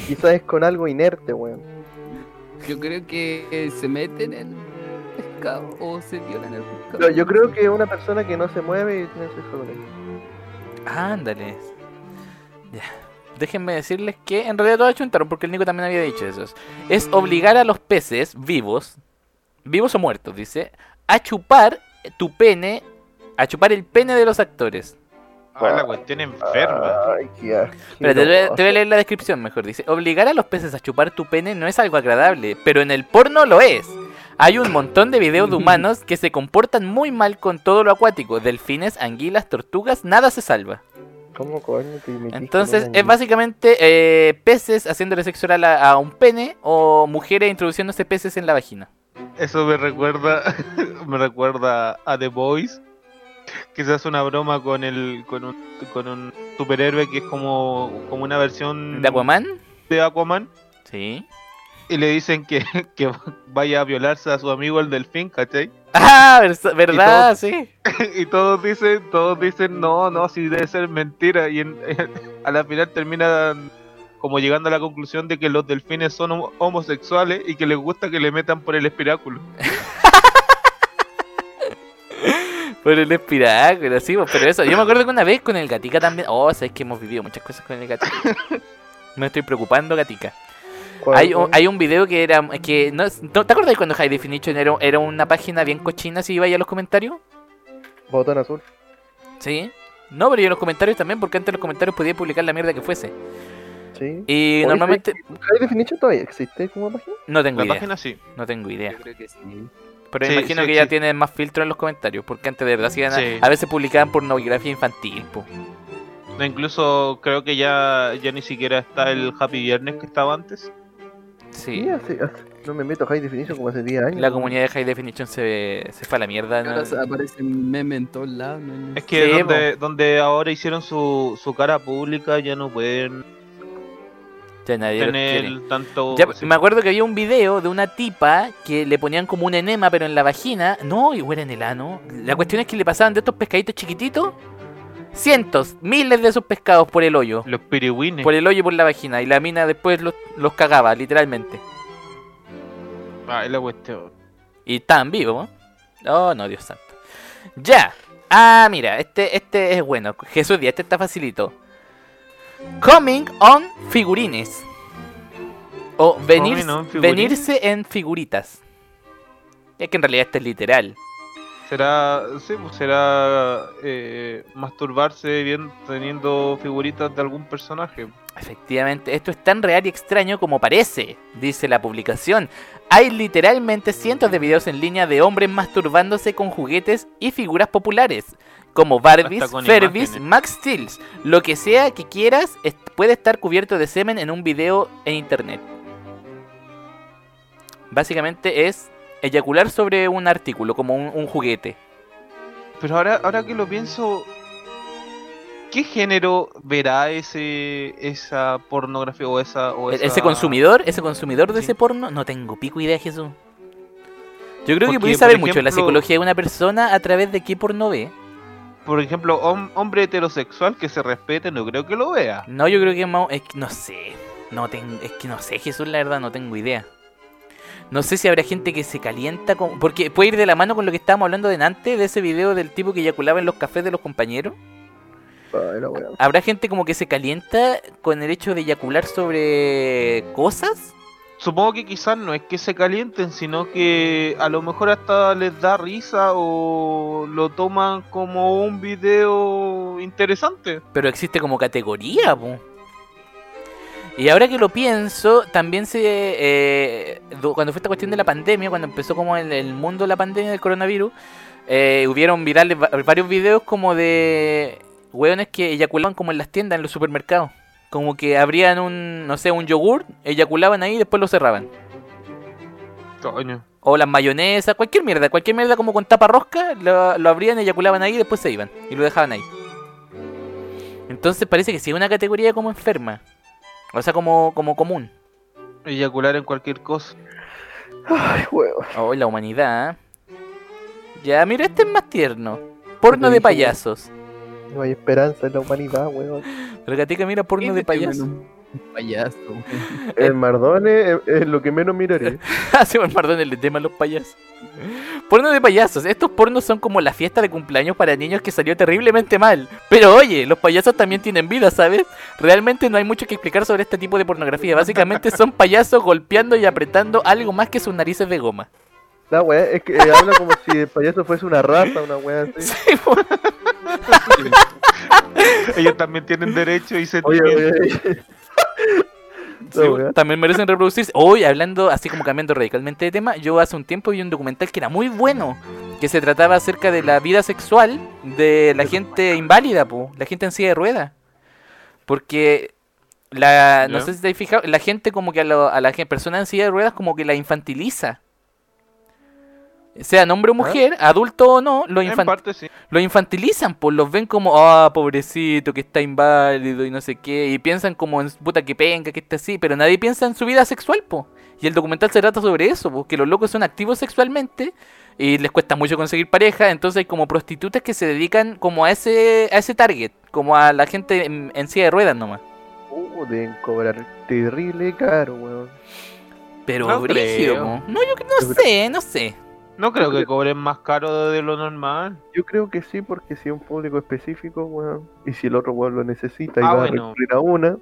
Speaker 2: quizás es con algo inerte, weón.
Speaker 4: Yo creo que eh, se meten en el pescado o se violan el pescado.
Speaker 2: Pero yo creo que es una persona que no se mueve y tiene sexo con él.
Speaker 1: Ándale. Ya. Déjenme decirles que en realidad todos chuntaron porque el Nico también había dicho eso. Es obligar a los peces vivos, vivos o muertos, dice, a chupar tu pene, a chupar el pene de los actores.
Speaker 3: Ah, la cuestión enferma.
Speaker 2: Ay, qué asco.
Speaker 1: Espérate, te, voy a- te voy a leer la descripción mejor. Dice, obligar a los peces a chupar tu pene no es algo agradable, pero en el porno lo es. Hay un montón de videos de humanos que se comportan muy mal con todo lo acuático. Delfines, anguilas, tortugas, nada se salva.
Speaker 2: ¿Cómo coño te metiste
Speaker 1: Entonces,
Speaker 2: con una
Speaker 1: es básicamente eh, peces haciéndole sexo oral a, a un pene o mujeres introduciéndose peces en la vagina.
Speaker 3: Eso me recuerda, me recuerda a The Boys, que se hace una broma con el, con un, con un superhéroe que es como, como una versión
Speaker 1: ¿De Aquaman?
Speaker 3: de Aquaman,
Speaker 1: Sí.
Speaker 3: y le dicen que, que vaya a violarse a su amigo el delfín, ¿cachai?
Speaker 1: Ah, vers- verdad,
Speaker 3: todo-
Speaker 1: sí.
Speaker 3: Y todos dicen, todos dicen, no, no, si debe ser mentira. Y en- a la final terminan como llegando a la conclusión de que los delfines son homo- homosexuales y que les gusta que le metan por el espiráculo.
Speaker 1: Por el espiráculo, sí, pues, pero eso. Yo me acuerdo que una vez con el Gatica también. Oh, sabes que hemos vivido muchas cosas con el Gatica. Me estoy preocupando, Gatica.
Speaker 2: ¿Cuál,
Speaker 1: Hay un,
Speaker 2: weón?
Speaker 1: hay un video que era. que no, no- ¿Te acuerdas cuando High Definition era, era una página bien cochina si iba ahí a los comentarios?
Speaker 2: Botón azul.
Speaker 1: Sí. No, pero yo en los comentarios también, porque antes en los comentarios podía publicar la mierda que fuese.
Speaker 2: Sí.
Speaker 1: Y
Speaker 2: Oye,
Speaker 1: normalmente.
Speaker 2: ¿High Definition todavía existe como página?
Speaker 1: No tengo
Speaker 3: La
Speaker 1: idea.
Speaker 3: página sí.
Speaker 1: No tengo idea.
Speaker 4: Yo creo que sí.
Speaker 1: Pero
Speaker 3: Sí,
Speaker 1: imagino
Speaker 3: sí,
Speaker 1: que ya
Speaker 3: sí.
Speaker 1: tienen más filtro en los comentarios. Porque antes de verdad hacían a-
Speaker 3: Sí.
Speaker 1: a, veces publicaban pornografía infantil. po.
Speaker 3: No, incluso creo que ya, ya ni siquiera está el Happy Viernes que estaba antes.
Speaker 1: Sí.
Speaker 2: Sí, hace- hace- No me meto a High Definition como hace 10 años.
Speaker 1: La comunidad de High Definition se, se fue a la mierda. ¿no?
Speaker 4: Ahora se aparecen memes en todos lados. ¿no?
Speaker 3: Es que
Speaker 1: Sí,
Speaker 3: donde, donde ahora hicieron su, su cara pública ya no pueden
Speaker 1: Ya nadie los quiere.
Speaker 3: tener tanto...
Speaker 1: Ya,
Speaker 3: sí.
Speaker 1: me acuerdo que había un video de una tipa que le ponían como un enema, pero en la vagina. No, y era en el ano. La cuestión es que le pasaban de estos pescaditos chiquititos cientos, miles de esos pescados por el hoyo.
Speaker 3: Los piriwines.
Speaker 1: Por el hoyo y por la vagina. Y la mina después los, los cagaba, literalmente.
Speaker 3: Ah, es la cuestión.
Speaker 1: Y tan vivo. Oh, no, Dios santo. Ya. Ah, mira, este, este es bueno. Jesús Díaz, este está facilito. Coming on figurines. O venir,
Speaker 3: Coming on figurines.
Speaker 1: venirse en figuritas. Es que en realidad este es literal.
Speaker 3: Será, sí, pues será eh, masturbarse bien teniendo figuritas de algún personaje.
Speaker 1: Efectivamente, esto es tan real y extraño como parece, dice la publicación. Hay literalmente cientos de videos en línea de hombres masturbándose con juguetes y figuras populares, como Barbies,
Speaker 3: Hasta con
Speaker 1: Ferbies,
Speaker 3: imágenes.
Speaker 1: Max Steel. Lo que sea que quieras es- puede estar cubierto de semen en un video en internet. Básicamente es eyacular sobre un artículo, como un, un juguete.
Speaker 3: Pero ahora, ahora que lo pienso, ¿qué género verá ese esa pornografía o esa o
Speaker 1: E-
Speaker 3: esa-
Speaker 1: Ese consumidor, ese consumidor de
Speaker 3: Sí.
Speaker 1: ese porno, no tengo pico idea, Jesús. Yo creo que
Speaker 3: Porque,
Speaker 1: puedes
Speaker 3: por
Speaker 1: saber mucho de la
Speaker 3: ejemplo-
Speaker 1: psicología de una persona a través de qué porno ve.
Speaker 3: Por ejemplo, hom- hombre heterosexual que se respete, no creo que lo vea.
Speaker 1: No, yo creo que es más- es que no sé. No tengo, es que no sé, Jesús, la verdad, no tengo idea. No sé si habrá gente que se calienta con. Porque puede ir de la mano con lo que estábamos hablando de antes, de ese video del tipo que eyaculaba en los cafés de los compañeros.
Speaker 2: Ay, la weón.
Speaker 1: ¿Habrá gente como que se calienta con el hecho de eyacular sobre cosas?
Speaker 3: Supongo que quizás no es que se calienten, sino que a lo mejor hasta les da risa o lo toman como un video interesante.
Speaker 1: Pero existe como categoría, po. Y ahora que lo pienso, también se. eh, du- cuando fue esta cuestión de la pandemia, cuando empezó como el, el mundo de la pandemia del coronavirus, eh, hubieron virales va- varios videos como de. hueones que eyaculaban como en las tiendas, en los supermercados. Como que abrían un, no sé, un yogur, eyaculaban ahí y después lo cerraban.
Speaker 3: Coño.
Speaker 1: O las mayonesas, cualquier mierda, cualquier mierda como con tapa rosca, lo, lo abrían, eyaculaban ahí y después se iban. Y lo dejaban ahí. Entonces parece que sí es una categoría como enferma. O sea, como, como común.
Speaker 3: Eyacular en cualquier cosa.
Speaker 2: Ay, huevo.
Speaker 1: Oh, la humanidad. ¿eh? Ya, mira, este es más tierno. Porno
Speaker 2: Lo
Speaker 1: de
Speaker 2: dije.
Speaker 1: payasos.
Speaker 2: No hay esperanza en la humanidad, weón.
Speaker 1: Pero Gatica mira porno
Speaker 4: Este
Speaker 1: de payasos.
Speaker 4: Un payaso. weón.
Speaker 2: El Mardone es, es lo que menos ¿eh? miraría.
Speaker 1: Hace un perdón el tema a los payasos. Porno de payasos. Estos pornos son como la fiesta de cumpleaños para niños que salió terriblemente mal. Pero oye, los payasos también tienen vida, ¿sabes? Realmente no hay mucho que explicar sobre este tipo de pornografía. Básicamente son payasos golpeando y apretando algo más que sus narices de goma.
Speaker 2: La weá, es que eh, habla como si el payaso fuese una raza, una weá así.
Speaker 1: Sí, po.
Speaker 3: Ellos también tienen derecho y se
Speaker 2: Oye, oye, oye.
Speaker 1: Sí,
Speaker 2: La
Speaker 1: bo-
Speaker 2: weá.
Speaker 1: también merecen reproducirse. Hoy, hablando así como cambiando radicalmente de tema, yo hace un tiempo vi un documental que era muy bueno, que se trataba acerca de la vida sexual de la gente inválida, po, la gente en silla de ruedas. Porque la, no
Speaker 3: Ya.
Speaker 1: sé si te has fijado, la gente como que a, lo- a la gen- persona en silla de ruedas como que la infantiliza. Sean hombre o mujer, adulto o no, lo,
Speaker 3: Ah. En
Speaker 1: infan-
Speaker 3: parte sí.
Speaker 1: lo infantilizan, pues los ven como, ah, pobrecito, que está inválido y no sé qué, y piensan como en puta que penca, que está así, pero nadie piensa en su vida sexual, po. Y el documental se trata sobre eso, po, que los locos son activos sexualmente y les cuesta mucho conseguir pareja, entonces hay como prostitutas que se dedican como a ese, a ese target, como a la gente en, en silla de ruedas nomás.
Speaker 2: Uh, deben cobrar terrible caro, weón.
Speaker 1: Pero
Speaker 3: No
Speaker 1: brígido,
Speaker 3: creo.
Speaker 1: po. No, yo que- no
Speaker 2: Yo creo-
Speaker 1: sé, no sé.
Speaker 3: No creo que cobren más caro de lo normal.
Speaker 2: Yo creo que sí, porque si es un público específico, weón, y si el otro weón lo necesita y
Speaker 3: Ah,
Speaker 2: va
Speaker 3: bueno.
Speaker 2: a recurrir a una,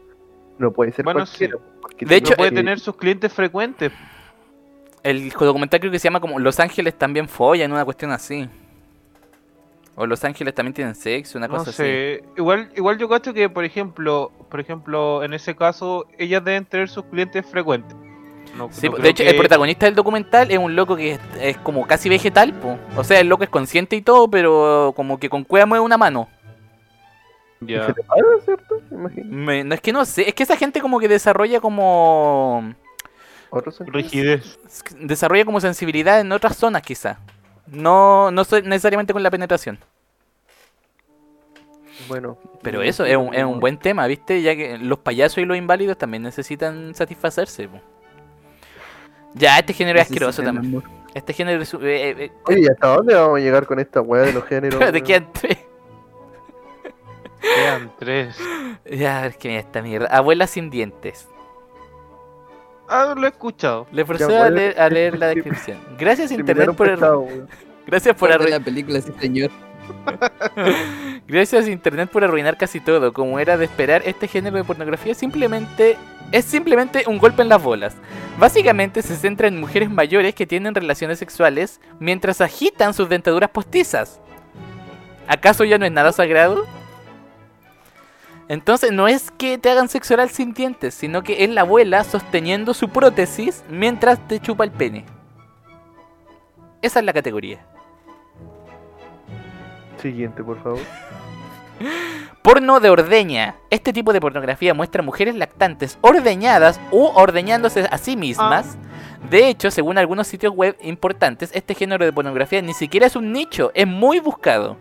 Speaker 2: no puede ser
Speaker 3: Bueno,
Speaker 2: cualquiera.
Speaker 3: sí.
Speaker 2: porque
Speaker 1: De
Speaker 2: si
Speaker 1: hecho,
Speaker 3: no puede
Speaker 2: eh,
Speaker 3: tener sus clientes frecuentes.
Speaker 1: El documental creo que se llama como Los Ángeles también follan, una cuestión así. O Los Ángeles también tienen sexo, una
Speaker 3: No
Speaker 1: cosa así.
Speaker 3: sé. Igual, igual yo cacho que, por ejemplo, por ejemplo, en ese caso, ellas deben tener sus clientes frecuentes. No-
Speaker 1: Sí,
Speaker 3: no
Speaker 1: po, de
Speaker 3: creo
Speaker 1: hecho,
Speaker 3: que-
Speaker 1: el protagonista del documental es un loco que es, es como casi vegetal, po. O sea, el loco es consciente y todo, pero como que con cueva mueve una mano.
Speaker 3: Ya.
Speaker 2: Se te paga, ¿cierto? Me Imagino.
Speaker 1: Me- no es que no sé, es que esa gente como que desarrolla como...
Speaker 2: Otro sentido.
Speaker 3: Rigidez.
Speaker 1: Desarrolla como sensibilidad en otras zonas quizá. No, no so- necesariamente con la penetración.
Speaker 2: Bueno.
Speaker 1: Pero eso es un, es un buen tema, ¿viste? Ya que los payasos y los inválidos también necesitan satisfacerse. po. Ya, este género es asqueroso
Speaker 4: Necesitan
Speaker 1: también.
Speaker 4: amor.
Speaker 1: Este género es... eh, eh, eh,
Speaker 2: Oye, ¿y hasta dónde vamos a llegar con esta weá de los géneros?
Speaker 1: te
Speaker 2: weón?
Speaker 1: quedan tres.
Speaker 3: Quedan tres.
Speaker 1: Ya, es que mira esta mierda. Abuela sin dientes.
Speaker 3: Ah, lo he escuchado.
Speaker 1: Le procedo a
Speaker 2: abuela-
Speaker 1: leer, a leer la descripción. Gracias internet
Speaker 2: Terminaron
Speaker 1: por
Speaker 2: pescado, weón.
Speaker 1: gracias por
Speaker 4: Parte de
Speaker 1: arruinar,
Speaker 4: la película, sí, señor.
Speaker 1: gracias internet por arruinar casi todo. Como era de esperar, este género de pornografía simplemente es simplemente un golpe en las bolas. Básicamente se centra en mujeres mayores que tienen relaciones sexuales mientras agitan sus dentaduras postizas. ¿Acaso ya no es nada sagrado? Entonces no es que te hagan sexo oral sin dientes, sino que es la abuela sosteniendo su prótesis mientras te chupa el pene. Esa es la categoría.
Speaker 2: Siguiente, por favor.
Speaker 1: Porno de ordeña. Este tipo de pornografía muestra mujeres lactantes ordeñadas u ordeñándose a sí mismas. De hecho, según algunos sitios web importantes, este género de pornografía ni siquiera es un nicho, es muy buscado.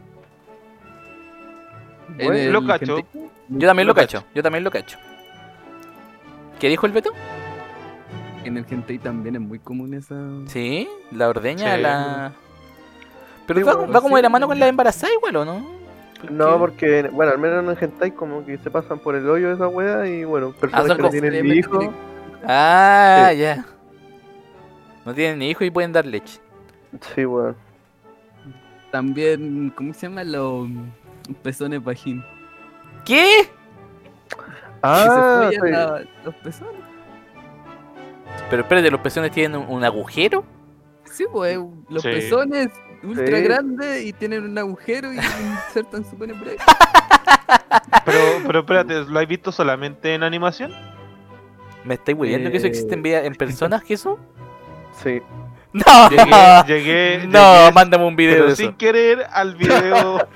Speaker 4: En el
Speaker 3: lo cacho.
Speaker 4: gente-
Speaker 1: Yo también lo,
Speaker 3: Lo
Speaker 1: cacho.
Speaker 3: cacho.
Speaker 1: yo también lo cacho. ¿Qué dijo el Beto?
Speaker 4: En el gente también es muy común esa.
Speaker 1: Sí, la ordeña,
Speaker 3: Sí.
Speaker 1: la... Pero
Speaker 2: Sí,
Speaker 1: va,
Speaker 2: bueno,
Speaker 1: va como
Speaker 4: sí.
Speaker 1: de la mano con la embarazada igual, ¿o no?
Speaker 2: No,
Speaker 1: ¿Qué?
Speaker 2: porque, bueno, al menos en Hentai como que se pasan por el hoyo esa weá y bueno,
Speaker 1: Ah,
Speaker 2: personas
Speaker 1: son
Speaker 2: que no
Speaker 1: como-
Speaker 2: tienen ni hijo.
Speaker 1: Ah,
Speaker 2: Sí.
Speaker 1: ya. No tienen ni hijo y pueden dar leche.
Speaker 2: Sí, weón.
Speaker 4: También, ¿cómo se llama? Los pezones bajín.
Speaker 1: ¿Qué?
Speaker 2: Ah,
Speaker 4: que se
Speaker 2: sí.
Speaker 4: follan la- los pezones.
Speaker 1: Pero espérate, ¿los pezones tienen un- un agujero?
Speaker 4: Sí, pues, los
Speaker 3: Sí.
Speaker 4: pezones ultra
Speaker 2: Sí.
Speaker 4: grandes y tienen un agujero y insertan su pene por ahí.
Speaker 3: Pero, pero espérate, ¿lo has visto solamente en animación?
Speaker 1: ¿Me estáis hueviendo que eso existe en, vida- en personas, Jesús?
Speaker 2: sí.
Speaker 1: ¡No!
Speaker 3: Llegué, llegué,
Speaker 1: ¡No!
Speaker 3: llegué,
Speaker 1: Mándame un video
Speaker 3: pero
Speaker 1: de
Speaker 3: sin
Speaker 1: eso.
Speaker 3: querer al video.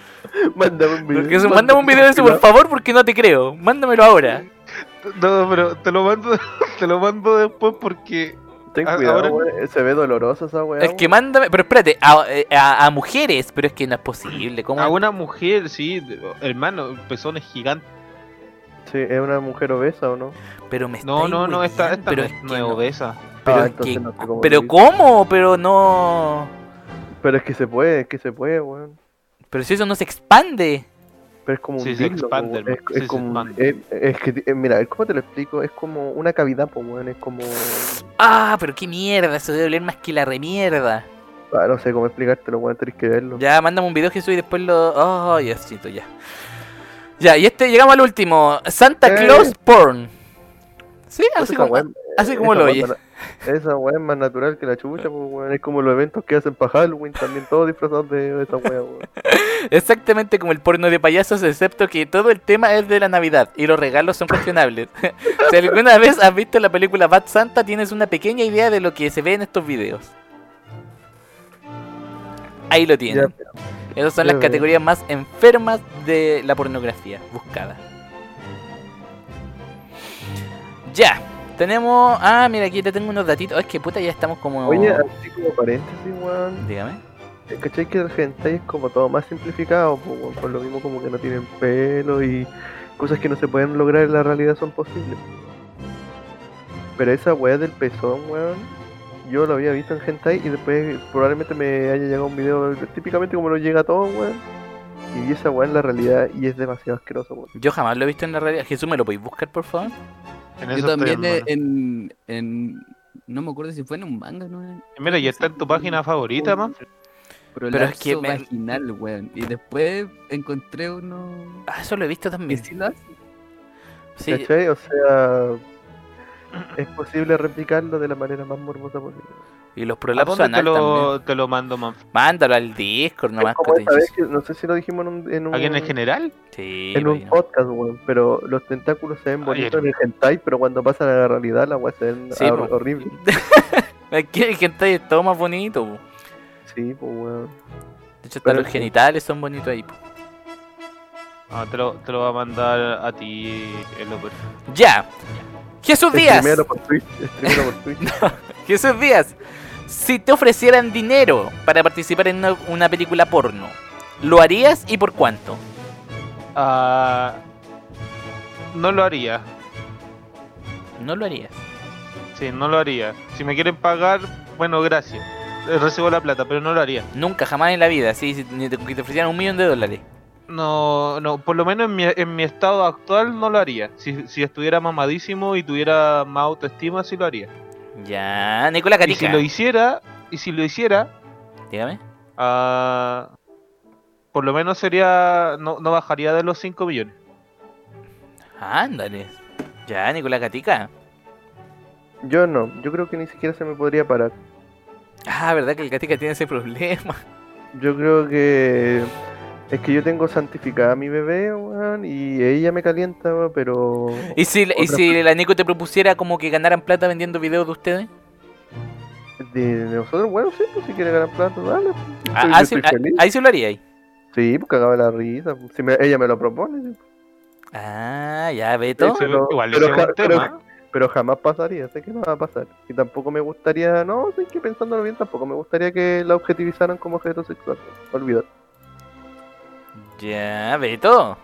Speaker 2: Mándame un video.
Speaker 1: Porque eso- Mándame un video de eso, por favor, porque no te creo. Mándamelo ahora.
Speaker 3: No, pero te lo mando, te lo mando después porque
Speaker 2: Ten
Speaker 3: Ah,
Speaker 2: cuidado,
Speaker 3: ahora-
Speaker 2: weón. Se ve dolorosa esa weá.
Speaker 1: Es que mándame... Pero espérate, a, eh, a- a mujeres. Pero es que no es posible. ¿Cómo?
Speaker 3: a una mujer, sí, hermano, pezones gigantes.
Speaker 2: Sí, es una mujer obesa o no.
Speaker 1: Pero me
Speaker 3: No,
Speaker 1: estáis
Speaker 3: no, no, esta,
Speaker 1: hueviando,
Speaker 3: esta
Speaker 1: pero
Speaker 3: no,
Speaker 1: es que
Speaker 3: no es
Speaker 1: no.
Speaker 3: obesa.
Speaker 1: Pero,
Speaker 2: Ah,
Speaker 1: es
Speaker 2: entonces
Speaker 1: que-
Speaker 2: no sé cómo
Speaker 1: pero
Speaker 2: decir.
Speaker 1: ¿cómo? Pero no.
Speaker 2: Pero es que se puede, es que se puede, weón.
Speaker 1: Pero si eso no se expande.
Speaker 2: Pero es como
Speaker 3: Sí,
Speaker 2: un
Speaker 3: se
Speaker 2: dildo,
Speaker 3: expande,
Speaker 2: po,
Speaker 3: hermano,
Speaker 2: es-
Speaker 3: sí,
Speaker 2: es
Speaker 3: se
Speaker 2: como un-
Speaker 3: expande.
Speaker 2: es- es que, eh, mira, ¿cómo te lo explico? Es como una cavidad, pues, weón. Es como.
Speaker 1: Ah, pero qué mierda, eso debe oler más que la remierda.
Speaker 2: Ah, no sé cómo explicártelo, weón. Tenés que verlo.
Speaker 1: Ya, mándame un video Jesús y después lo. Oh, ya siento, ya. Ya, y este, llegamos al último. Santa
Speaker 2: Eh.
Speaker 1: Claus Porn. Sí,
Speaker 2: Pues
Speaker 1: así
Speaker 2: esa
Speaker 1: como,
Speaker 2: weá-
Speaker 1: así como
Speaker 2: esa
Speaker 1: lo
Speaker 2: weá
Speaker 1: oyes.
Speaker 2: es más na- Esa weá es más natural que la chucha, pues, weón. Es como los eventos que hacen para Halloween, también todos disfrazados de esa weá, weón.
Speaker 1: Exactamente como el porno de payasos, excepto que todo el tema es de la Navidad y los regalos son cuestionables. si alguna vez has visto la película Bad Santa, tienes una pequeña idea de lo que se ve en estos videos. Ahí lo tienen. Esas son
Speaker 2: ya
Speaker 1: las
Speaker 2: veo.
Speaker 1: categorías más enfermas de la pornografía buscada. Ya, tenemos. Ah, mira, aquí te tengo unos datitos. Oh, es que puta, ya estamos como.
Speaker 2: Oye, ah. así como paréntesis, weón.
Speaker 1: Dígame.
Speaker 2: ¿Cachai que el hentai es como todo más simplificado? Pues, weón, por lo mismo como que no tienen pelo y cosas que no se pueden lograr en la realidad son posibles. Pero esa weá del pezón, weón, yo lo había visto en hentai y después probablemente me haya llegado un video típicamente como lo llega a todos, weón. Y vi esa weá en la realidad y es demasiado asqueroso, weón.
Speaker 1: Yo jamás lo he visto en la realidad. Jesús, ¿me lo podéis buscar, por favor?
Speaker 3: En
Speaker 4: Yo
Speaker 3: eso estoy,
Speaker 4: también eh,
Speaker 3: hermano.
Speaker 4: en, en- No me acuerdo si fue en un manga, ¿no?
Speaker 3: Mira, y está en
Speaker 1: eh,
Speaker 3: tu página favorita, man.
Speaker 4: Pero es que
Speaker 1: me-
Speaker 4: vaginal, weón. Y después encontré uno.
Speaker 1: Ah, eso lo he visto
Speaker 4: que
Speaker 1: también.
Speaker 4: sí lo hace.
Speaker 1: Sí,
Speaker 2: ¿Cachai? O sea, es posible replicarlo de la manera más morbosa posible.
Speaker 1: y los
Speaker 3: ¿A
Speaker 1: prolapsos
Speaker 3: dónde te
Speaker 1: anal también.
Speaker 3: lo, te lo mando, man?
Speaker 1: Mándalo al Discord nomás.
Speaker 2: Es como
Speaker 1: que te
Speaker 2: esta vez
Speaker 1: dices.
Speaker 2: que- no sé si lo dijimos en un, en un,
Speaker 3: ¿Alguien en general?
Speaker 1: Sí,
Speaker 2: en un
Speaker 1: bueno.
Speaker 2: podcast, weón, pero los tentáculos se ven bonitos en el hentai, pero cuando pasan a la realidad la weá se ven
Speaker 1: Sí,
Speaker 2: hor-
Speaker 1: po.
Speaker 2: horrible.
Speaker 1: Aquí el hentai es todo más bonito. po.
Speaker 2: Sí, pues weón.
Speaker 1: De hecho, hasta
Speaker 2: Pero-
Speaker 1: los genitales son bonitos ahí. po.
Speaker 3: Ah, te, lo, te lo va a mandar a ti el Uber.
Speaker 1: Ya. Jesús Díaz.
Speaker 2: Streamealo por Twitch, streamealo por Twitch.
Speaker 1: Jesús Díaz. Si te ofrecieran dinero para participar en una, una película porno, ¿lo harías y por cuánto?
Speaker 3: Ah, no lo haría.
Speaker 1: No lo harías.
Speaker 3: Sí, no lo haría. Si me quieren pagar, bueno, gracias. Eh, Recibo la plata, pero no lo haría.
Speaker 1: Nunca, jamás en la vida. Sí, si ni te, que te ofrecieran un millón de dólares.
Speaker 3: No, no, por lo menos en mi, en mi estado actual no lo haría. Si, si estuviera mamadísimo y tuviera más autoestima, sí lo haría.
Speaker 1: Ya, Nicolás
Speaker 3: Y si
Speaker 1: Carica.
Speaker 3: lo hiciera, y si lo hiciera,
Speaker 1: Dígame.
Speaker 3: ah, por lo menos sería, no, no bajaría de los 5 millones.
Speaker 1: Ándale. Ya, Nicolás Catica.
Speaker 2: Yo no, yo creo que ni siquiera se me podría parar.
Speaker 1: Ah, verdad que el Catica tiene ese problema.
Speaker 2: Yo creo que es que yo tengo santificada a mi bebé, weón, y ella me calienta, weón, pero
Speaker 1: ¿Y si, y
Speaker 2: Otra-
Speaker 1: si la Nico te propusiera como que ganaran plata vendiendo videos de ustedes?
Speaker 2: de, de nosotros, bueno, sí, pues si quiere ganar plata, dale. pues,
Speaker 1: Ah,
Speaker 2: yo
Speaker 1: ah, sí,
Speaker 2: estoy
Speaker 1: ah,
Speaker 2: feliz.
Speaker 1: ahí se lo haría ahí.
Speaker 2: Sí, pues cagaba la risa. Si me- ella me lo propone, sí.
Speaker 1: Ah, ya, Beto.
Speaker 2: Sí, Pero-
Speaker 3: Igual
Speaker 2: pero
Speaker 3: ese es
Speaker 2: claro,
Speaker 3: un tema.
Speaker 2: pero jamás pasaría, sé que no va a pasar. Y tampoco me gustaría, no, sé que pensándolo bien, tampoco me gustaría que la objetivizaran como objeto sexual. Olvidar.
Speaker 1: Ya, Beto.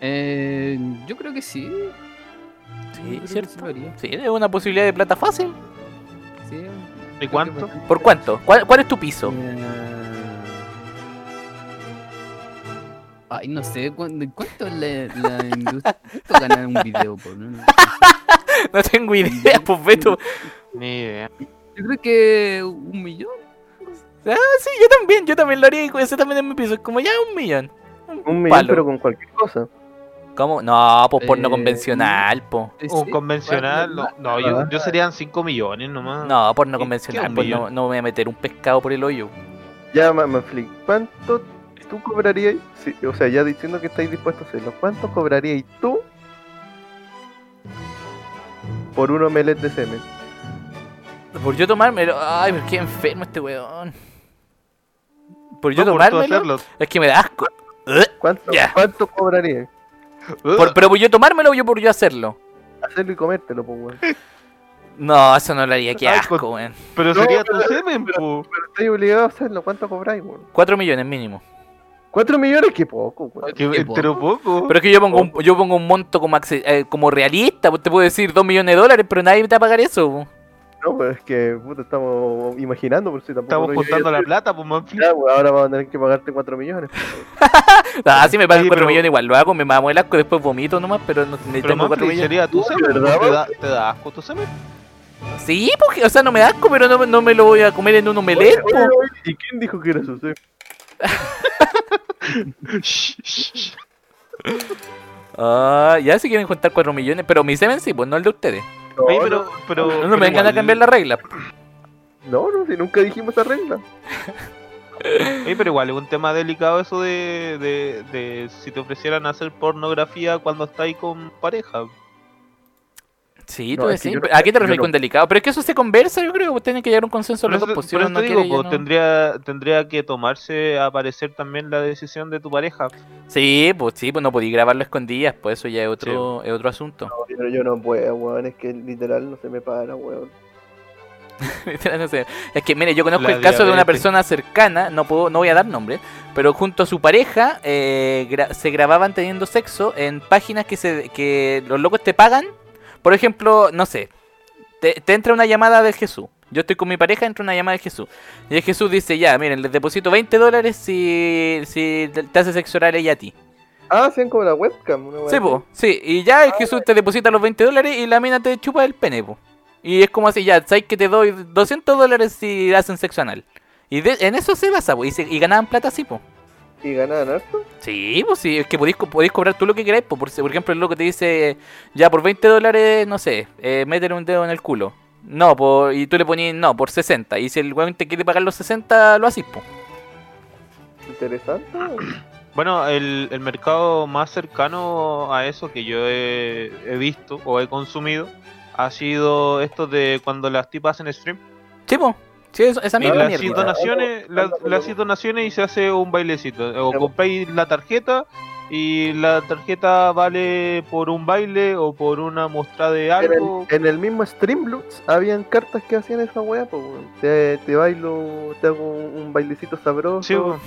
Speaker 4: Eh, yo creo que sí. Yo creo
Speaker 1: Sí,
Speaker 4: que sí
Speaker 1: cierto.
Speaker 4: lo haría.
Speaker 1: Sí, es una posibilidad de plata fácil.
Speaker 4: Sí,
Speaker 3: ¿Y
Speaker 4: creo
Speaker 3: cuánto?
Speaker 4: que
Speaker 1: ¿Por cuánto? ¿Cuál, cuál es tu piso?
Speaker 4: Eh, Ay, no sé, ¿cuánto, cuánto la, la industria cuánto gana un video porno?
Speaker 1: No tengo idea, pues Beto.
Speaker 3: Ni idea.
Speaker 4: Yo creo que un millón.
Speaker 1: Ah, Sí, yo también, yo también lo haría y ese también es mi piso. Es como ya un millón.
Speaker 2: Un millón,
Speaker 1: palo.
Speaker 2: pero con cualquier cosa.
Speaker 1: ¿Cómo? No, pues porno
Speaker 4: Eh,
Speaker 1: convencional, po.
Speaker 3: Un convencional, no, no, yo, yo serían 5 millones nomás.
Speaker 1: No, porno
Speaker 3: ¿Qué- qué
Speaker 1: convencional,
Speaker 3: un
Speaker 1: pues no,
Speaker 3: millón?
Speaker 1: no me voy a meter un pescado por el hoyo.
Speaker 2: Ya, mamá Flick, ¿cuánto tú cobrarías? sí, o sea, ya diciendo que estáis dispuestos a hacerlo, ¿cuánto cobrarías tú por un omelette de semen?
Speaker 1: Por yo tomármelo. Ay, pero qué enfermo este weón. Por yo
Speaker 3: No, por tú
Speaker 1: tomármelo.
Speaker 3: hacerlo.
Speaker 1: Es que me da asco.
Speaker 2: ¿Cuánto,
Speaker 1: Ya.
Speaker 2: ¿cuánto cobrarías?
Speaker 1: Por- pero por yo tomármelo o yo por yo hacerlo.
Speaker 2: Hacerlo y comértelo, pues, weón.
Speaker 1: No, eso no lo haría, qué
Speaker 3: Ay,
Speaker 1: asco,
Speaker 3: con-
Speaker 1: weón.
Speaker 3: Pero
Speaker 2: No,
Speaker 3: sería tu
Speaker 2: pero-
Speaker 3: semen, po.
Speaker 2: Pero estáis obligados a hacerlo, ¿cuánto cobráis, weón?
Speaker 1: Cuatro millones mínimo.
Speaker 2: 4 millones, qué poco, weón.
Speaker 3: Que-
Speaker 4: Qué poco.
Speaker 3: Pero poco.
Speaker 1: Pero es que yo pongo un, yo pongo un monto como, acce- eh, como realista, pues te puedo decir 2 millones de dólares, pero nadie te va a pagar eso. pues. po.
Speaker 2: No, pero es que, puta, estamos imaginando, por si tampoco.
Speaker 3: Estamos
Speaker 2: no-
Speaker 3: contando la plata, pues, man.
Speaker 2: Ya, weón, ahora vamos a tener que pagarte 4 millones.
Speaker 1: Ah, si me pagan
Speaker 3: Sí,
Speaker 1: 4
Speaker 3: pero-
Speaker 1: millones igual, lo hago, me mamo el asco, después vomito nomás, pero no
Speaker 3: Pero
Speaker 1: necesitamos
Speaker 3: man,
Speaker 1: 4 millones.
Speaker 3: sería tu
Speaker 2: Uy,
Speaker 3: semen.
Speaker 2: ¿verdad,
Speaker 3: ¿Te
Speaker 2: man?
Speaker 3: da, te da asco tu semen?
Speaker 1: Sí, porque, o sea, no me da asco, pero no, no me lo voy a comer en un omelette. pues. po.
Speaker 2: Oye, oye, ¿Y quién dijo que era su semen?
Speaker 1: Ah, ya si quieren juntar 4 millones, pero mi semen sí, pues no el de ustedes.
Speaker 3: Oye, pero, pero,
Speaker 1: No,
Speaker 3: pero
Speaker 1: me vengan a
Speaker 3: igual-
Speaker 1: cambiar la regla.
Speaker 2: No, no, si nunca dijimos esa regla.
Speaker 3: Oye, pero igual es un tema delicado eso de, de, de si te ofrecieran hacer pornografía cuando estáis con pareja.
Speaker 1: Sí,
Speaker 2: No,
Speaker 1: tú
Speaker 2: es que
Speaker 1: decís.
Speaker 2: yo
Speaker 1: ¿A
Speaker 2: no-
Speaker 1: qué te
Speaker 2: yo
Speaker 1: refieres
Speaker 2: no-
Speaker 1: con delicado? Pero es que eso se conversa, yo creo que tienen que llegar a un consenso
Speaker 3: Por
Speaker 1: los
Speaker 3: eso,
Speaker 1: dos
Speaker 3: por
Speaker 1: posibles. pues,
Speaker 3: eso
Speaker 1: No
Speaker 3: te
Speaker 1: quiere,
Speaker 3: digo, po,
Speaker 1: ya no.
Speaker 3: tendría, tendría que tomarse a parecer también la decisión de tu pareja.
Speaker 1: Sí, pues sí, pues no podí grabarlo a escondidas, pues eso ya es otro, es otro asunto.
Speaker 2: No, pero yo no puedo, weón. Es que literal no se me para, weón.
Speaker 1: No sé. Es que, mire, yo conozco
Speaker 3: La
Speaker 1: el caso de una
Speaker 3: diabetes.
Speaker 1: persona cercana, no puedo, no voy a dar nombres, pero junto a su pareja eh, gra- se grababan teniendo sexo en páginas que, se, que los locos te pagan. Por ejemplo, no sé, te, te entra una llamada de Jesús. Yo estoy con mi pareja, entra una llamada de Jesús. Y el Jesús dice, ya, miren, les deposito 20 dólares si, si te- te hace sexo oral ella a ti.
Speaker 2: Ah, hacían como la webcam, una weá
Speaker 1: Sí,
Speaker 2: así.
Speaker 1: po, sí, y ya el Jesús te deposita los 20 dólares y la mina te chupa el pene, po. Y es como así, ya, sabes que te doy 200 dólares si hacen sexo anal. Y de- en eso se basa, po, y, se- y ganaban plata así, po.
Speaker 2: ¿Y ganaban harto?
Speaker 1: Sí, pues sí, es que podéis, co- podéis cobrar tú lo que queráis, po. Por, si- por ejemplo, el loco te dice, ya, por 20 dólares, no sé, eh, métele un dedo en el culo. No, por, y tú le ponías, no, por 60. Y si el weón te quiere pagar los 60, lo haces, po.
Speaker 2: Interesante. weón.
Speaker 3: Bueno, el, el mercado más cercano a eso que yo he, he visto o he consumido ha sido esto de cuando las tipas hacen stream.
Speaker 1: Sí, po. Sí, eso- esa
Speaker 3: Y
Speaker 1: misma
Speaker 3: le
Speaker 1: mierda.
Speaker 3: hacís donaciones, la- le hacís donaciones y se hace un bailecito. O
Speaker 2: Ya,
Speaker 3: compráis la tarjeta y la tarjeta vale por un baile o por una muestra de
Speaker 2: En
Speaker 3: algo.
Speaker 2: el, en el mismo Streamloots habían cartas que hacían esa weá, pues, weón. Te, te bailo, te hago un, un bailecito sabroso,
Speaker 3: Sí, po.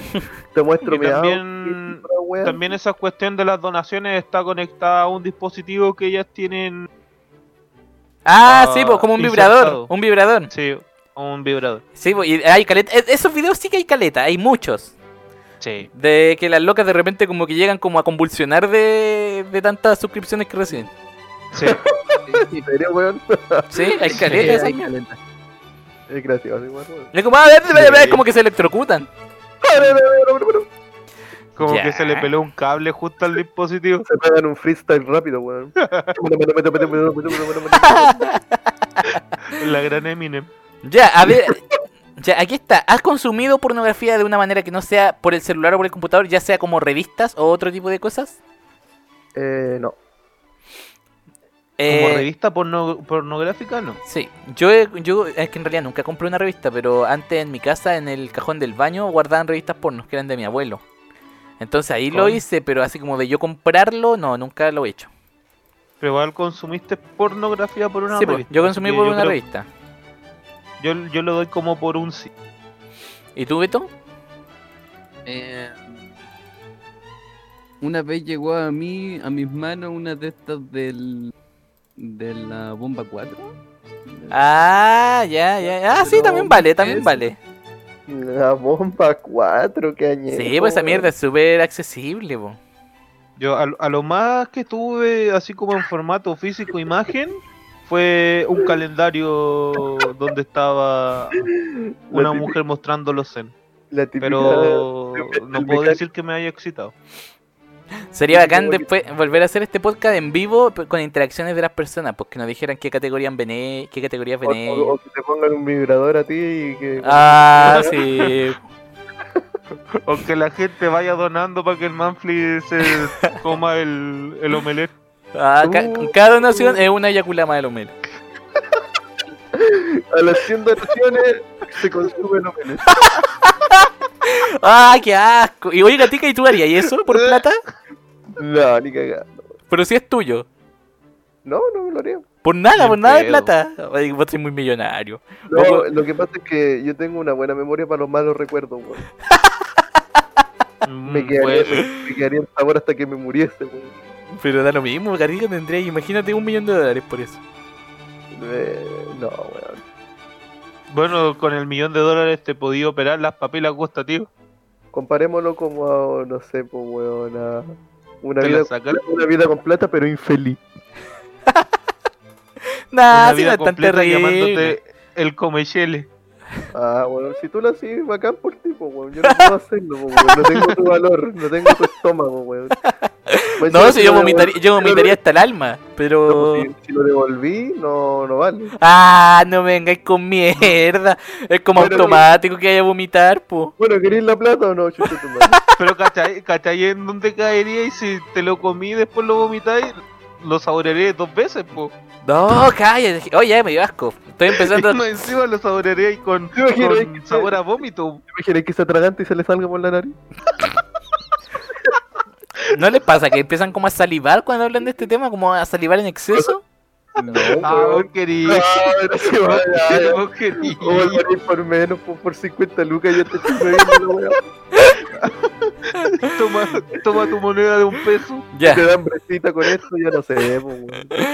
Speaker 2: te muestro
Speaker 3: Y
Speaker 2: mi
Speaker 3: también-
Speaker 2: outfit, pura weá.
Speaker 3: También esa cuestión de las donaciones está conectada a un dispositivo que ellas tienen,
Speaker 1: Ah,
Speaker 3: Ah,
Speaker 1: sí, pues como un
Speaker 3: insertado.
Speaker 1: vibrador, un vibrador.
Speaker 3: sí, un vibrador.
Speaker 1: Sí, bo, y hay caleta. es- Esos videos sí que hay caleta, hay muchos.
Speaker 3: Sí.
Speaker 1: De que las locas de repente como que llegan como a convulsionar de, de tantas suscripciones que reciben.
Speaker 3: Sí.
Speaker 2: ¿En serio, weón?
Speaker 1: Sí, hay
Speaker 4: Sí,
Speaker 1: caleta. esa
Speaker 4: hay
Speaker 1: mierda.
Speaker 4: caleta.
Speaker 2: Es gracioso, igual, weón.
Speaker 1: Es como, "Ah, ve, ve, ve",
Speaker 3: Sí.
Speaker 1: como que se electrocutan.
Speaker 3: Como
Speaker 1: Ya.
Speaker 3: que se le peló un cable justo al dispositivo.
Speaker 2: Se pegan un freestyle rápido, weón.
Speaker 3: La gran Eminem.
Speaker 1: Ya, a ver. Ya, aquí está. ¿Has consumido pornografía de una manera que no sea por el celular o por el computador, ya sea como revistas o otro tipo de cosas?
Speaker 2: eh, no.
Speaker 3: Como
Speaker 1: Eh,
Speaker 3: revista porno- pornográfica, no.
Speaker 1: Sí, yo, he- yo es que en realidad nunca compré una revista, pero antes en mi casa, en el cajón del baño, guardaban revistas pornos que eran de mi abuelo. Entonces ahí lo
Speaker 3: Con-
Speaker 1: hice, pero así como de yo comprarlo, no, nunca lo he hecho.
Speaker 3: Pero igual consumiste pornografía por una
Speaker 1: Sí, pues,
Speaker 3: revista.
Speaker 1: yo consumí
Speaker 3: así que
Speaker 1: por
Speaker 3: yo
Speaker 1: una
Speaker 3: creo-
Speaker 1: revista.
Speaker 3: Yo, yo lo doy como por un sí.
Speaker 1: ¿Y tú, Beto?
Speaker 4: Eh, una vez llegó a mí, a mis manos, una de estas del. de la bomba 4.
Speaker 1: Ah, ya, ya, ya. Ah, sí,
Speaker 4: Pero,
Speaker 1: también vale,
Speaker 4: ¿qué
Speaker 1: también
Speaker 4: es?
Speaker 1: vale.
Speaker 2: La bomba 4, que añejo.
Speaker 1: Sí, pues esa
Speaker 2: weón.
Speaker 1: mierda es súper accesible, po.
Speaker 3: Yo a, lo- a lo más que tuve, así como en formato físico imagen, fue un calendario donde
Speaker 2: La
Speaker 3: estaba una
Speaker 2: típica-
Speaker 3: mujer mostrando los zen.
Speaker 2: La típica.
Speaker 3: Pero no
Speaker 2: el
Speaker 3: puedo
Speaker 2: meca-
Speaker 3: decir que me haya excitado.
Speaker 1: Sería
Speaker 2: Sí,
Speaker 1: bacán
Speaker 2: como que-
Speaker 1: después volver a hacer este podcast en vivo pe- con interacciones de las personas, pues que nos dijeran qué categoría vené, qué categoría
Speaker 2: O,
Speaker 1: vené.
Speaker 2: o- o que te pongan un vibrador a ti y que.
Speaker 1: Ah, sí.
Speaker 3: O que la gente vaya donando para que el Manfly se coma el, el omelette.
Speaker 1: Ah, ca-
Speaker 2: Uh.
Speaker 1: cada donación es una yaculama del Homero.
Speaker 2: A las 100 donaciones se consume lo menos.
Speaker 1: ¡Ah, qué asco! Y oiga, tica, ¿y tú harías eso por plata?
Speaker 2: No, ni cagada.
Speaker 1: Eh. Pero si es tuyo.
Speaker 2: No, no me lo haría.
Speaker 1: Por nada,
Speaker 3: Ni
Speaker 1: por nada de
Speaker 3: pedo.
Speaker 1: plata. Ay, vos sois muy millonario.
Speaker 2: No,
Speaker 1: Luego-
Speaker 2: lo que pasa es que yo tengo una buena memoria para los malos recuerdos, weón.
Speaker 3: Mm,
Speaker 1: Mm,
Speaker 2: Me, quedaría, me quedaría el sabor hasta que me muriese, weón.
Speaker 1: Pero da lo mismo, Gatica tendría, imagínate, un millón de dólares por eso.
Speaker 2: Eh, no, weón.
Speaker 3: Bueno, con el millón de dólares te podía operar las papilas gustativas.
Speaker 2: Comparémoslo como a, no sé, pues, weón, a una
Speaker 3: Te la
Speaker 2: vida,
Speaker 3: sacan.
Speaker 2: una vida con plata pero infeliz.
Speaker 1: Nah,
Speaker 3: Una
Speaker 1: si no
Speaker 3: vida
Speaker 1: es tan
Speaker 3: completa
Speaker 1: terrible.
Speaker 3: llamándote el comechele.
Speaker 2: Ah, bueno, si tú lo haces bacán por ti, po, weón. Yo no puedo hacerlo, po, weón. No tengo tu valor, no tengo tu estómago, weón. Pues
Speaker 1: No, si yo
Speaker 2: lo
Speaker 1: vomitaría,
Speaker 2: devol-
Speaker 1: yo
Speaker 2: si lo
Speaker 1: vomitaría hasta el alma,
Speaker 2: devol-
Speaker 1: pero...
Speaker 2: no, pues, si, si lo devolví, no, no vale.
Speaker 1: Ah, no me vengáis con mierda. Es como
Speaker 2: Pero-
Speaker 1: automático que haya vomitar, po.
Speaker 2: Bueno, ¿queréis la plata o no? Chucha tu madre.
Speaker 3: Pero cachai, cachai en dónde caería y si te lo comí y después lo vomitáis, lo saborearé dos veces, po.
Speaker 1: No, cállate. Oye, me dio asco. Estoy empezando.
Speaker 3: No, encima lo saborearé y con,
Speaker 2: Yo imagino
Speaker 3: con
Speaker 2: que-
Speaker 3: sabor a vómito.
Speaker 2: ¿Te imaginas que se atragante y se le salga por la nariz?
Speaker 1: ¿No les pasa que empiezan como a salivar cuando hablan de este tema? Como a salivar en exceso.
Speaker 2: No,
Speaker 3: Ah, vos
Speaker 2: weón.
Speaker 3: querís.
Speaker 2: Ah, pero si va, ya, ya.
Speaker 3: Vos querís.
Speaker 2: ¿Cómo voy a morir por menos, po, por 50 lucas? Yo te estoy bebiendo, weón.
Speaker 3: Toma, toma tu moneda de un peso.
Speaker 1: Ya,
Speaker 2: Te dan brecita con esto, ya no sé, po, weón.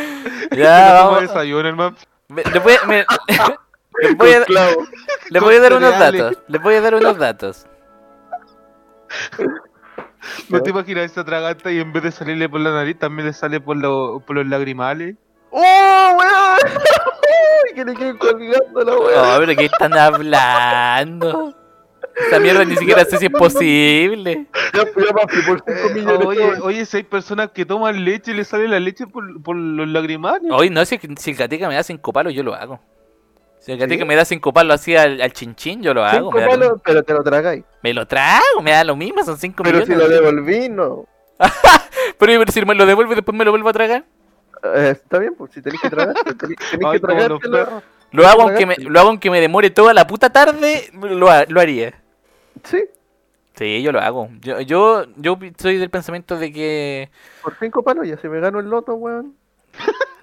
Speaker 1: ya,
Speaker 3: Toma
Speaker 1: vamos.
Speaker 3: desayuno, hermano.
Speaker 1: Me- Les voy, a- me- les voy a,
Speaker 2: Con clavo.
Speaker 1: les voy a dar unos
Speaker 3: cereales.
Speaker 1: datos. Les voy a dar unos datos.
Speaker 3: ¿No te imaginas esa traganta y en vez de salirle por la nariz, también le sale por, lo- por los lagrimales?
Speaker 2: ¡Oh, weón! que le queden colgando la weón.
Speaker 1: No, pero ¿qué están hablando? Esta mierda ni siquiera sé si es posible.
Speaker 2: Ya, pues, ya, papi, por 5
Speaker 3: Eh,
Speaker 2: millones.
Speaker 3: oye,
Speaker 2: weón.
Speaker 3: oye, si hay personas que toman leche y le sale la leche por, por los lagrimales.
Speaker 1: Hoy no, si, si el cateca me da cinco palos, yo lo hago. Si el cateca
Speaker 2: ¿Sí?
Speaker 1: me da cinco palos así al, al chinchín, yo lo hago.
Speaker 2: Cinco
Speaker 1: me, da lo-
Speaker 2: palos, pero te lo tragáis.
Speaker 1: me lo trago, me da lo mismo, son cinco
Speaker 2: Pero si
Speaker 1: millones.
Speaker 2: lo devolví, no.
Speaker 1: Pero si me lo devuelve y después me lo vuelvo a tragar.
Speaker 2: Eh, está bien, pues si tenés que tragar, tenés
Speaker 3: Ay,
Speaker 2: que
Speaker 3: como los
Speaker 2: tragártelo.
Speaker 3: perros.
Speaker 1: Lo hago,
Speaker 2: Lo
Speaker 1: aunque me,
Speaker 2: tragaste.
Speaker 1: lo hago aunque me demore toda la puta tarde, lo, ha- lo haría.
Speaker 2: Sí,
Speaker 1: Sí, yo lo hago. Yo, yo, yo soy del pensamiento de que.
Speaker 2: por 5 palos ya se me ganó el loto, weón.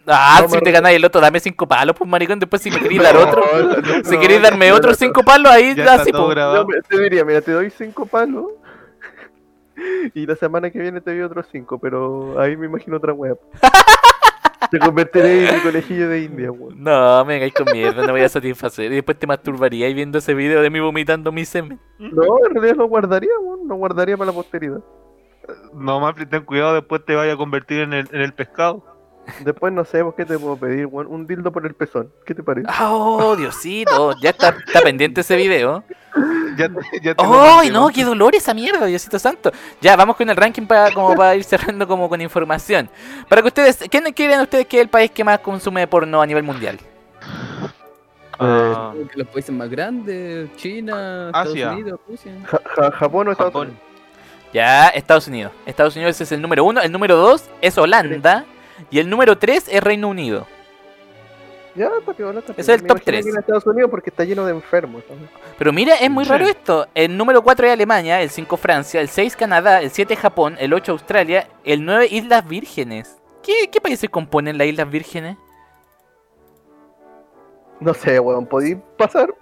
Speaker 1: Ah,
Speaker 2: No,
Speaker 1: si
Speaker 2: me
Speaker 1: te
Speaker 2: re-
Speaker 1: ganas el otro, dame cinco palos, pues maricón. Después, si me queréis dar otro,
Speaker 2: No, no,
Speaker 1: si
Speaker 2: no,
Speaker 1: queréis
Speaker 2: no,
Speaker 1: darme
Speaker 2: no,
Speaker 1: otros
Speaker 2: no,
Speaker 1: cinco palos, ahí
Speaker 3: Ya está
Speaker 1: así,
Speaker 3: todo
Speaker 1: po.
Speaker 2: no.
Speaker 3: grabado.
Speaker 2: Yo me- te diría, mira, te doy 5 palos. Y la semana que viene te doy otros 5, pero ahí me imagino otra web. Te convertiré en el conejillo de India, weón.
Speaker 1: No, me vengáis con mierda, no voy a satisfacer. Y después te masturbaría y viendo ese video de mí vomitando mi semen.
Speaker 2: No, en realidad lo guardaría, weón. Lo guardaría para la posteridad.
Speaker 3: No, más ten cuidado, después te vaya a convertir en el, en el pescado.
Speaker 2: Después no sé, pues, ¿qué te puedo pedir, weón? Un dildo por el pezón. ¿Qué te parece?
Speaker 1: Ah, Oh, Diosito, ya está, está pendiente ese video.
Speaker 3: Ya, te- ya te lo
Speaker 1: ¡Ay,
Speaker 3: mandé,
Speaker 1: no!
Speaker 3: man.
Speaker 1: ¡Qué dolor esa mierda, Diosito Santo! Ya, vamos con el ranking para como para ir cerrando como con información. Para que ustedes, ¿quién creen ustedes que es el país que más consume porno a nivel mundial?
Speaker 3: Ah,
Speaker 4: Como que los países más grandes, China,
Speaker 2: Ah,
Speaker 3: Asia.
Speaker 4: Estados Unidos, Rusia.
Speaker 2: Ja- ja- Japón o Estados
Speaker 3: Japón.
Speaker 2: Unidos.
Speaker 1: Ya, Estados Unidos. Estados Unidos es el número uno, el número dos es Holanda y el número tres es Reino Unido.
Speaker 2: Ya, está piola, está
Speaker 1: Es
Speaker 2: piola.
Speaker 1: el
Speaker 2: Me
Speaker 1: top
Speaker 2: imagino
Speaker 1: tres.
Speaker 2: que en Estados Unidos porque está lleno de enfermos. ¿no?
Speaker 1: Pero mira, es muy
Speaker 3: Sí.
Speaker 1: raro esto. El número 4 es Alemania, el 5 Francia, el 6 Canadá, el 7 Japón, el 8 Australia, el 9 Islas Vírgenes. ¿Qué, qué países componen las Islas Vírgenes?
Speaker 2: No sé, weón. ¿Podí pasar?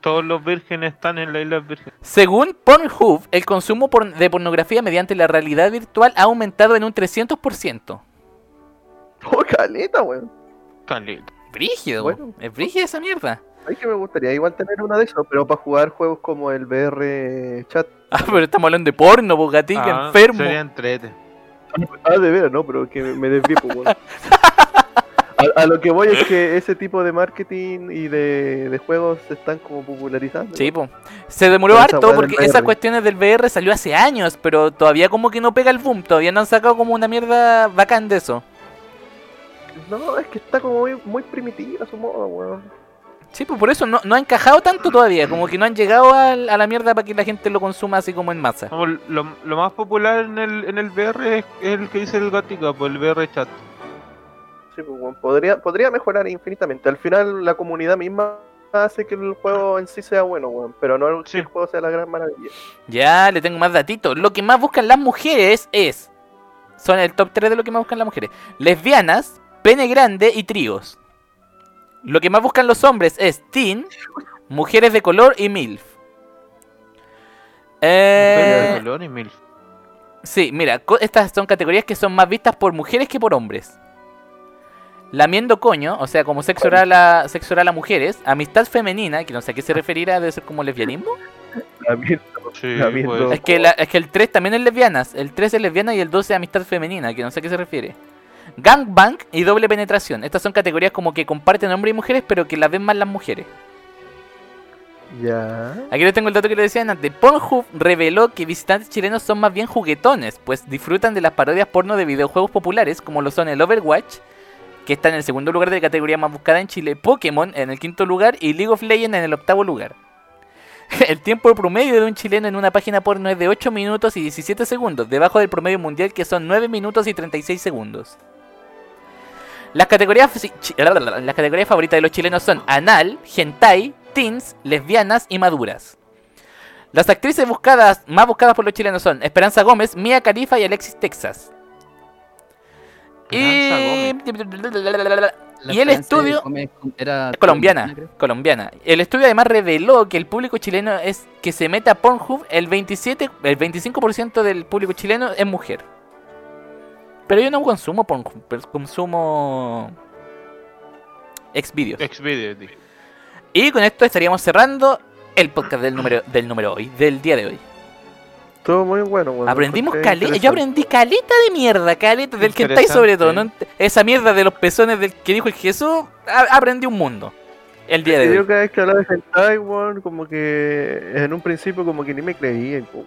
Speaker 3: Todos los vírgenes están en la isla virgen.
Speaker 1: Según Pornhub, el consumo por- de pornografía mediante la realidad virtual ha aumentado en un 300%.
Speaker 2: Oh, caleta, weón.
Speaker 3: Caleta.
Speaker 1: Brígido,
Speaker 2: Bueno.
Speaker 1: es brígida esa mierda.
Speaker 2: Ay, que me gustaría igual tener una de esas, pero para jugar juegos como el VR Chat.
Speaker 1: Ah, pero estamos hablando de porno, bogatica,
Speaker 3: Ah,
Speaker 1: enfermo.
Speaker 3: Sería entrete.
Speaker 2: Ah, de veras, no, pero que me- me desvío, pues, weón. A, a lo que voy es que ese tipo de marketing y de, de juegos se están como popularizando.
Speaker 1: Sí, po. Se demoró
Speaker 2: Pero esa
Speaker 1: harto
Speaker 2: weá del
Speaker 1: porque
Speaker 2: VR.
Speaker 1: esas cuestiones del VR salió hace años, pero todavía como que no pega el boom, todavía no han sacado como una mierda bacán de eso.
Speaker 2: No, es que está como muy, muy primitiva su moda, weón.
Speaker 1: Sí, pues por eso no, no ha encajado tanto todavía, como que no han llegado al- a, la mierda para que la gente lo consuma así como en masa.
Speaker 3: Como lo, lo más popular en el, en el VR es, es el que dice el Gatica, por el VR chat.
Speaker 2: Sí, pues, weón, Podría, podría mejorar infinitamente. Al final, la comunidad misma hace que el juego en sí sea bueno, weón. Pero no que
Speaker 3: Sí.
Speaker 2: el juego sea la gran maravilla.
Speaker 1: Ya, le tengo más datitos. Lo que más buscan las mujeres es... Son el top 3 de lo que más buscan las mujeres. Lesbianas, pene grande y tríos. Lo que más buscan los hombres es teen, mujeres de color y milf.
Speaker 3: Mujeres de
Speaker 1: Eh,
Speaker 3: color y milf.
Speaker 1: sí, mira, co- estas son categorías que son más vistas por mujeres que por hombres. Lamiendo coño, o sea, como sexo oral a, sexo oral a mujeres. Amistad femenina, que no sé a qué se referirá, debe ser como lesbianismo.
Speaker 2: La mierda.
Speaker 3: Sí,
Speaker 2: la vi,
Speaker 3: pues.
Speaker 1: Es que, la- es que el 3 también es lesbianas. El 3 es lesbiana y el 12 es amistad femenina, que no sé a qué se refiere. Gangbang y doble penetración. Estas son categorías como que comparten hombres y mujeres, pero que las ven más las mujeres.
Speaker 2: Ya.
Speaker 1: Aquí les tengo el dato que les decía antes. Pornhub reveló que visitantes chilenos son más bien juguetones, pues disfrutan de las parodias porno de videojuegos populares, como lo son el Overwatch, que está en el segundo lugar de la categoría más buscada en Chile, Pokémon en el quinto lugar y League of Legends en el octavo lugar. El tiempo promedio de un chileno en una página porno es de 8 minutos y 17 segundos, debajo del promedio mundial que son 9 minutos y 36 segundos. Las categorías, fa- chi- las categorías favoritas de los chilenos son anal, hentai, teens, lesbianas y maduras. Las actrices buscadas, más buscadas por los chilenos son Esperanza Gómez, Mia Khalifa y Alexis Texas. Y...
Speaker 3: Esperanza
Speaker 4: La
Speaker 1: y el
Speaker 4: Frances
Speaker 1: estudio-
Speaker 4: Gómez era
Speaker 1: Es colombiana,
Speaker 4: creo.
Speaker 1: colombiana. El estudio además reveló que el público chileno es que se meta a Pornhub, el 27, el 25% del público chileno es mujer. Pero yo no consumo Pornhub, pero consumo
Speaker 3: Eh.
Speaker 1: Xvideos.
Speaker 3: Xvideos, dije.
Speaker 1: Y con esto estaríamos cerrando el podcast del número del número hoy, del día de hoy.
Speaker 2: Todo muy bueno, weón.
Speaker 1: Aprendimos
Speaker 2: Encontré
Speaker 1: caleta, yo
Speaker 2: interesante.
Speaker 1: aprendí caleta de mierda, caleta del hentai sobre todo, ¿no? esa mierda de los pezones del que dijo el Jesús, a- aprendí un mundo. El día de
Speaker 2: Y
Speaker 1: hoy.
Speaker 2: Yo cada vez que hablaba de hentai, weón, como que en un principio como que ni me creía. po.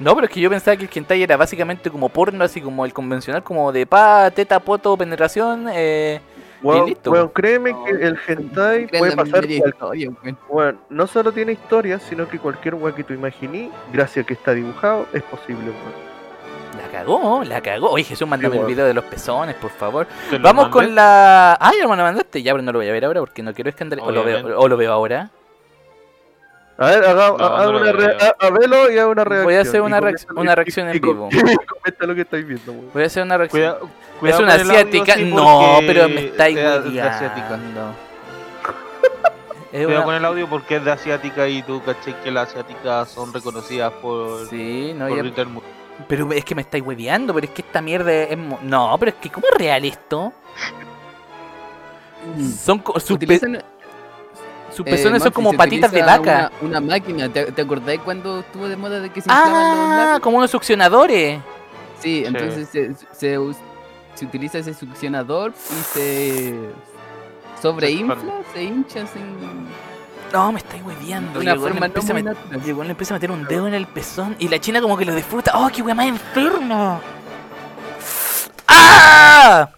Speaker 1: No, pero es que yo pensaba que el hentai era básicamente como porno, así como el convencional, como de pa, teta, poto, penetración. eh,
Speaker 2: Weón,
Speaker 1: listo.
Speaker 2: weón, créeme
Speaker 4: No,
Speaker 2: que el hentai
Speaker 4: Creo en
Speaker 2: puede
Speaker 4: la
Speaker 2: pasar
Speaker 4: memoria
Speaker 2: cual-
Speaker 4: historia, weón.
Speaker 2: weón, no solo tiene historia, sino que cualquier weón que tú imaginí, gracias a que está dibujado, es posible, weón.
Speaker 1: La cagó, la cagó. Oye, Jesús, mándame el
Speaker 2: weón.
Speaker 1: video de los pezones, por favor.
Speaker 3: Te lo
Speaker 1: Vamos
Speaker 3: mandé.
Speaker 1: con la. Ay, hermano, mandaste. Ya, pero no lo voy a ver ahora porque no quiero escandalizar. O lo veo,
Speaker 3: Obviamente.
Speaker 1: o lo veo ahora.
Speaker 2: A ver, haga,
Speaker 3: No,
Speaker 2: haga
Speaker 3: no lo
Speaker 2: una re-
Speaker 3: creo.
Speaker 2: ha- hábelo y haga una reacción.
Speaker 1: Voy a hacer
Speaker 2: y
Speaker 1: una, reac-
Speaker 2: coméntalo
Speaker 1: una
Speaker 2: y-
Speaker 1: reacción
Speaker 2: y
Speaker 1: en
Speaker 2: com-
Speaker 1: vivo.
Speaker 2: Comenta lo que estáis viendo, weón.
Speaker 1: Voy a hacer una reacción.
Speaker 3: Cuida- cuidado
Speaker 1: es una
Speaker 3: con el audio,
Speaker 1: asiática.
Speaker 3: sí,
Speaker 1: no,
Speaker 3: porque
Speaker 1: pero me está
Speaker 3: es de-
Speaker 1: igual.
Speaker 3: es de asiática.
Speaker 1: Es
Speaker 3: Cuidado
Speaker 1: una-
Speaker 3: con el audio porque es de asiática y tú caché que las asiáticas son reconocidas por,
Speaker 1: Sí, no,
Speaker 3: por
Speaker 1: ya-
Speaker 3: gritar mucho.
Speaker 1: Pero es que me estáis hueveando, pero es que esta mierda es... mo- No, pero es que ¿cómo es real esto? Son co- sus, pe-
Speaker 4: Mm. Utilizan,
Speaker 1: sus
Speaker 4: eh,
Speaker 1: pezones son
Speaker 4: Maxi,
Speaker 1: como
Speaker 4: se
Speaker 1: patitas de
Speaker 4: utiliza
Speaker 1: vaca.
Speaker 4: Una, una máquina, ¿Te, te acordás cuando estuvo de moda de que se inflaban los
Speaker 1: Ah,
Speaker 4: labios?
Speaker 1: como unos succionadores.
Speaker 4: Sí, entonces se, se, us- se utiliza ese succionador y se sobreinfla, se hincha se-
Speaker 1: No, me estáis hueveando.
Speaker 4: de una
Speaker 1: y el weón le
Speaker 4: forma no
Speaker 1: empieza a
Speaker 4: muy
Speaker 1: met-
Speaker 4: natural.
Speaker 1: y el weón le empieza a meter un dedo en el pezón y la china como que lo disfruta. ¡Oh, qué wea más enfermo! ¡Ah!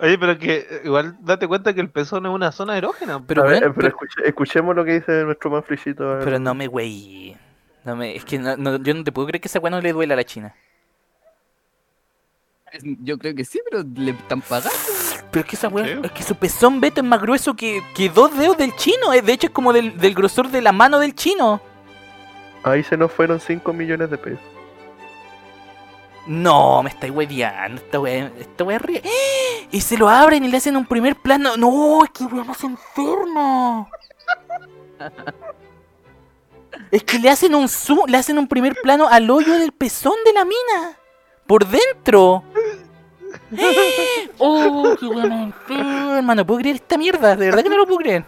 Speaker 3: Oye, pero que eh, igual date cuenta que el pezón es una zona erógena.
Speaker 1: Pero,
Speaker 2: a ver,
Speaker 1: weón,
Speaker 2: eh, pero escuche- escuchemos lo que dice nuestro manfrichito. a ver.
Speaker 1: pero no me wey. No me, es que no- no- yo no te puedo creer que esa wea no le duela a la china.
Speaker 4: Es- Yo creo que sí, pero le están pagando.
Speaker 1: Pero es que esa weá,
Speaker 3: Sí.
Speaker 1: es que su pezón Beto es más grueso que, que dos dedos del chino. eh. De hecho, es como del, del grosor de la mano del chino.
Speaker 2: Ahí se nos fueron 5 millones de pesos.
Speaker 1: No, me estáis hueveando. Esta weá, esta weá es real. ¡Eh! Y se lo abren y le hacen un primer plano. No, es que weá más enfermo. Es que le hacen un zoom, le hacen un primer plano al hoyo del pezón de la mina. Por dentro. ¡Eh! ¡Oh, qué weá más enferma! No puedo creer esta mierda. De verdad que no lo puedo creer.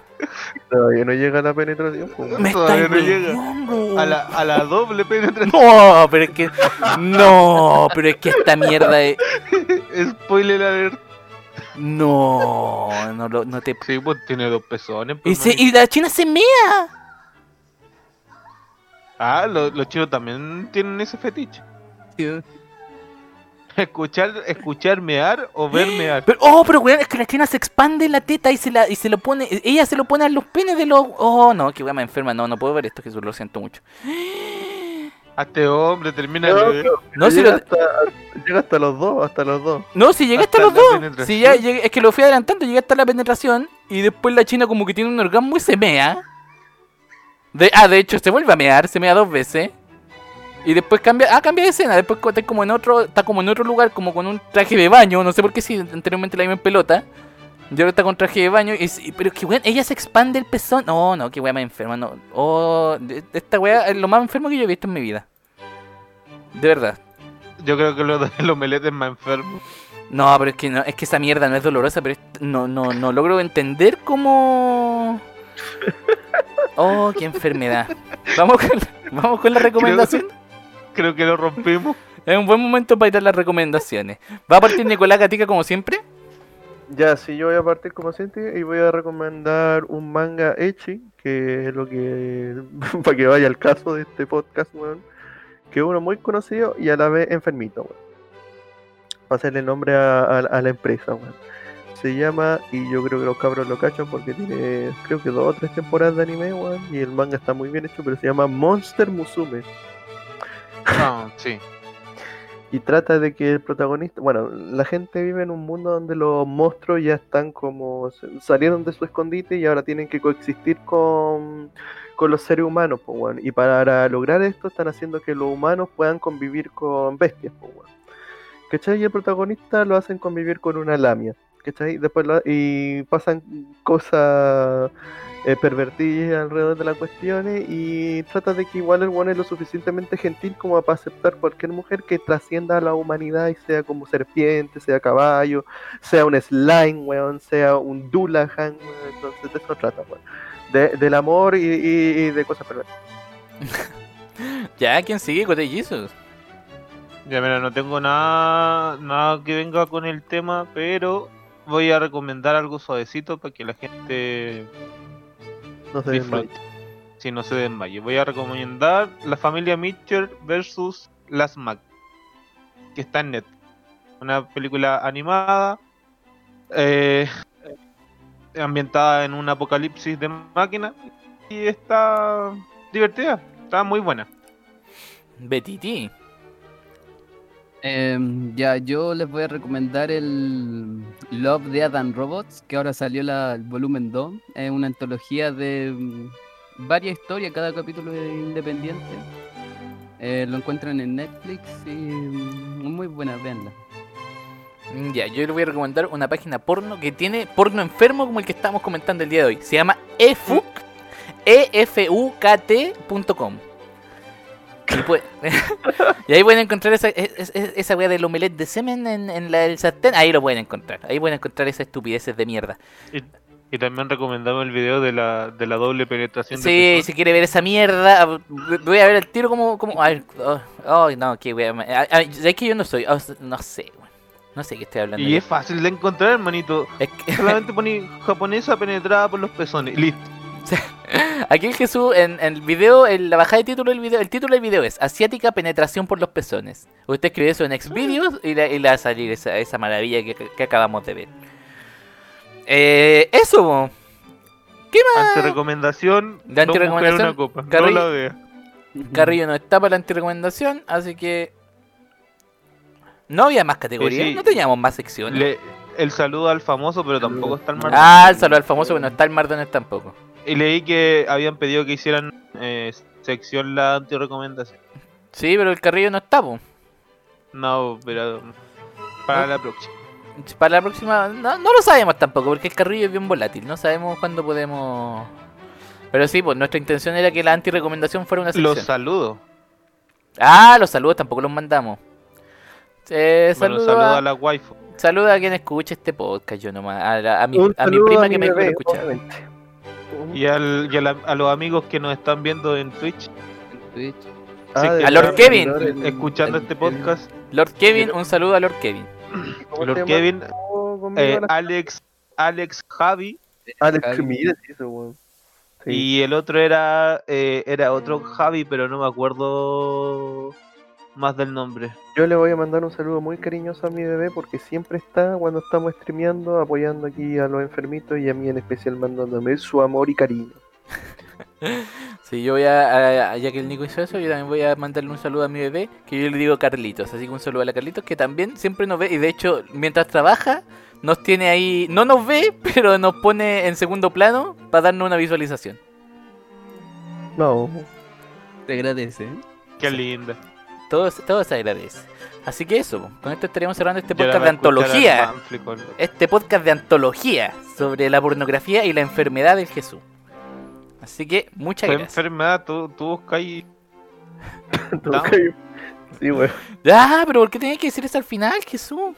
Speaker 2: Todavía no llega la penetración. po, weón.
Speaker 1: Me está
Speaker 3: Todavía no llega.
Speaker 1: hueveando.
Speaker 3: A la, a la doble penetración.
Speaker 1: No, pero es que. No, pero es que esta mierda es.
Speaker 3: Spoiler alert.
Speaker 1: No, no, lo- no te.
Speaker 3: Sí, pues tiene dos pezones.
Speaker 1: Y,
Speaker 3: pues,
Speaker 1: se-
Speaker 3: marico.
Speaker 1: y la china se mea.
Speaker 3: Ah, lo- los chinos también tienen ese fetiche.
Speaker 4: tío.
Speaker 3: Escuchar, escuchar mear o ver mear.
Speaker 1: Pero, oh, pero weón, es que la china se expande la teta y se, la, y se lo pone. Ella se lo pone a los penes de los. Oh, no, que weón me enferma. No, no puedo ver esto, Jesús, lo siento mucho.
Speaker 3: A este hombre termina
Speaker 2: No,
Speaker 3: de ver.
Speaker 2: pero
Speaker 1: No, si,
Speaker 2: llega,
Speaker 1: lo-
Speaker 2: hasta, llega hasta los dos, hasta los dos.
Speaker 1: no, si llegué hasta,
Speaker 3: Hasta
Speaker 1: los
Speaker 3: la
Speaker 1: dos.
Speaker 3: penetración.
Speaker 1: Si ya, llegué- es que lo fui adelantando, llegué hasta la penetración. Y después la china como que tiene un orgasmo y se mea. De, ah, de hecho, se vuelve a mear, se mea dos veces. Y después cambia, ah, cambia de escena, después co- está como en otro, está como en otro lugar, como con un traje de baño, no sé por qué si anteriormente la iba en pelota. Yo ahorita con traje de baño y, sí, pero que weón, ella se expande el pezón. No, no, qué weá más enferma, no. Oh, de- esta weá es lo más enfermo que yo he visto en mi vida. De verdad.
Speaker 3: Yo creo que lo de los meletes más enfermo.
Speaker 1: No, pero es que no, es que esa mierda no es dolorosa, pero es- no, no, no logro entender cómo. Oh, qué enfermedad. Vamos con la, vamos con la recomendación.
Speaker 3: Creo que lo rompimos.
Speaker 1: Es un buen momento para ir a las recomendaciones. Va a partir Nicolás Gatica como siempre.
Speaker 2: Ya, sí, yo voy a partir como siente y voy a recomendar un manga ecchi, que es lo que, para que vaya al caso de este podcast, weón, que es uno muy conocido y a la vez enfermito, weón. Para hacerle nombre a, a- a la empresa, weón. Se llama, y yo creo que los cabros lo cachan porque tiene, creo que dos o tres temporadas de anime, weón, y el manga está muy bien hecho, pero se llama Monster Musume.
Speaker 3: No, sí.
Speaker 2: Y trata de que el protagonista, bueno, la gente vive en un mundo donde los monstruos ya están como se- salieron de su escondite y ahora tienen que coexistir con, con los seres humanos, pues, weón. Y para lograr esto están haciendo que los humanos puedan convivir con bestias, pues, weón. ¿Cachai? Y el protagonista lo hacen convivir con una lamia, ¿cachai? Después lo- y pasan cosas eh, pervertidas alrededor de las cuestiones y trata de que igual el one es lo suficientemente gentil como para aceptar cualquier mujer que trascienda a la humanidad y sea como serpiente, sea caballo, sea un slime, weón, sea un dulahan, weón, entonces de eso trata, weón. De- del amor y, y- y de cosas pervertidas.
Speaker 1: Ya, ¿quién sigue? Cote Jesus.
Speaker 3: Ya mira, no tengo nada, nada que venga con el tema, pero voy a recomendar algo suavecito para que la gente
Speaker 2: No sé,
Speaker 3: disfrute. Si no se desmaye. Voy a recomendar La familia Mitchell versus Las Mac, que está en net. Una película animada, eh, ambientada en un apocalipsis de máquina y está divertida, está muy buena.
Speaker 1: Betiti.
Speaker 4: Em, ya, yo les voy a recomendar el Love de Adam Robots, que ahora salió la, el volumen 2. Es una antología de mm, varias historias, cada capítulo es independiente. Eh, lo encuentran en Netflix y mm, muy buena, véanla.
Speaker 1: Mm, Ya, yo le voy a recomendar una página porno que tiene porno enfermo como el que estamos comentando el día de hoy. Se llama E efuk, E efukt.com. Y, pue- y ahí pueden encontrar esa, e, es- es- esa wea del omelette de semen en, en la del sartén. Ahí lo pueden encontrar. Ahí pueden encontrar esas estupideces de mierda.
Speaker 3: Y también recomendamos el video de la, de la doble penetración de
Speaker 1: Sí,
Speaker 3: pezón.
Speaker 1: si quiere ver esa mierda, ah, voy a ver el tiro como... como ay, oh, ay, no, qué wea. ma- ah, ah, Es que yo no soy... ah, No sé, weón. No sé qué estoy hablando.
Speaker 3: Y
Speaker 1: yo.
Speaker 3: es fácil de encontrar, hermanito.
Speaker 1: Es que-
Speaker 3: Solamente poní japonesa penetrada por los pezones. y Listo.
Speaker 1: Aquí el Jesús, en, en el video, en la bajada de título del video, el título del video es Asiática penetración por los pezones. Usted escribe eso en
Speaker 3: Mm.
Speaker 1: Xvideos y le, y le va a salir esa, esa maravilla que, que acabamos de ver. Eh, eso, bo.
Speaker 3: Mm. Antirecomendación.
Speaker 1: Ah. De
Speaker 3: no buscar
Speaker 1: antirecomendación,
Speaker 3: una copa. No
Speaker 1: Carrillo.
Speaker 3: la vea.
Speaker 1: Carrillo no está para la antirecomendación, así que. No había más categorías,
Speaker 3: Eh, sí.
Speaker 1: no teníamos más secciones.
Speaker 3: Le- el saludo al famoso, pero tampoco está el mar.
Speaker 1: Ah, el saludo al famoso que no está el Mardones tampoco.
Speaker 3: Y leí que habían pedido que hicieran eh, sección la antirecomendación.
Speaker 1: Sí, pero el Carrillo no está, po.
Speaker 3: No, pero. Para la próxima.
Speaker 1: Para la próxima, no, no lo sabemos tampoco, porque el carrillo es bien volátil, no sabemos cuándo podemos. Pero sí, pues nuestra intención era que la antirecomendación fuera una sección.
Speaker 3: Los saludo.
Speaker 1: ah, los saludos tampoco los mandamos. Eh,
Speaker 3: Bueno,
Speaker 1: saludo,
Speaker 3: saludo
Speaker 1: a,
Speaker 3: a la waifu.
Speaker 1: saludo a quien escuche este podcast, yo nomás. A, la- a mi,
Speaker 2: Un
Speaker 1: a mi
Speaker 2: saludo
Speaker 1: prima
Speaker 2: a
Speaker 1: que
Speaker 2: mi
Speaker 1: me quiere
Speaker 2: bebé,
Speaker 1: escuchar.
Speaker 2: obviamente.
Speaker 3: Y, al, y a, la- a los amigos que nos están viendo en Twitch,
Speaker 4: En Twitch.
Speaker 3: Sí,
Speaker 2: Ah, de
Speaker 3: a
Speaker 1: Lord
Speaker 2: verdad,
Speaker 1: Kevin.
Speaker 2: Lord- el-
Speaker 3: escuchando
Speaker 4: el-
Speaker 3: este podcast,
Speaker 1: Lord Kevin, un saludo a Lord Kevin.
Speaker 2: ¿cómo se
Speaker 3: Lord
Speaker 2: llama?
Speaker 3: Kevin,
Speaker 2: Conmigo
Speaker 3: eh,
Speaker 2: la- Ah,
Speaker 3: Alex, Alex Javi,
Speaker 2: Alex
Speaker 4: Javi.
Speaker 2: Ramírez, eso, weón. Sí.
Speaker 3: Y el otro era eh, era otro Javi, pero no me acuerdo más del nombre.
Speaker 2: Yo le voy a mandar un saludo muy cariñoso a mi bebé porque siempre está cuando estamos streameando apoyando aquí a los enfermitos y a mí en especial mandándome su amor y cariño.
Speaker 1: Sí, yo voy a, a- ya que el Nico hizo eso, yo también voy a mandarle un saludo a mi bebé, que yo le digo Carlitos, así que un saludo a la Carlitos, que también siempre nos ve, y de hecho, mientras trabaja, nos tiene ahí, no nos ve, pero nos pone en segundo plano para darnos una visualización.
Speaker 2: No,
Speaker 4: Te agradece. ¿eh?
Speaker 1: Este
Speaker 3: Qué linda.
Speaker 1: Todo, se- todo se agradece. Así que eso, con esto estaríamos cerrando este
Speaker 3: Yo la
Speaker 1: podcast
Speaker 3: voy
Speaker 1: de
Speaker 3: a escuchar al
Speaker 1: antología.
Speaker 3: Manfly con-
Speaker 1: este podcast de antología sobre la pornografía y la enfermedad del Jesús. Así que muchas
Speaker 3: Fue
Speaker 1: gracias.
Speaker 3: enfermedad, tú, tú buscas ahí.
Speaker 2: Sí, weón.
Speaker 1: Ah, pero ¿por qué tenías que decir eso al final, Jesús?